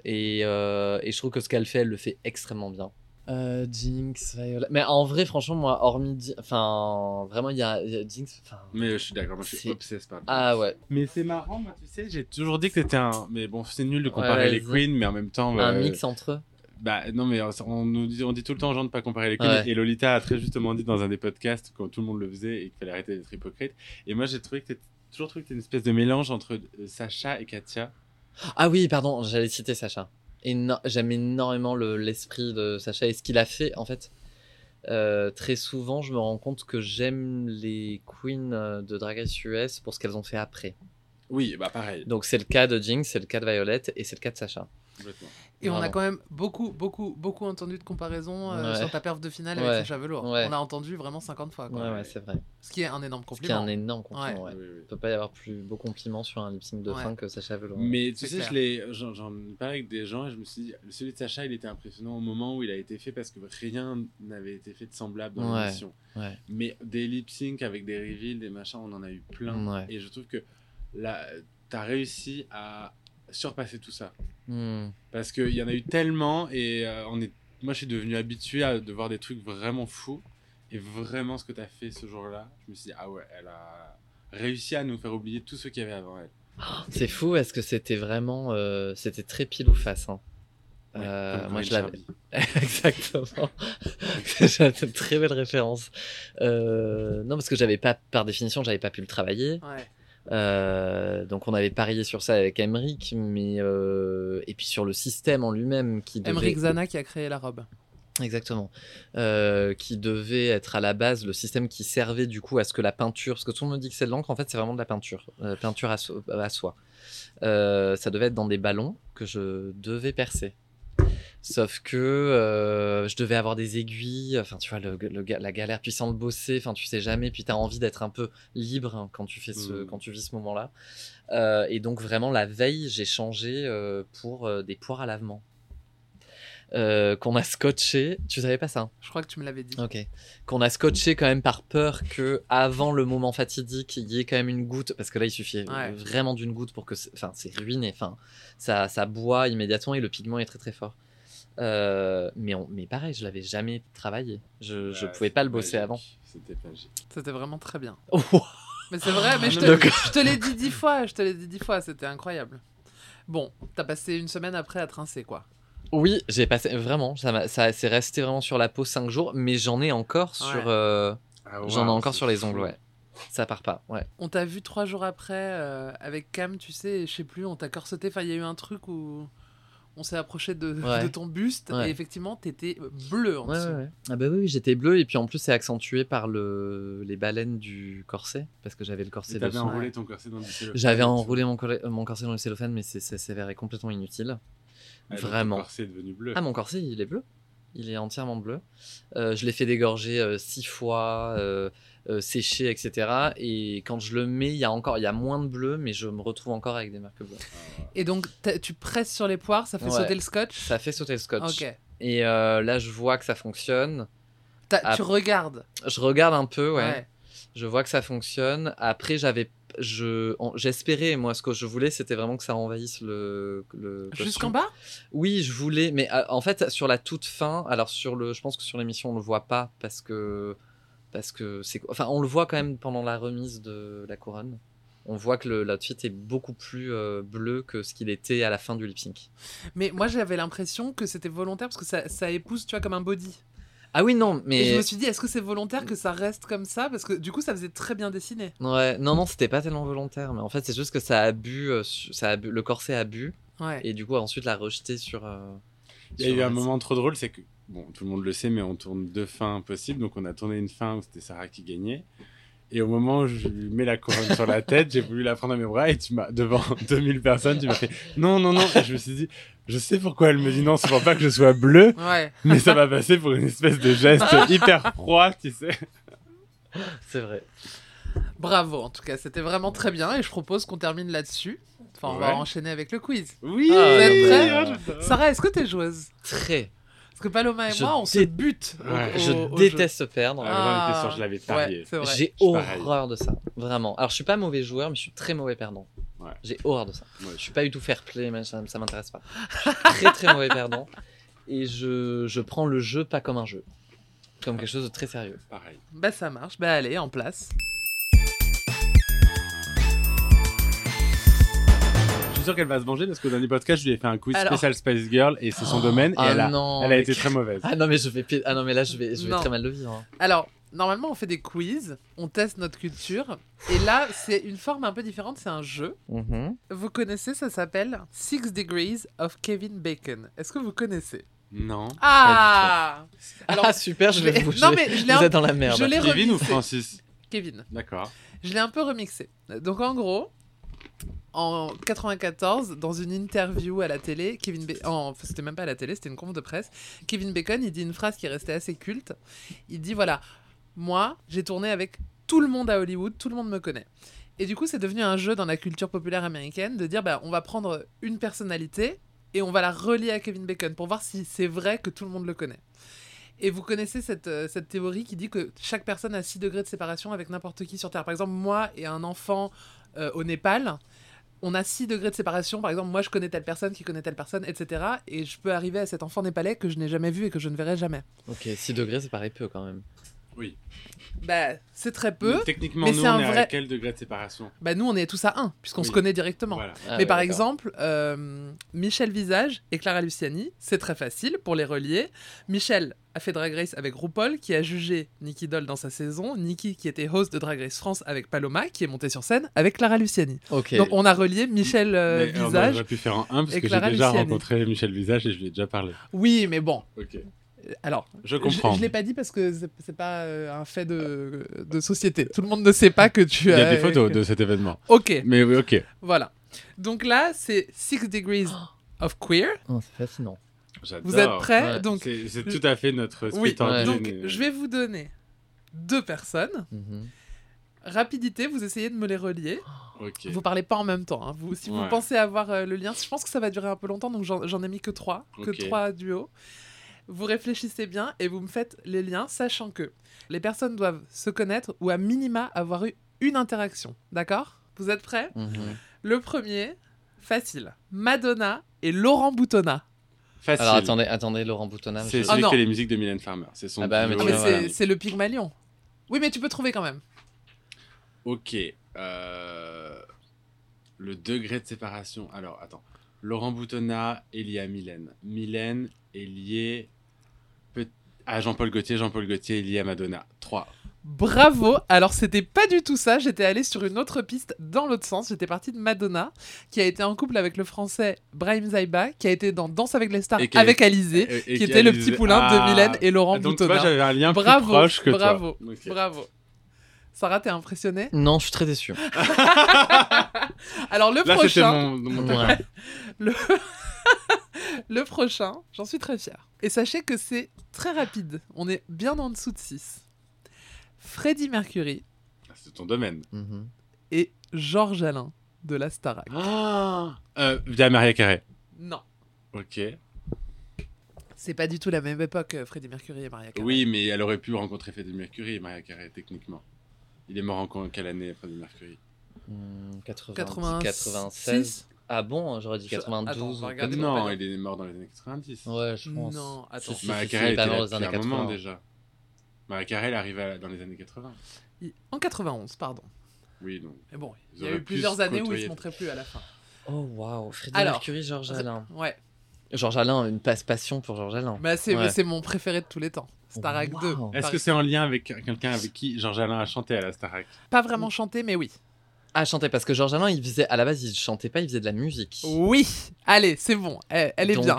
C: Et, euh, et je trouve que ce qu'elle fait, elle le fait extrêmement bien. Euh, Jinx, Viola. Mais en vrai, franchement, moi, hormis. Ji- Enfin, vraiment, il y, a il y a Jinx. enfin-
B: Mais je suis d'accord, moi je suis
C: C'est-
B: obsédé par.
C: Ah ouais.
B: Mais c'est marrant, moi tu sais, j'ai toujours dit que c'était un. Mais bon, c'est nul de comparer
C: Ouais,
B: les
C: vas-y.
B: queens, mais en même temps.
C: Un
B: euh,
C: mix entre eux.
B: Bah non, mais on, nous dit, on dit tout le temps aux gens de ne pas comparer les queens.
C: Ouais.
B: Et Lolita a très justement dit dans un des podcasts, quand tout le monde le faisait, et qu'il fallait arrêter d'être hypocrite. Et moi j'ai trouvé que t'es- toujours trouvé que t'es une espèce de mélange entre euh, Sacha et Katia.
C: Ah oui, pardon, j'allais citer Sacha. Éno- J'aime énormément le- l'esprit de Sacha et ce qu'il a fait, en fait. Euh, très souvent, je me rends compte que j'aime les queens euh, de Drag Race US pour ce qu'elles ont fait après.
B: Oui, bah pareil.
C: Donc, c'est le cas de Jinx, c'est le cas de Violette et c'est le cas de Sacha.
B: complètement.
A: Et on a
B: Ah.
C: Vraiment.
A: quand même beaucoup, beaucoup, beaucoup entendu de comparaisons euh,
C: Ouais.
A: sur ta perf de finale
C: Ouais.
A: avec Sacha Velour.
C: Ouais.
A: On l'a entendu vraiment 50 fois.
C: Ouais,
A: Quoi.
C: ouais, c'est vrai.
A: Ce qui est un énorme
C: Ce qui est
A: compliment.
C: un énorme compliment, ouais.
B: Oui, oui.
C: Il peut pas y avoir plus beau compliment sur un lip sync de
A: Ouais.
C: fin que Sacha Velour.
B: Mais
A: C'est
B: tu sais,
A: clair.
B: je l'ai- j'en j'en ai parlé avec des gens et je me suis dit, celui de Sacha, il était impressionnant au moment où il a été fait parce que rien n'avait été fait de semblable dans
C: Ouais,
B: l'émission.
C: ouais.
B: Mais des lip sync avec des reveals, des machins, on en a eu plein.
C: Mm, Ouais.
B: Et je trouve que là, t'as réussi à surpasser tout ça.
A: Mm.
C: Hmm.
B: Parce qu'il y en a eu tellement et euh, on est... moi je suis devenu habitué à de voir des trucs vraiment fous. Et vraiment ce que t'as fait ce jour-là, je me suis dit, ah ouais, elle a réussi à nous faire oublier tout ce qu'il y avait avant elle.
A: Oh,
C: C'est fou, est-ce que c'était vraiment. euh, c'était très pile ou face. hein.
B: Ouais,
C: Euh,
B: comme
C: moi,
B: Corinne
C: je l'avais.
B: Charby.
C: Exactement. J'ai une très belle référence. Euh, non, parce que j'avais pas, par définition, j'avais pas pu le travailler.
A: Ouais.
C: Euh, donc on avait parié sur ça avec Emric, mais euh, et puis sur le système en lui-même qui devait
A: Emmerich Zana qui a créé la robe.
C: Exactement. Euh, qui devait être à la base le système qui servait du coup à ce que la peinture, parce que tout le monde dit que c'est de l'encre, en fait c'est vraiment de la peinture, euh, peinture à, so- à soie. Euh, ça devait être dans des ballons que je devais percer. Sauf que euh, je devais avoir des aiguilles, enfin tu vois, le, le ga- la galère, puis sans le bosser, enfin tu sais jamais, puis t'as envie d'être un peu libre hein, quand, tu fais ce,
B: Mm.
C: quand tu vis ce moment-là. Euh, et donc vraiment la veille, j'ai changé euh, pour euh, des poires à lavement euh, qu'on a scotché. Tu savais pas ça hein
A: Je crois que tu me l'avais dit.
C: Ok. Qu'on a scotché quand même par peur que avant le moment fatidique, il y ait quand même une goutte, parce que là il suffit
A: Ouais.
C: vraiment d'une goutte pour que, c'est- enfin, c'est ruiné. Enfin, ça, ça boit immédiatement et le pigment est très très fort. Euh, mais, on- mais pareil, je l'avais jamais travaillé. Je, je pouvais pas le bosser avant.
B: Ah, C'était magique.
A: C'était vraiment très bien.
C: Oh,
A: Mais c'est vrai, mais je te,
C: Le gars.
A: je te l'ai dit dix fois, je te l'ai dit dix fois, c'était incroyable. Bon, t'as passé une semaine après à trincer, quoi.
C: oui, j'ai passé vraiment. Ça, m'a- ça c'est resté vraiment sur la peau cinq jours, mais j'en ai encore
A: Ouais.
C: sur. euh,
B: Ah
C: j'en ai encore sur les ongles. Ouais. Ça part pas. Ouais.
A: On t'a vu trois jours après euh, avec Cam, tu sais, je sais plus, on t'a corseté. Enfin, il y a eu un truc où on s'est approché de,
C: Ouais.
A: de ton buste
C: Ouais.
A: et effectivement, t'étais bleu en
C: Ouais,
A: dessous.
C: ouais, ouais. Ah bah oui, oui, j'étais bleu et puis en plus c'est accentué par le... les baleines du corset parce que j'avais le corset
B: T'avais
C: dessous.
B: enroulé ton corset dans du cellophane.
C: J'avais enroulé mon, collé- mon corset dans le cellophane mais c'est c'est s'avérait complètement inutile.
B: Ah, donc
C: Vraiment.
B: Ton corset est devenu bleu.
C: Ah mon corset il est bleu, il est entièrement bleu. Euh, je l'ai fait dégorger euh, six fois, euh, euh, sécher etc. Et quand je le mets il y a encore il y a moins de bleu mais je me retrouve encore avec des marques bleues.
A: Et donc, t'as- tu presses sur les poires, ça fait
C: Ouais.
A: sauter le scotch.
C: Ça fait sauter le scotch.
A: Ok.
C: Et euh, là je vois que ça fonctionne.
A: T'as-
C: Ah.
A: Tu regardes.
C: Je regarde un peu ouais.
A: Ouais.
C: Je vois que ça fonctionne. Après, j'avais, je, en- j'espérais moi ce que je voulais, c'était vraiment que ça envahisse le, le costume.
A: Jusqu'en bas
C: Oui, je voulais, mais euh, en fait sur la toute fin, alors sur le, je pense que sur l'émission on le voit pas parce que parce que c'est, enfin on le voit quand même pendant la remise de la couronne. On voit que le- l'outfit est beaucoup plus euh, bleu que ce qu'il était à la fin du lip sync.
A: Mais moi, j'avais l'impression que c'était volontaire parce que ça, ça épouse, tu vois, comme un body.
C: Ah oui non,
A: Et, je
C: mais
A: me suis dit, est-ce que c'est volontaire que ça reste comme ça Parce que du coup, ça faisait très bien dessiné.
C: ouais, non non c'était pas tellement volontaire, mais en fait c'est juste que ça a bu, euh, su- ça a bu, le corset a bu
A: Ouais.
C: et du coup ensuite l'a rejeté sur. euh,
B: Il y a
C: sur
B: eu un
C: le-
B: moment trop drôle, c'est que, bon, tout le monde le sait, mais on tourne deux fins possibles. Donc, on a tourné une fin où c'était Sarah qui gagnait. Et au moment où je lui mets la couronne sur la tête, j'ai voulu la prendre à mes bras et tu m'as, devant 2000 personnes, tu m'as fait non, non, non. Et je me suis dit, je sais pourquoi elle me dit non, c'est pour pas que je sois bleu,
A: Ouais.
B: mais ça va passer pour une espèce de geste hyper froid, tu sais.
C: C'est vrai.
A: Bravo, en tout cas, c'était vraiment très bien et je propose qu'on termine là-dessus. Enfin, on va
B: Ouais.
A: enchaîner avec le quiz.
B: Oui,
C: Ah,
A: vous êtes prêts
B: Ah, j'adore.
A: Sarah, est-ce que t'es joueuse
C: Très.
A: Parce que Paloma et
C: Je
A: moi, on se
C: dé-
A: bute. au-
B: Ouais.
A: au-
C: Je
A: au jeu.
C: déteste perdre.
B: Ah, j'en étais sûr,
A: Ah.
B: je l'avais
A: Ouais,
B: parié.
A: c'est vrai.
C: J'ai
B: Je suis pareil.
C: horreur de ça. Vraiment. Alors, je suis pas mauvais joueur, mais je suis très mauvais perdant.
B: Ouais.
C: J'ai horreur de ça.
B: Ouais,
C: Je suis pas du tout fair play, mais ça, ça m'intéresse pas. Je suis très très mauvais perdant. Et je, je prends le jeu pas comme un jeu, comme quelque chose de très sérieux.
B: pareil.
A: Bah, ça marche. Bah, allez, en place.
B: Je suis sûr qu'elle va se venger parce que dans les podcasts, je lui ai fait un quiz
A: Alors-
B: spécial Space Girl et c'est son domaine. Et
C: ah
B: elle a,
C: non.
B: elle a
C: mais-
B: été très mauvaise.
C: Ah non, mais je vais. pi- Ah non, mais là, je vais, je vais
A: Non.
C: très mal le vivre. hein.
A: Alors, normalement, on fait des quiz, on teste notre culture. Et là, c'est une forme un peu différente, c'est un jeu.
C: Mhm.
A: Vous connaissez, ça s'appelle Six Degrees of Kevin Bacon. Est-ce que vous connaissez
B: Non.
A: Ah Alors,
C: ah super, je vais
A: l'ai-
C: vous. je
A: non,
C: vais-
A: mais je l'ai
C: vous
A: un-
C: êtes dans la merde.
A: je l'ai
B: Kevin ou
A: remixé.
B: Francis
A: Kevin.
B: D'accord.
A: Je l'ai un peu remixé. Donc en gros, en 94, dans une interview à la télé, Kevin Ba- en- enfin, c'était même pas à la télé, c'était une conf de presse, Kevin Bacon, il dit une phrase qui est restée assez culte. Il dit voilà, moi, j'ai tourné avec tout le monde à Hollywood, tout le monde me connaît. Et du coup, c'est devenu un jeu dans la culture populaire américaine de dire bah on va prendre une personnalité et on va la relier à Kevin Bacon pour voir si c'est vrai que tout le monde le connaît. Et vous connaissez cette, euh, cette théorie qui dit que chaque personne a 6 degrés de séparation avec n'importe qui sur Terre. Par exemple, moi et un enfant euh, au Népal, on a 6 degrés de séparation. Par exemple, moi je connais telle personne qui connaît telle personne, etc. Et je peux arriver à cet enfant népalais que je n'ai jamais vu et que je ne verrai jamais.
C: Ok, 6 degrés, c'est pareil peu quand même.
B: Oui.
A: Bah, c'est très peu.
B: Donc, Techniquement,
A: mais
B: nous,
A: c'est
B: on
A: un
B: est à
A: vrai-
B: quel degré de séparation
A: Bah, nous, on est tous à un, puisqu'on
B: Oui.
A: se connaît directement.
B: Voilà.
C: Ah
A: mais
C: ouais,
A: par
C: d'accord.
A: exemple, euh, Michel Visage et Clara Luciani, c'est très facile pour les relier. Michel a fait Drag Race avec RuPaul, qui a jugé Nikki Doll dans sa saison. Nikki, qui était host de Drag Race France avec Paloma, qui est montée sur scène avec Clara Luciani.
C: Ok.
A: Donc on a relié Michel euh,
B: Mais, euh, on
A: Visage.
B: aurait pu faire en un parce
A: et
B: que j'ai
A: Clara
B: déjà
A: Luciani.
B: rencontré Michel Visage et je lui ai déjà parlé.
A: Oui, mais bon.
B: Ok.
A: Euh, Alors, je,
B: Je comprends.
A: je l'ai pas dit parce que c'est c'est pas euh, un fait de, de société. Tout le monde ne sait pas que tu
B: Il y
A: as.
B: a des photos
A: que-
B: de cet événement.
A: Ok,
B: Mais oui, ok.
A: voilà. Donc là, c'est Six Degrees of Queer.
C: Oh, c'est fascinant.
B: J'adore.
A: Vous êtes prêts
C: Ouais.
A: Donc,
B: C'est c'est tout à fait notre euh,
A: Oui,
B: street art.
C: Ouais.
A: donc je vais vous donner deux personnes.
C: Mhm.
A: Rapidité, vous essayez de me les relier.
B: Ok.
A: Vous parlez pas en même temps. hein. Vous, si vous
B: Ouais.
A: pensez avoir euh, le lien, je pense que ça va durer un peu longtemps, donc j'en j'en ai mis que trois,
B: Ok.
A: que trois duos. Vous réfléchissez bien et vous me faites les liens, sachant que les personnes doivent se connaître ou à minima avoir eu une interaction. D'accord Vous êtes prêts
C: Mhm.
A: Le premier, facile. Madonna et Laurent Boutonnat.
B: Facile.
C: Alors attendez, attendez, Laurent Boutonnat.
B: C'est
C: je-
A: Ah,
B: celui
A: non.
B: qui fait les musiques de Mylène Farmer. C'est son.
C: Ah bah,
B: duo.
A: Ah,
C: Ouais,
A: mais
C: voilà.
A: c'est- c'est le Pygmalion. Oui, mais tu peux trouver quand même.
B: Ok. euh, Le degré de séparation. Alors, attends. Laurent Boutonnat est lié à Mylène. Mylène est liée peut- à Jean-Paul Gaultier. Jean-Paul Gaultier est lié à Madonna. 3.
A: Bravo Alors c'était pas du tout ça, j'étais allée sur une autre piste dans l'autre sens, j'étais partie de Madonna, qui a été en couple avec le français Brahim Zaiba, qui a été dans Danse avec les stars
B: Et qui-
A: avec Alizé, qui était le petit poulain de Mylène et Laurent
B: Ah. Donc, tu vois,
A: Boutonnat.
B: j'avais un lien
A: Bravo,
B: plus proche que
A: bravo,
B: toi. Ok.
A: Bravo Sarah, t'es impressionnée
C: Ah, Non, je suis très déçu.
A: Alors le
B: Là, c'était
A: prochain,
B: mon, mon
C: Ouais.
B: taquin.
A: le prochain, j'en suis très fière. Et sachez que c'est très rapide, on est bien en dessous de 6. Freddie Mercury
B: Ah, C'est ton domaine.
C: Mhm.
A: et Georges Alain de la Starac.
B: Ah euh, via Maria Carré.
A: Non,
B: Ok.
A: c'est pas du tout la même époque, euh, Freddie Mercury et Maria Carey.
B: Oui, mais elle aurait pu rencontrer Freddie Mercury, Maria Carré, techniquement. Il est mort en quoi- quelle année, Freddie Mercury
C: Hmm, 90,
A: 96
C: Ah bon, j'aurais dit
A: Je- attends,
C: 92.
A: on va
C: ou
A: regarder.
C: peut-être.
B: Non,
A: pas
B: il est mort dans les années 90.
C: Ouais, je pense.
A: Non, attends.
C: Si, si,
B: Maria
C: si,
B: Carré
C: il est
B: était
C: pas mort
B: là
C: dans les
B: depuis
C: années
B: un moment
C: 80.
B: déjà. Maria Carré, elle arrive à- dans les années 80.
A: Il- En 91, pardon.
B: Oui, donc.
A: Mais bon,
B: Ils
A: il y a
B: auraient
A: eu
B: pu
A: plusieurs
B: se
A: années où ils
B: côtoyer.
A: se montraient plus à la fin.
C: Oh waouh, Freddie
A: Alors,
C: Mercury, Georges Alain.
A: Ouais,
C: Georges Alain, une passe passion pour Georges Alain.
A: mais c'est
C: Ouais.
A: c'est mon préféré de tous les temps. Starac
C: Wow.
A: 2.
B: Est-ce que c'est en lien avec quelqu'un avec qui Georges Alain a chanté à la Starac
A: Pas vraiment chanté, mais oui.
C: Ah, chanter parce que Georges Alain, il faisait à la base, il chantait pas, il faisait de la musique.
A: Oui Allez, c'est bon, elle, elle est
C: Donc,
A: bien.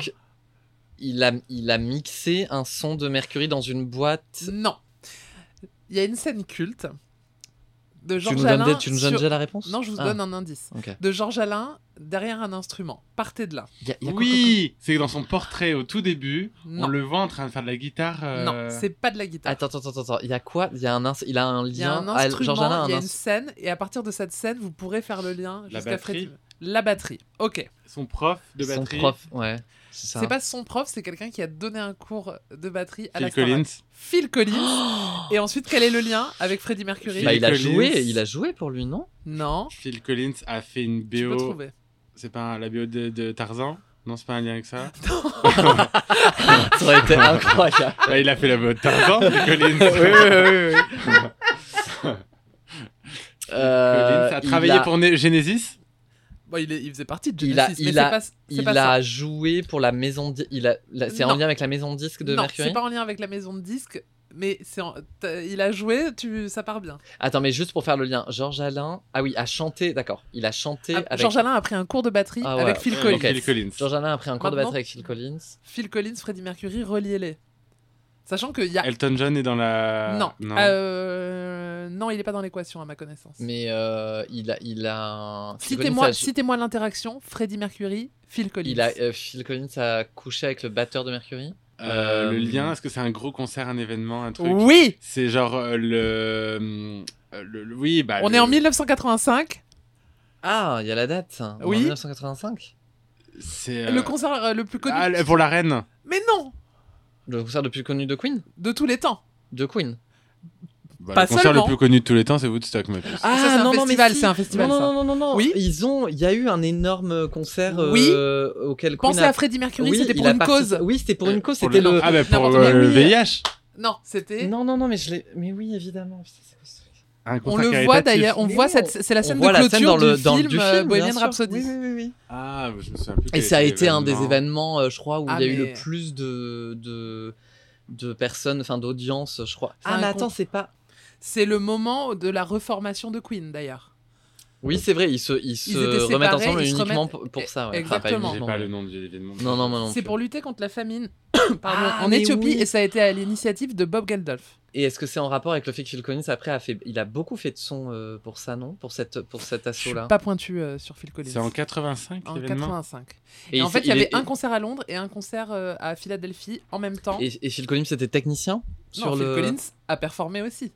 C: Il a, il a mixé un son de Mercury dans une boîte.
A: Non. Il y a une scène culte de
C: Tu
A: Georges
C: nous, donnes,
A: Alain.
C: des- tu nous donnes
A: sur-
C: déjà la réponse
A: Non, je vous
C: Ah,
A: donne un indice.
C: ok.
A: De Georges Alain derrière un instrument. Partez de là.
C: Y a- y a quoi,
B: Oui C'est dans son portrait au tout début,
A: Non,
B: on le voit en train de faire de la guitare. euh,
A: non c'est pas de la guitare.
C: Attends, attends, attends, attends. Il y a quoi Il y a un, ins- il a un lien.
A: Il y a un
C: Ah,
A: instrument,
C: Georges Alain, a
A: il y a
C: un
A: une
C: ins-
A: scène, et à partir de cette scène, vous pourrez faire le lien
B: La
A: jusqu'à
B: batterie.
A: Freddy. La batterie. Ok.
B: Son prof de
C: son
B: batterie.
C: prof. Ouais. C'est ça.
A: C'est pas son prof, c'est quelqu'un qui a donné un cours de batterie à la
B: Phil
A: Starac.
B: Collins.
A: Phil Collins. et ensuite, quel est le lien avec Freddie Mercury
B: Phil
C: Bah, il a
B: Collins.
C: joué, il a joué pour lui, non
A: Non.
B: Phil Collins a fait une
A: Tu peux
B: BO.
A: trouver.
B: C'est pas un- la BO de, de Tarzan Non, c'est pas un lien avec ça.
C: Ça aurait été incroyable.
A: Ah.
B: Bah, il a fait la BO de Tarzan, Phil Collins.
C: Euh,
B: Collins a
C: il
B: travaillé pour Ne- Genesis.
A: Bon, il, est- il faisait partie de
C: Il a-
A: Genesis, mais
C: il
A: c'est
C: a-
A: pas, c'est
C: Il
A: pas ça.
C: a joué pour la maison. di- Il a. la- C'est en
A: Non.
C: lien avec la maison disque de
A: non,
C: Mercury.
A: c'est pas en lien avec la maison de disques, mais c'est en- t'as- il a joué, tu... ça part bien.
C: Attends, mais juste pour faire le lien, Georges Alain. Ah oui, a chanté. D'accord. Il a chanté
A: Ah,
C: avec.
A: Georges Alain a pris un cours de batterie
C: Ah,
A: avec
C: ouais.
A: Phil
B: Euh,
A: Collins.
C: ok.
B: Phil Collins.
C: Georges Alain a pris un cours de
A: Maintenant-
C: batterie avec Phil Collins.
A: Phil Collins, Freddie Mercury, reliez-les. Sachant qu'il y a
B: Elton John est dans la.
A: Non. Euh, non, il n'est pas dans l'équation à ma connaissance.
C: Mais euh, il a, il a. un- Phil Collins
A: Citez-moi
C: a-
A: citez l'interaction Freddie Mercury, Phil Collins.
C: Il a euh, Phil Collins a couché avec le batteur de Mercury.
B: Euh, Le
C: Euh,
B: lien, est-ce que c'est un gros concert, un événement, un truc
A: oui
B: C'est genre euh, le... euh, le- le- Oui, bah.
A: On
B: le-
A: est en 1985.
C: Ah, il y a la date. ça.
A: Oui.
C: En 1985.
B: C'est. euh,
A: Le concert euh, le plus connu.
B: ah, le- pour la reine.
A: Mais non
C: Le concert le plus connu de Queen.
A: De tous les temps.
C: De Queen.
B: Bah,
A: Pas
B: le concert
A: seulement.
B: le plus connu de tous les temps, c'est Woodstock, ma puce.
A: Ça, c'est un festival,
C: si.
A: c'est un festival,
C: Ah, Non,
A: ça.
C: non, non, non, non.
A: Oui.
C: Ils ont. Il y a eu un énorme concert euh,
A: Oui.
C: auquel Queen
A: Pensez
C: a-
A: à Freddie Mercury,
C: Oui,
A: c'était
C: il
A: pour
C: a
A: une
C: participé-
A: cause.
C: Oui, c'était pour
B: Euh,
C: une cause.
B: Pour
C: C'était
B: le-
C: le.
B: Ah, bah pour
A: n'importe
B: euh,
A: quoi.
B: le VIH
A: Non, c'était.
C: Non, non, non, mais je l'ai. Mais oui, évidemment. Putain, c'est quoi ce truc
B: Un
A: On
B: concert
A: le voit
B: caritatif.
A: d'ailleurs, on
C: Mais
A: voit
C: oui,
A: cette, c'est la scène
C: On
A: de
C: voit
A: clôture
C: la scène dans le,
A: du,
C: dans,
A: film,
C: du film
A: euh, Bohemian
C: bien sûr.
A: Rhapsody.
C: Oui, oui, oui, oui.
B: Ah, je me souviens plus.
C: Et
B: quel
C: ça a
B: était
C: été un des
B: l'événement.
C: événements, euh, je crois, où
A: Ah,
C: il y a eu
A: mais-
C: le plus de, de, de personnes, enfin d'audience, je crois.
A: Ah, mais attends,
C: c'est pas.
A: C'est le moment de la reformation de Queen d'ailleurs.
C: Oui, c'est vrai, ils se, ils se
A: Ils étaient
C: remettent
A: séparés,
C: ensemble
A: ils se
C: uniquement
A: remettent-
C: pour- pour ça. Ouais.
A: Exactement.
C: Enfin, pas
B: J'ai
C: uniquement,
B: pas
C: mais-
B: le nom de l'événement.
C: Non, non, moi non.
A: C'est
C: plus.
A: pour lutter contre la famine pardon,
C: Ah,
A: en
C: mais
A: Éthiopie
C: oui.
A: et ça a été à l'initiative de Bob Geldof.
C: Et est-ce que c'est en rapport avec le fait que Phil Collins après a fait, il a beaucoup fait de son euh, pour ça, non Pour cette, pour cet
A: Je suis
C: assaut-là.
A: pas pointu euh, sur Phil Collins.
B: C'est en 85
A: En
B: l'événement
A: 85.
C: Et
A: Et en
C: il
A: fait, il y
C: il
A: avait
C: est-
A: un concert à Londres et un concert euh, à Philadelphie en même temps.
C: Et, et Phil Collins était technicien
A: Non,
C: sur
A: Phil
C: le.
A: Collins a performé aussi.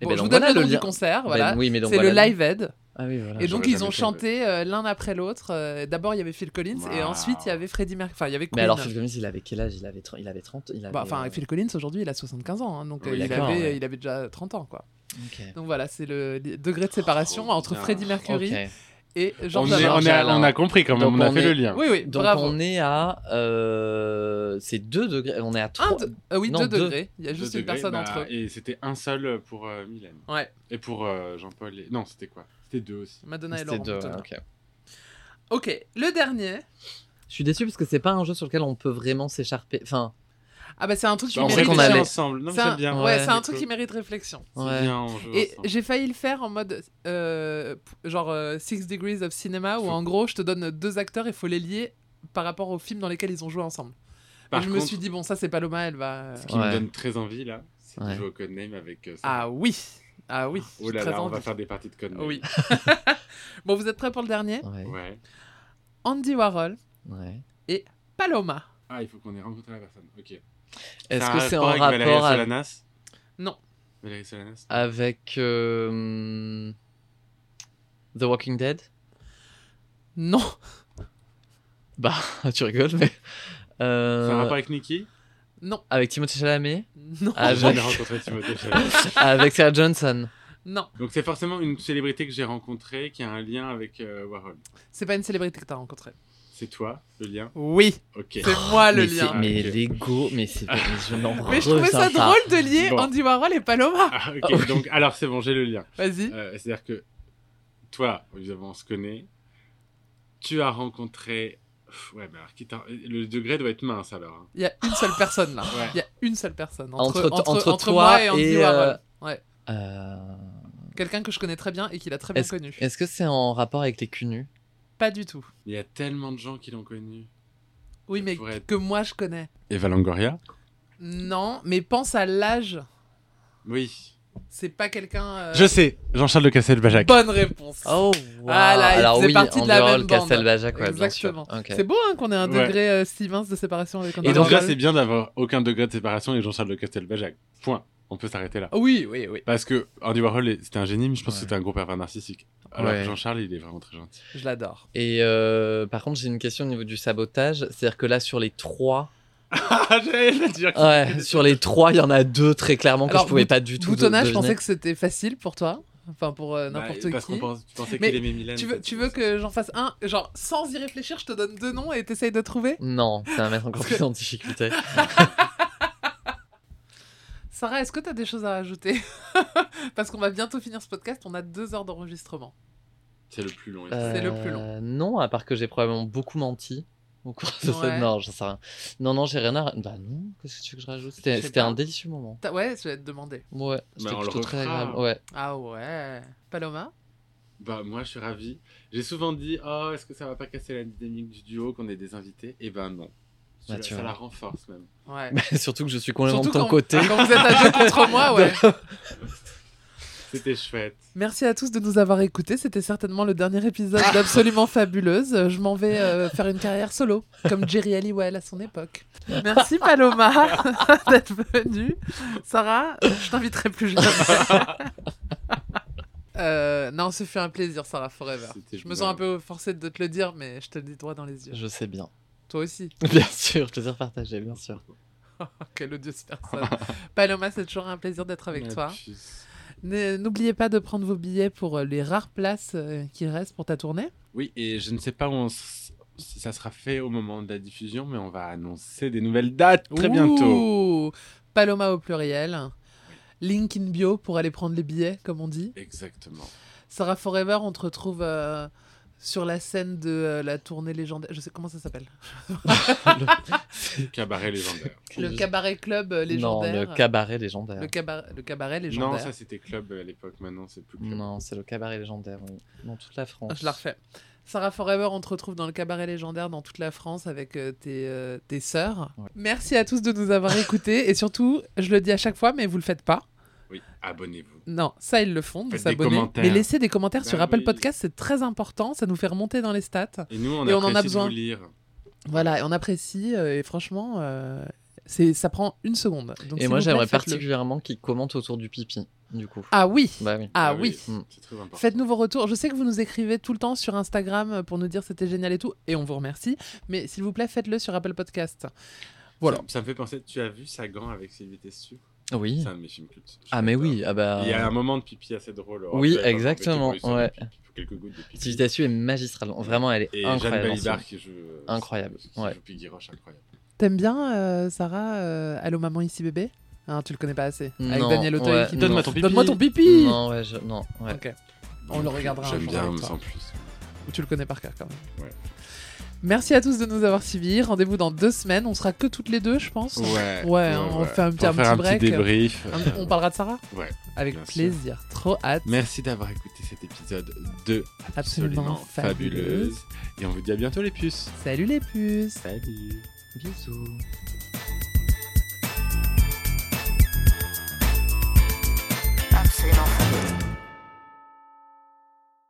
C: Eh
A: Bon,
C: ben
A: je
C: donc
A: vous donne
C: voilà
A: le nom
C: le
A: du
C: lien.
A: concert,
C: Ben
A: voilà.
C: oui, mais donc
A: c'est
C: voilà
A: le Live Aid.
C: Ah oui, voilà.
A: et
B: Ah,
A: donc
B: j'aurais
A: ils
B: jamais
A: ont
B: fait.
A: chanté euh, l'un après l'autre. euh, D'abord il y avait Phil Collins et
B: Waouh.
A: ensuite il y avait Freddie Mercury. Enfin il y avait Queen.
C: Mais alors Phil Collins, il avait quel âge Il avait 30, il avait 30, il avait.
A: Bah, enfin
C: euh,
A: Phil Collins aujourd'hui il a 75 ans, hein, donc
B: Oui,
A: euh, il,
C: d'accord,
A: avait,
C: ouais.
A: il avait déjà 30 ans quoi.
C: ok.
A: Donc voilà c'est le li- degré de séparation
B: Oh,
A: entre
B: putain.
A: Freddie Mercury
C: Ok.
A: et
B: on,
A: George
B: est- on,
A: Harrison.
B: est-
C: Alain.
B: on a compris quand même,
C: Donc
B: on a
C: on
B: fait le
C: est-
B: lien.
A: Oui oui
C: Donc
A: bravo.
C: on est à euh, c'est 2 degrés, on est à 3.
A: Un de- euh, oui
C: non,
A: deux
C: deux.
A: degrés. Il y a
B: Deux
A: juste une
B: degrés,
A: personne
B: bah,
A: entre eux.
B: Et c'était un seul pour euh, Mylène.
A: Ouais.
B: Et pour euh, Jean-Paul. et- Non, c'était quoi C'était deux aussi.
A: Madonna et
C: C'était
A: Laurent.
C: deux, hein.
A: Boutonnat.
C: ouais, ok.
A: ok le dernier.
C: Je suis déçu parce que c'est pas un jeu sur lequel on peut vraiment s'écharper. Enfin,
A: Ah bah c'est un truc qui
B: Bah, on
A: mérite.
B: sait qu'on
C: a
B: allait
C: allait.
B: ensemble. Non, mais
A: C'est un-
B: c'est bien.
A: Ouais,
C: Ouais,
A: c'est un
B: c'est
A: truc
B: cool.
A: qui mérite réflexion.
B: C'est
C: ouais.
B: bien, on joue
A: Et
B: ensemble.
A: j'ai failli le faire en mode euh, p- genre euh, Six Degrees of Cinema où
B: Faut-
A: en gros je te donne deux acteurs et faut les lier par rapport aux films dans lesquels ils ont joué ensemble.
B: Par
A: et je me
B: contre,
A: suis dit bon ça c'est Paloma elle va.
B: Ce qui me
C: Ouais.
B: donne très envie là, c'est de
C: Ouais.
B: jouer au codename avec. euh, ça.
A: Ah oui ah oui.
B: oh
A: j'ai
B: là
A: très
B: là, on
A: envie.
B: va faire des parties de codename.
A: Oui. bon vous êtes prêts pour le dernier
C: ouais.
B: Ouais.
A: Andy Warhol,
C: ouais.
A: Paloma.
B: Ah, il faut qu'on ait rencontré la personne. Ok.
C: Est-ce
B: Ça a
C: que
B: un
C: c'est en rapport
B: avec Valérie
C: à-
B: Solanas
A: Non.
B: Valérie Solanas
C: avec euh, The Walking Dead
A: Non
C: Bah, tu rigoles, mais
B: C'est
C: euh,
B: un rapport avec Nikki
A: non
C: avec Timothée Chalamet,
A: non
C: Ah,
B: J'ai jamais
C: avec-
B: rencontré Timothée Chalamet.
C: avec Sarah Johnson.
A: non.
B: Donc c'est forcément une célébrité que j'ai rencontrée qui a un lien avec euh, Warhol.
A: C'est pas une célébrité que t'as rencontrée.
B: C'est toi, le lien
A: Oui
B: Ok.
A: c'est moi Ah, le
C: Oh, mais c'est-
A: lien.
C: Mais
B: Ok.
C: l'ego, mais c'est mais je n'en
A: Mais je trouvais ça
C: reviens pas.
A: drôle de lier
B: Bon.
A: Andy Warhol et Paloma.
B: Ah, ok,
C: Ah, oui.
B: donc alors c'est bon, j'ai le lien.
A: Vas-y.
B: Euh, C'est-à-dire que toi, évidemment, on se connaît. Tu as rencontré. Pff, Ouais, mais alors, qui t'a- le degré doit être mince alors. hein.
A: Il y a une seule personne là.
B: Ouais.
A: Il y a une seule personne. Entre,
C: Entre-
A: entre,
C: entre
A: entre
C: toi
A: moi et Andy
C: et,
A: Warhol. Ouais.
C: Euh,
A: Quelqu'un que je connais très bien et qui l'a très bien connu.
C: Est-ce que c'est en rapport avec les culs nus
A: Pas du tout.
B: Il y a tellement de gens qui l'ont connu.
A: Oui, mais
B: pourrait être-
A: que moi je connais.
B: Eva Longoria
A: Non, mais pense à l'âge.
B: Oui.
A: C'est pas quelqu'un. euh,
B: Je sais, Jean-Charles de Castelbajac.
A: Bonne réponse.
C: Oh,
A: Ah là, il
C: Alors
A: faisait
C: oui,
A: partie de la
C: André Roll,
A: même bande.
C: Castelbajac, ouais, bien sûr.
A: Exactement.
C: Ok.
A: C'est beau hein, qu'on ait un
B: Ouais.
A: degré euh, si mince de séparation avec Andy
B: Et donc là,
A: Warhol.
B: c'est bien d'avoir aucun degré de séparation avec Jean-Charles de Castelbajac. Point. On peut s'arrêter là.
A: Ah Oui, oui, oui.
B: Parce que Andy Warhol, est- c'était un génie, mais je pense que
C: Ouais.
B: c'était un gros pervers narcissique. Alors que
C: Ouais.
B: Jean-Charles, il est vraiment très gentil.
A: Je l'adore.
C: Et euh, par contre, j'ai une question au niveau du sabotage. C'est-à-dire que là, sur les trois,
B: Ah, j'allais le dire.
C: ouais, sur les trois, il y en a deux très clairement que
A: Alors,
C: je pouvais
A: Bout-
C: pas du tout.
A: Boutonnat, je
C: deviner.
A: pensais que c'était facile pour toi. Enfin, pour euh, n'importe
B: Bah, Parce
A: qui.
B: qu'on pense- tu pensais
A: Mais
B: qu'il aimait Mylène.
A: Tu veux, tu veux que j'en fasse un, genre sans y réfléchir, je te donne deux noms et t'essayes de trouver
C: Non, ça va mettre encore plus en difficulté.
A: Sarah, est-ce que t'as des choses à rajouter Parce qu'on va bientôt finir ce podcast, on a deux heures d'enregistrement.
B: C'est le plus long.
A: C'est le plus long.
C: Euh, Non, à part que j'ai probablement beaucoup menti. Au cours de
A: Ouais.
C: cette... Non, j'en sais rien. Non, non, j'ai rien à. Bah non, qu'est-ce que tu veux que je rajoute
A: Je
C: C'était
A: sais
C: c'était
A: pas.
C: un délicieux moment.
A: T'as- Ouais, je vais te demander.
C: Ouais, c'était
B: on le
C: plutôt très
B: refera. hein.
C: agréable. Ouais.
A: Ah ouais. Paloma
B: Bah, moi, je suis ravi. J'ai souvent dit Oh, est-ce que ça va pas casser la dynamique du duo qu'on est des invités Eh ben non.
C: Bah,
B: Ça-
C: tu
B: ça
C: vois.
B: la renforce même.
A: Ouais.
C: Mais surtout que je suis complètement
A: Surtout
C: de ton
A: quand,
C: côté.
A: quand vous êtes à deux contre moi, ouais.
B: C'était chouette.
A: Merci à tous de nous avoir écoutés. C'était certainement le dernier épisode d'Absolument Fabuleuse. Euh, Je m'en vais euh, faire une carrière solo, comme Jerry Halliwell à son époque. Merci Paloma d'être venue. Sarah, je t'inviterai plus jamais. Euh, non, ce fut un plaisir, Sarah Forever.
B: C'était
A: bah, Je me sens
B: génial.
A: un peu forcée de te le dire, mais je te le dis droit dans les yeux.
C: Je sais bien.
A: Toi aussi.
C: Bien sûr, plaisir partagé, bien sûr.
A: Quelle odieuse personne. Paloma, c'est toujours un plaisir d'être avec
B: La
A: toi.
B: puce.
A: N- N'oubliez pas de prendre vos billets pour euh, les rares places euh, qui restent pour ta tournée.
B: Oui, et je ne sais pas où on s- si ça sera fait au moment de la diffusion, mais on va annoncer des nouvelles dates très bientôt.
A: Ouh. Paloma au pluriel. Link in bio pour aller prendre les billets, comme on dit.
B: Exactement.
A: Sarah Forever, on te retrouve euh, sur la scène de euh, la tournée légendaire. Je sais comment ça s'appelle.
B: Cabaret légendaire.
A: Le cabaret club euh,
C: Non,
A: légendaire.
C: le cabaret légendaire.
A: Le caba- le cabaret
B: Non,
A: légendaire.
B: ça c'était club à l'époque, maintenant c'est plus club.
C: Non, c'est le cabaret légendaire, oui. Dans toute la France.
A: Ah, Je la refais. Sarah Forever, on te retrouve dans le cabaret légendaire dans toute la France avec euh, tes, euh, tes sœurs.
C: Ouais.
A: Merci à tous de nous avoir écoutés et surtout, je le dis à chaque fois, mais vous le faites pas.
B: Oui, abonnez-vous.
A: Non, ça ils le font, de
B: Faites des
A: s'abonner.
B: commentaires.
A: Mais laissez des commentaires
B: Bah
A: sur Apple
B: oui.
A: Podcast, c'est très important, ça nous fait remonter dans les stats.
B: Et nous, on,
A: Et on en a
B: apprécie
A: besoin.
B: de vous lire.
A: Voilà, et on apprécie euh, et franchement, euh, c'est ça prend une seconde. Donc,
C: Et
A: s'il
C: moi,
A: vous plaît,
C: j'aimerais
A: faites-le.
C: particulièrement qu'ils commentent autour du pipi, du coup.
A: Ah oui.
C: Bah oui.
A: Ah
B: Ah
A: oui.
C: oui.
B: C'est très important.
A: Faites-nous vos retours. Je sais que vous nous écrivez tout le temps sur Instagram pour nous dire c'était génial et tout, et on vous remercie. Mais s'il vous plaît, faites-le sur Apple Podcast. Voilà.
B: Ça, ça me fait penser, tu as vu Sagan avec Sylvie Tessu
C: Oui.
B: C'est un de mes films cultes.
C: Ah, mais oui. Ah bah.
B: Il y a un moment de pipi assez drôle.
C: Oui,
B: Raphaël, dans
C: exactement,
B: Embêtez-vous, ils sont
C: ouais.
B: des pipis, quelques gouttes de pipi.
C: Sylvie Tassu est magistrale. Vraiment, elle est
B: Et Jeanne
C: incroyable. dans ce
B: Balibar
C: film.
B: qui joue. euh,
C: Incroyable,
B: qui
C: ouais.
B: joue Piggy Roche, incroyable.
A: T'aimes bien euh, Sarah euh, Allô maman ici bébé Hein, Tu le connais pas assez. Avec
C: Non,
A: Daniel Auteuil
C: ouais,
A: qui
C: non.
A: donne-moi ton pipi. Donne-moi ton pipi.
C: Non, ouais, je... non, ouais.
A: Ok. On le regardera un
B: J'aime
A: jour
B: bien,
A: avec
B: mais
A: toi.
B: sans plus.
A: Tu le connais par cœur quand même.
B: Ouais.
A: Merci à tous de nous avoir suivis. Rendez-vous dans deux semaines. On sera que toutes les deux, je pense. hein,
B: Ouais.
A: on fait un petit-
B: Pour
A: un
B: faire
A: petit
B: un
A: break.
B: petit débrief.
A: Un- On parlera de Sarah
B: Ouais.
A: Avec
B: Bien sûr.
A: plaisir. Trop hâte.
B: Merci d'avoir écouté cet épisode 2 absolument,
A: Absolument fabuleuse.
B: fabuleuse. Et on vous dit à bientôt les puces.
A: Salut les puces.
B: Salut.
C: Bisous.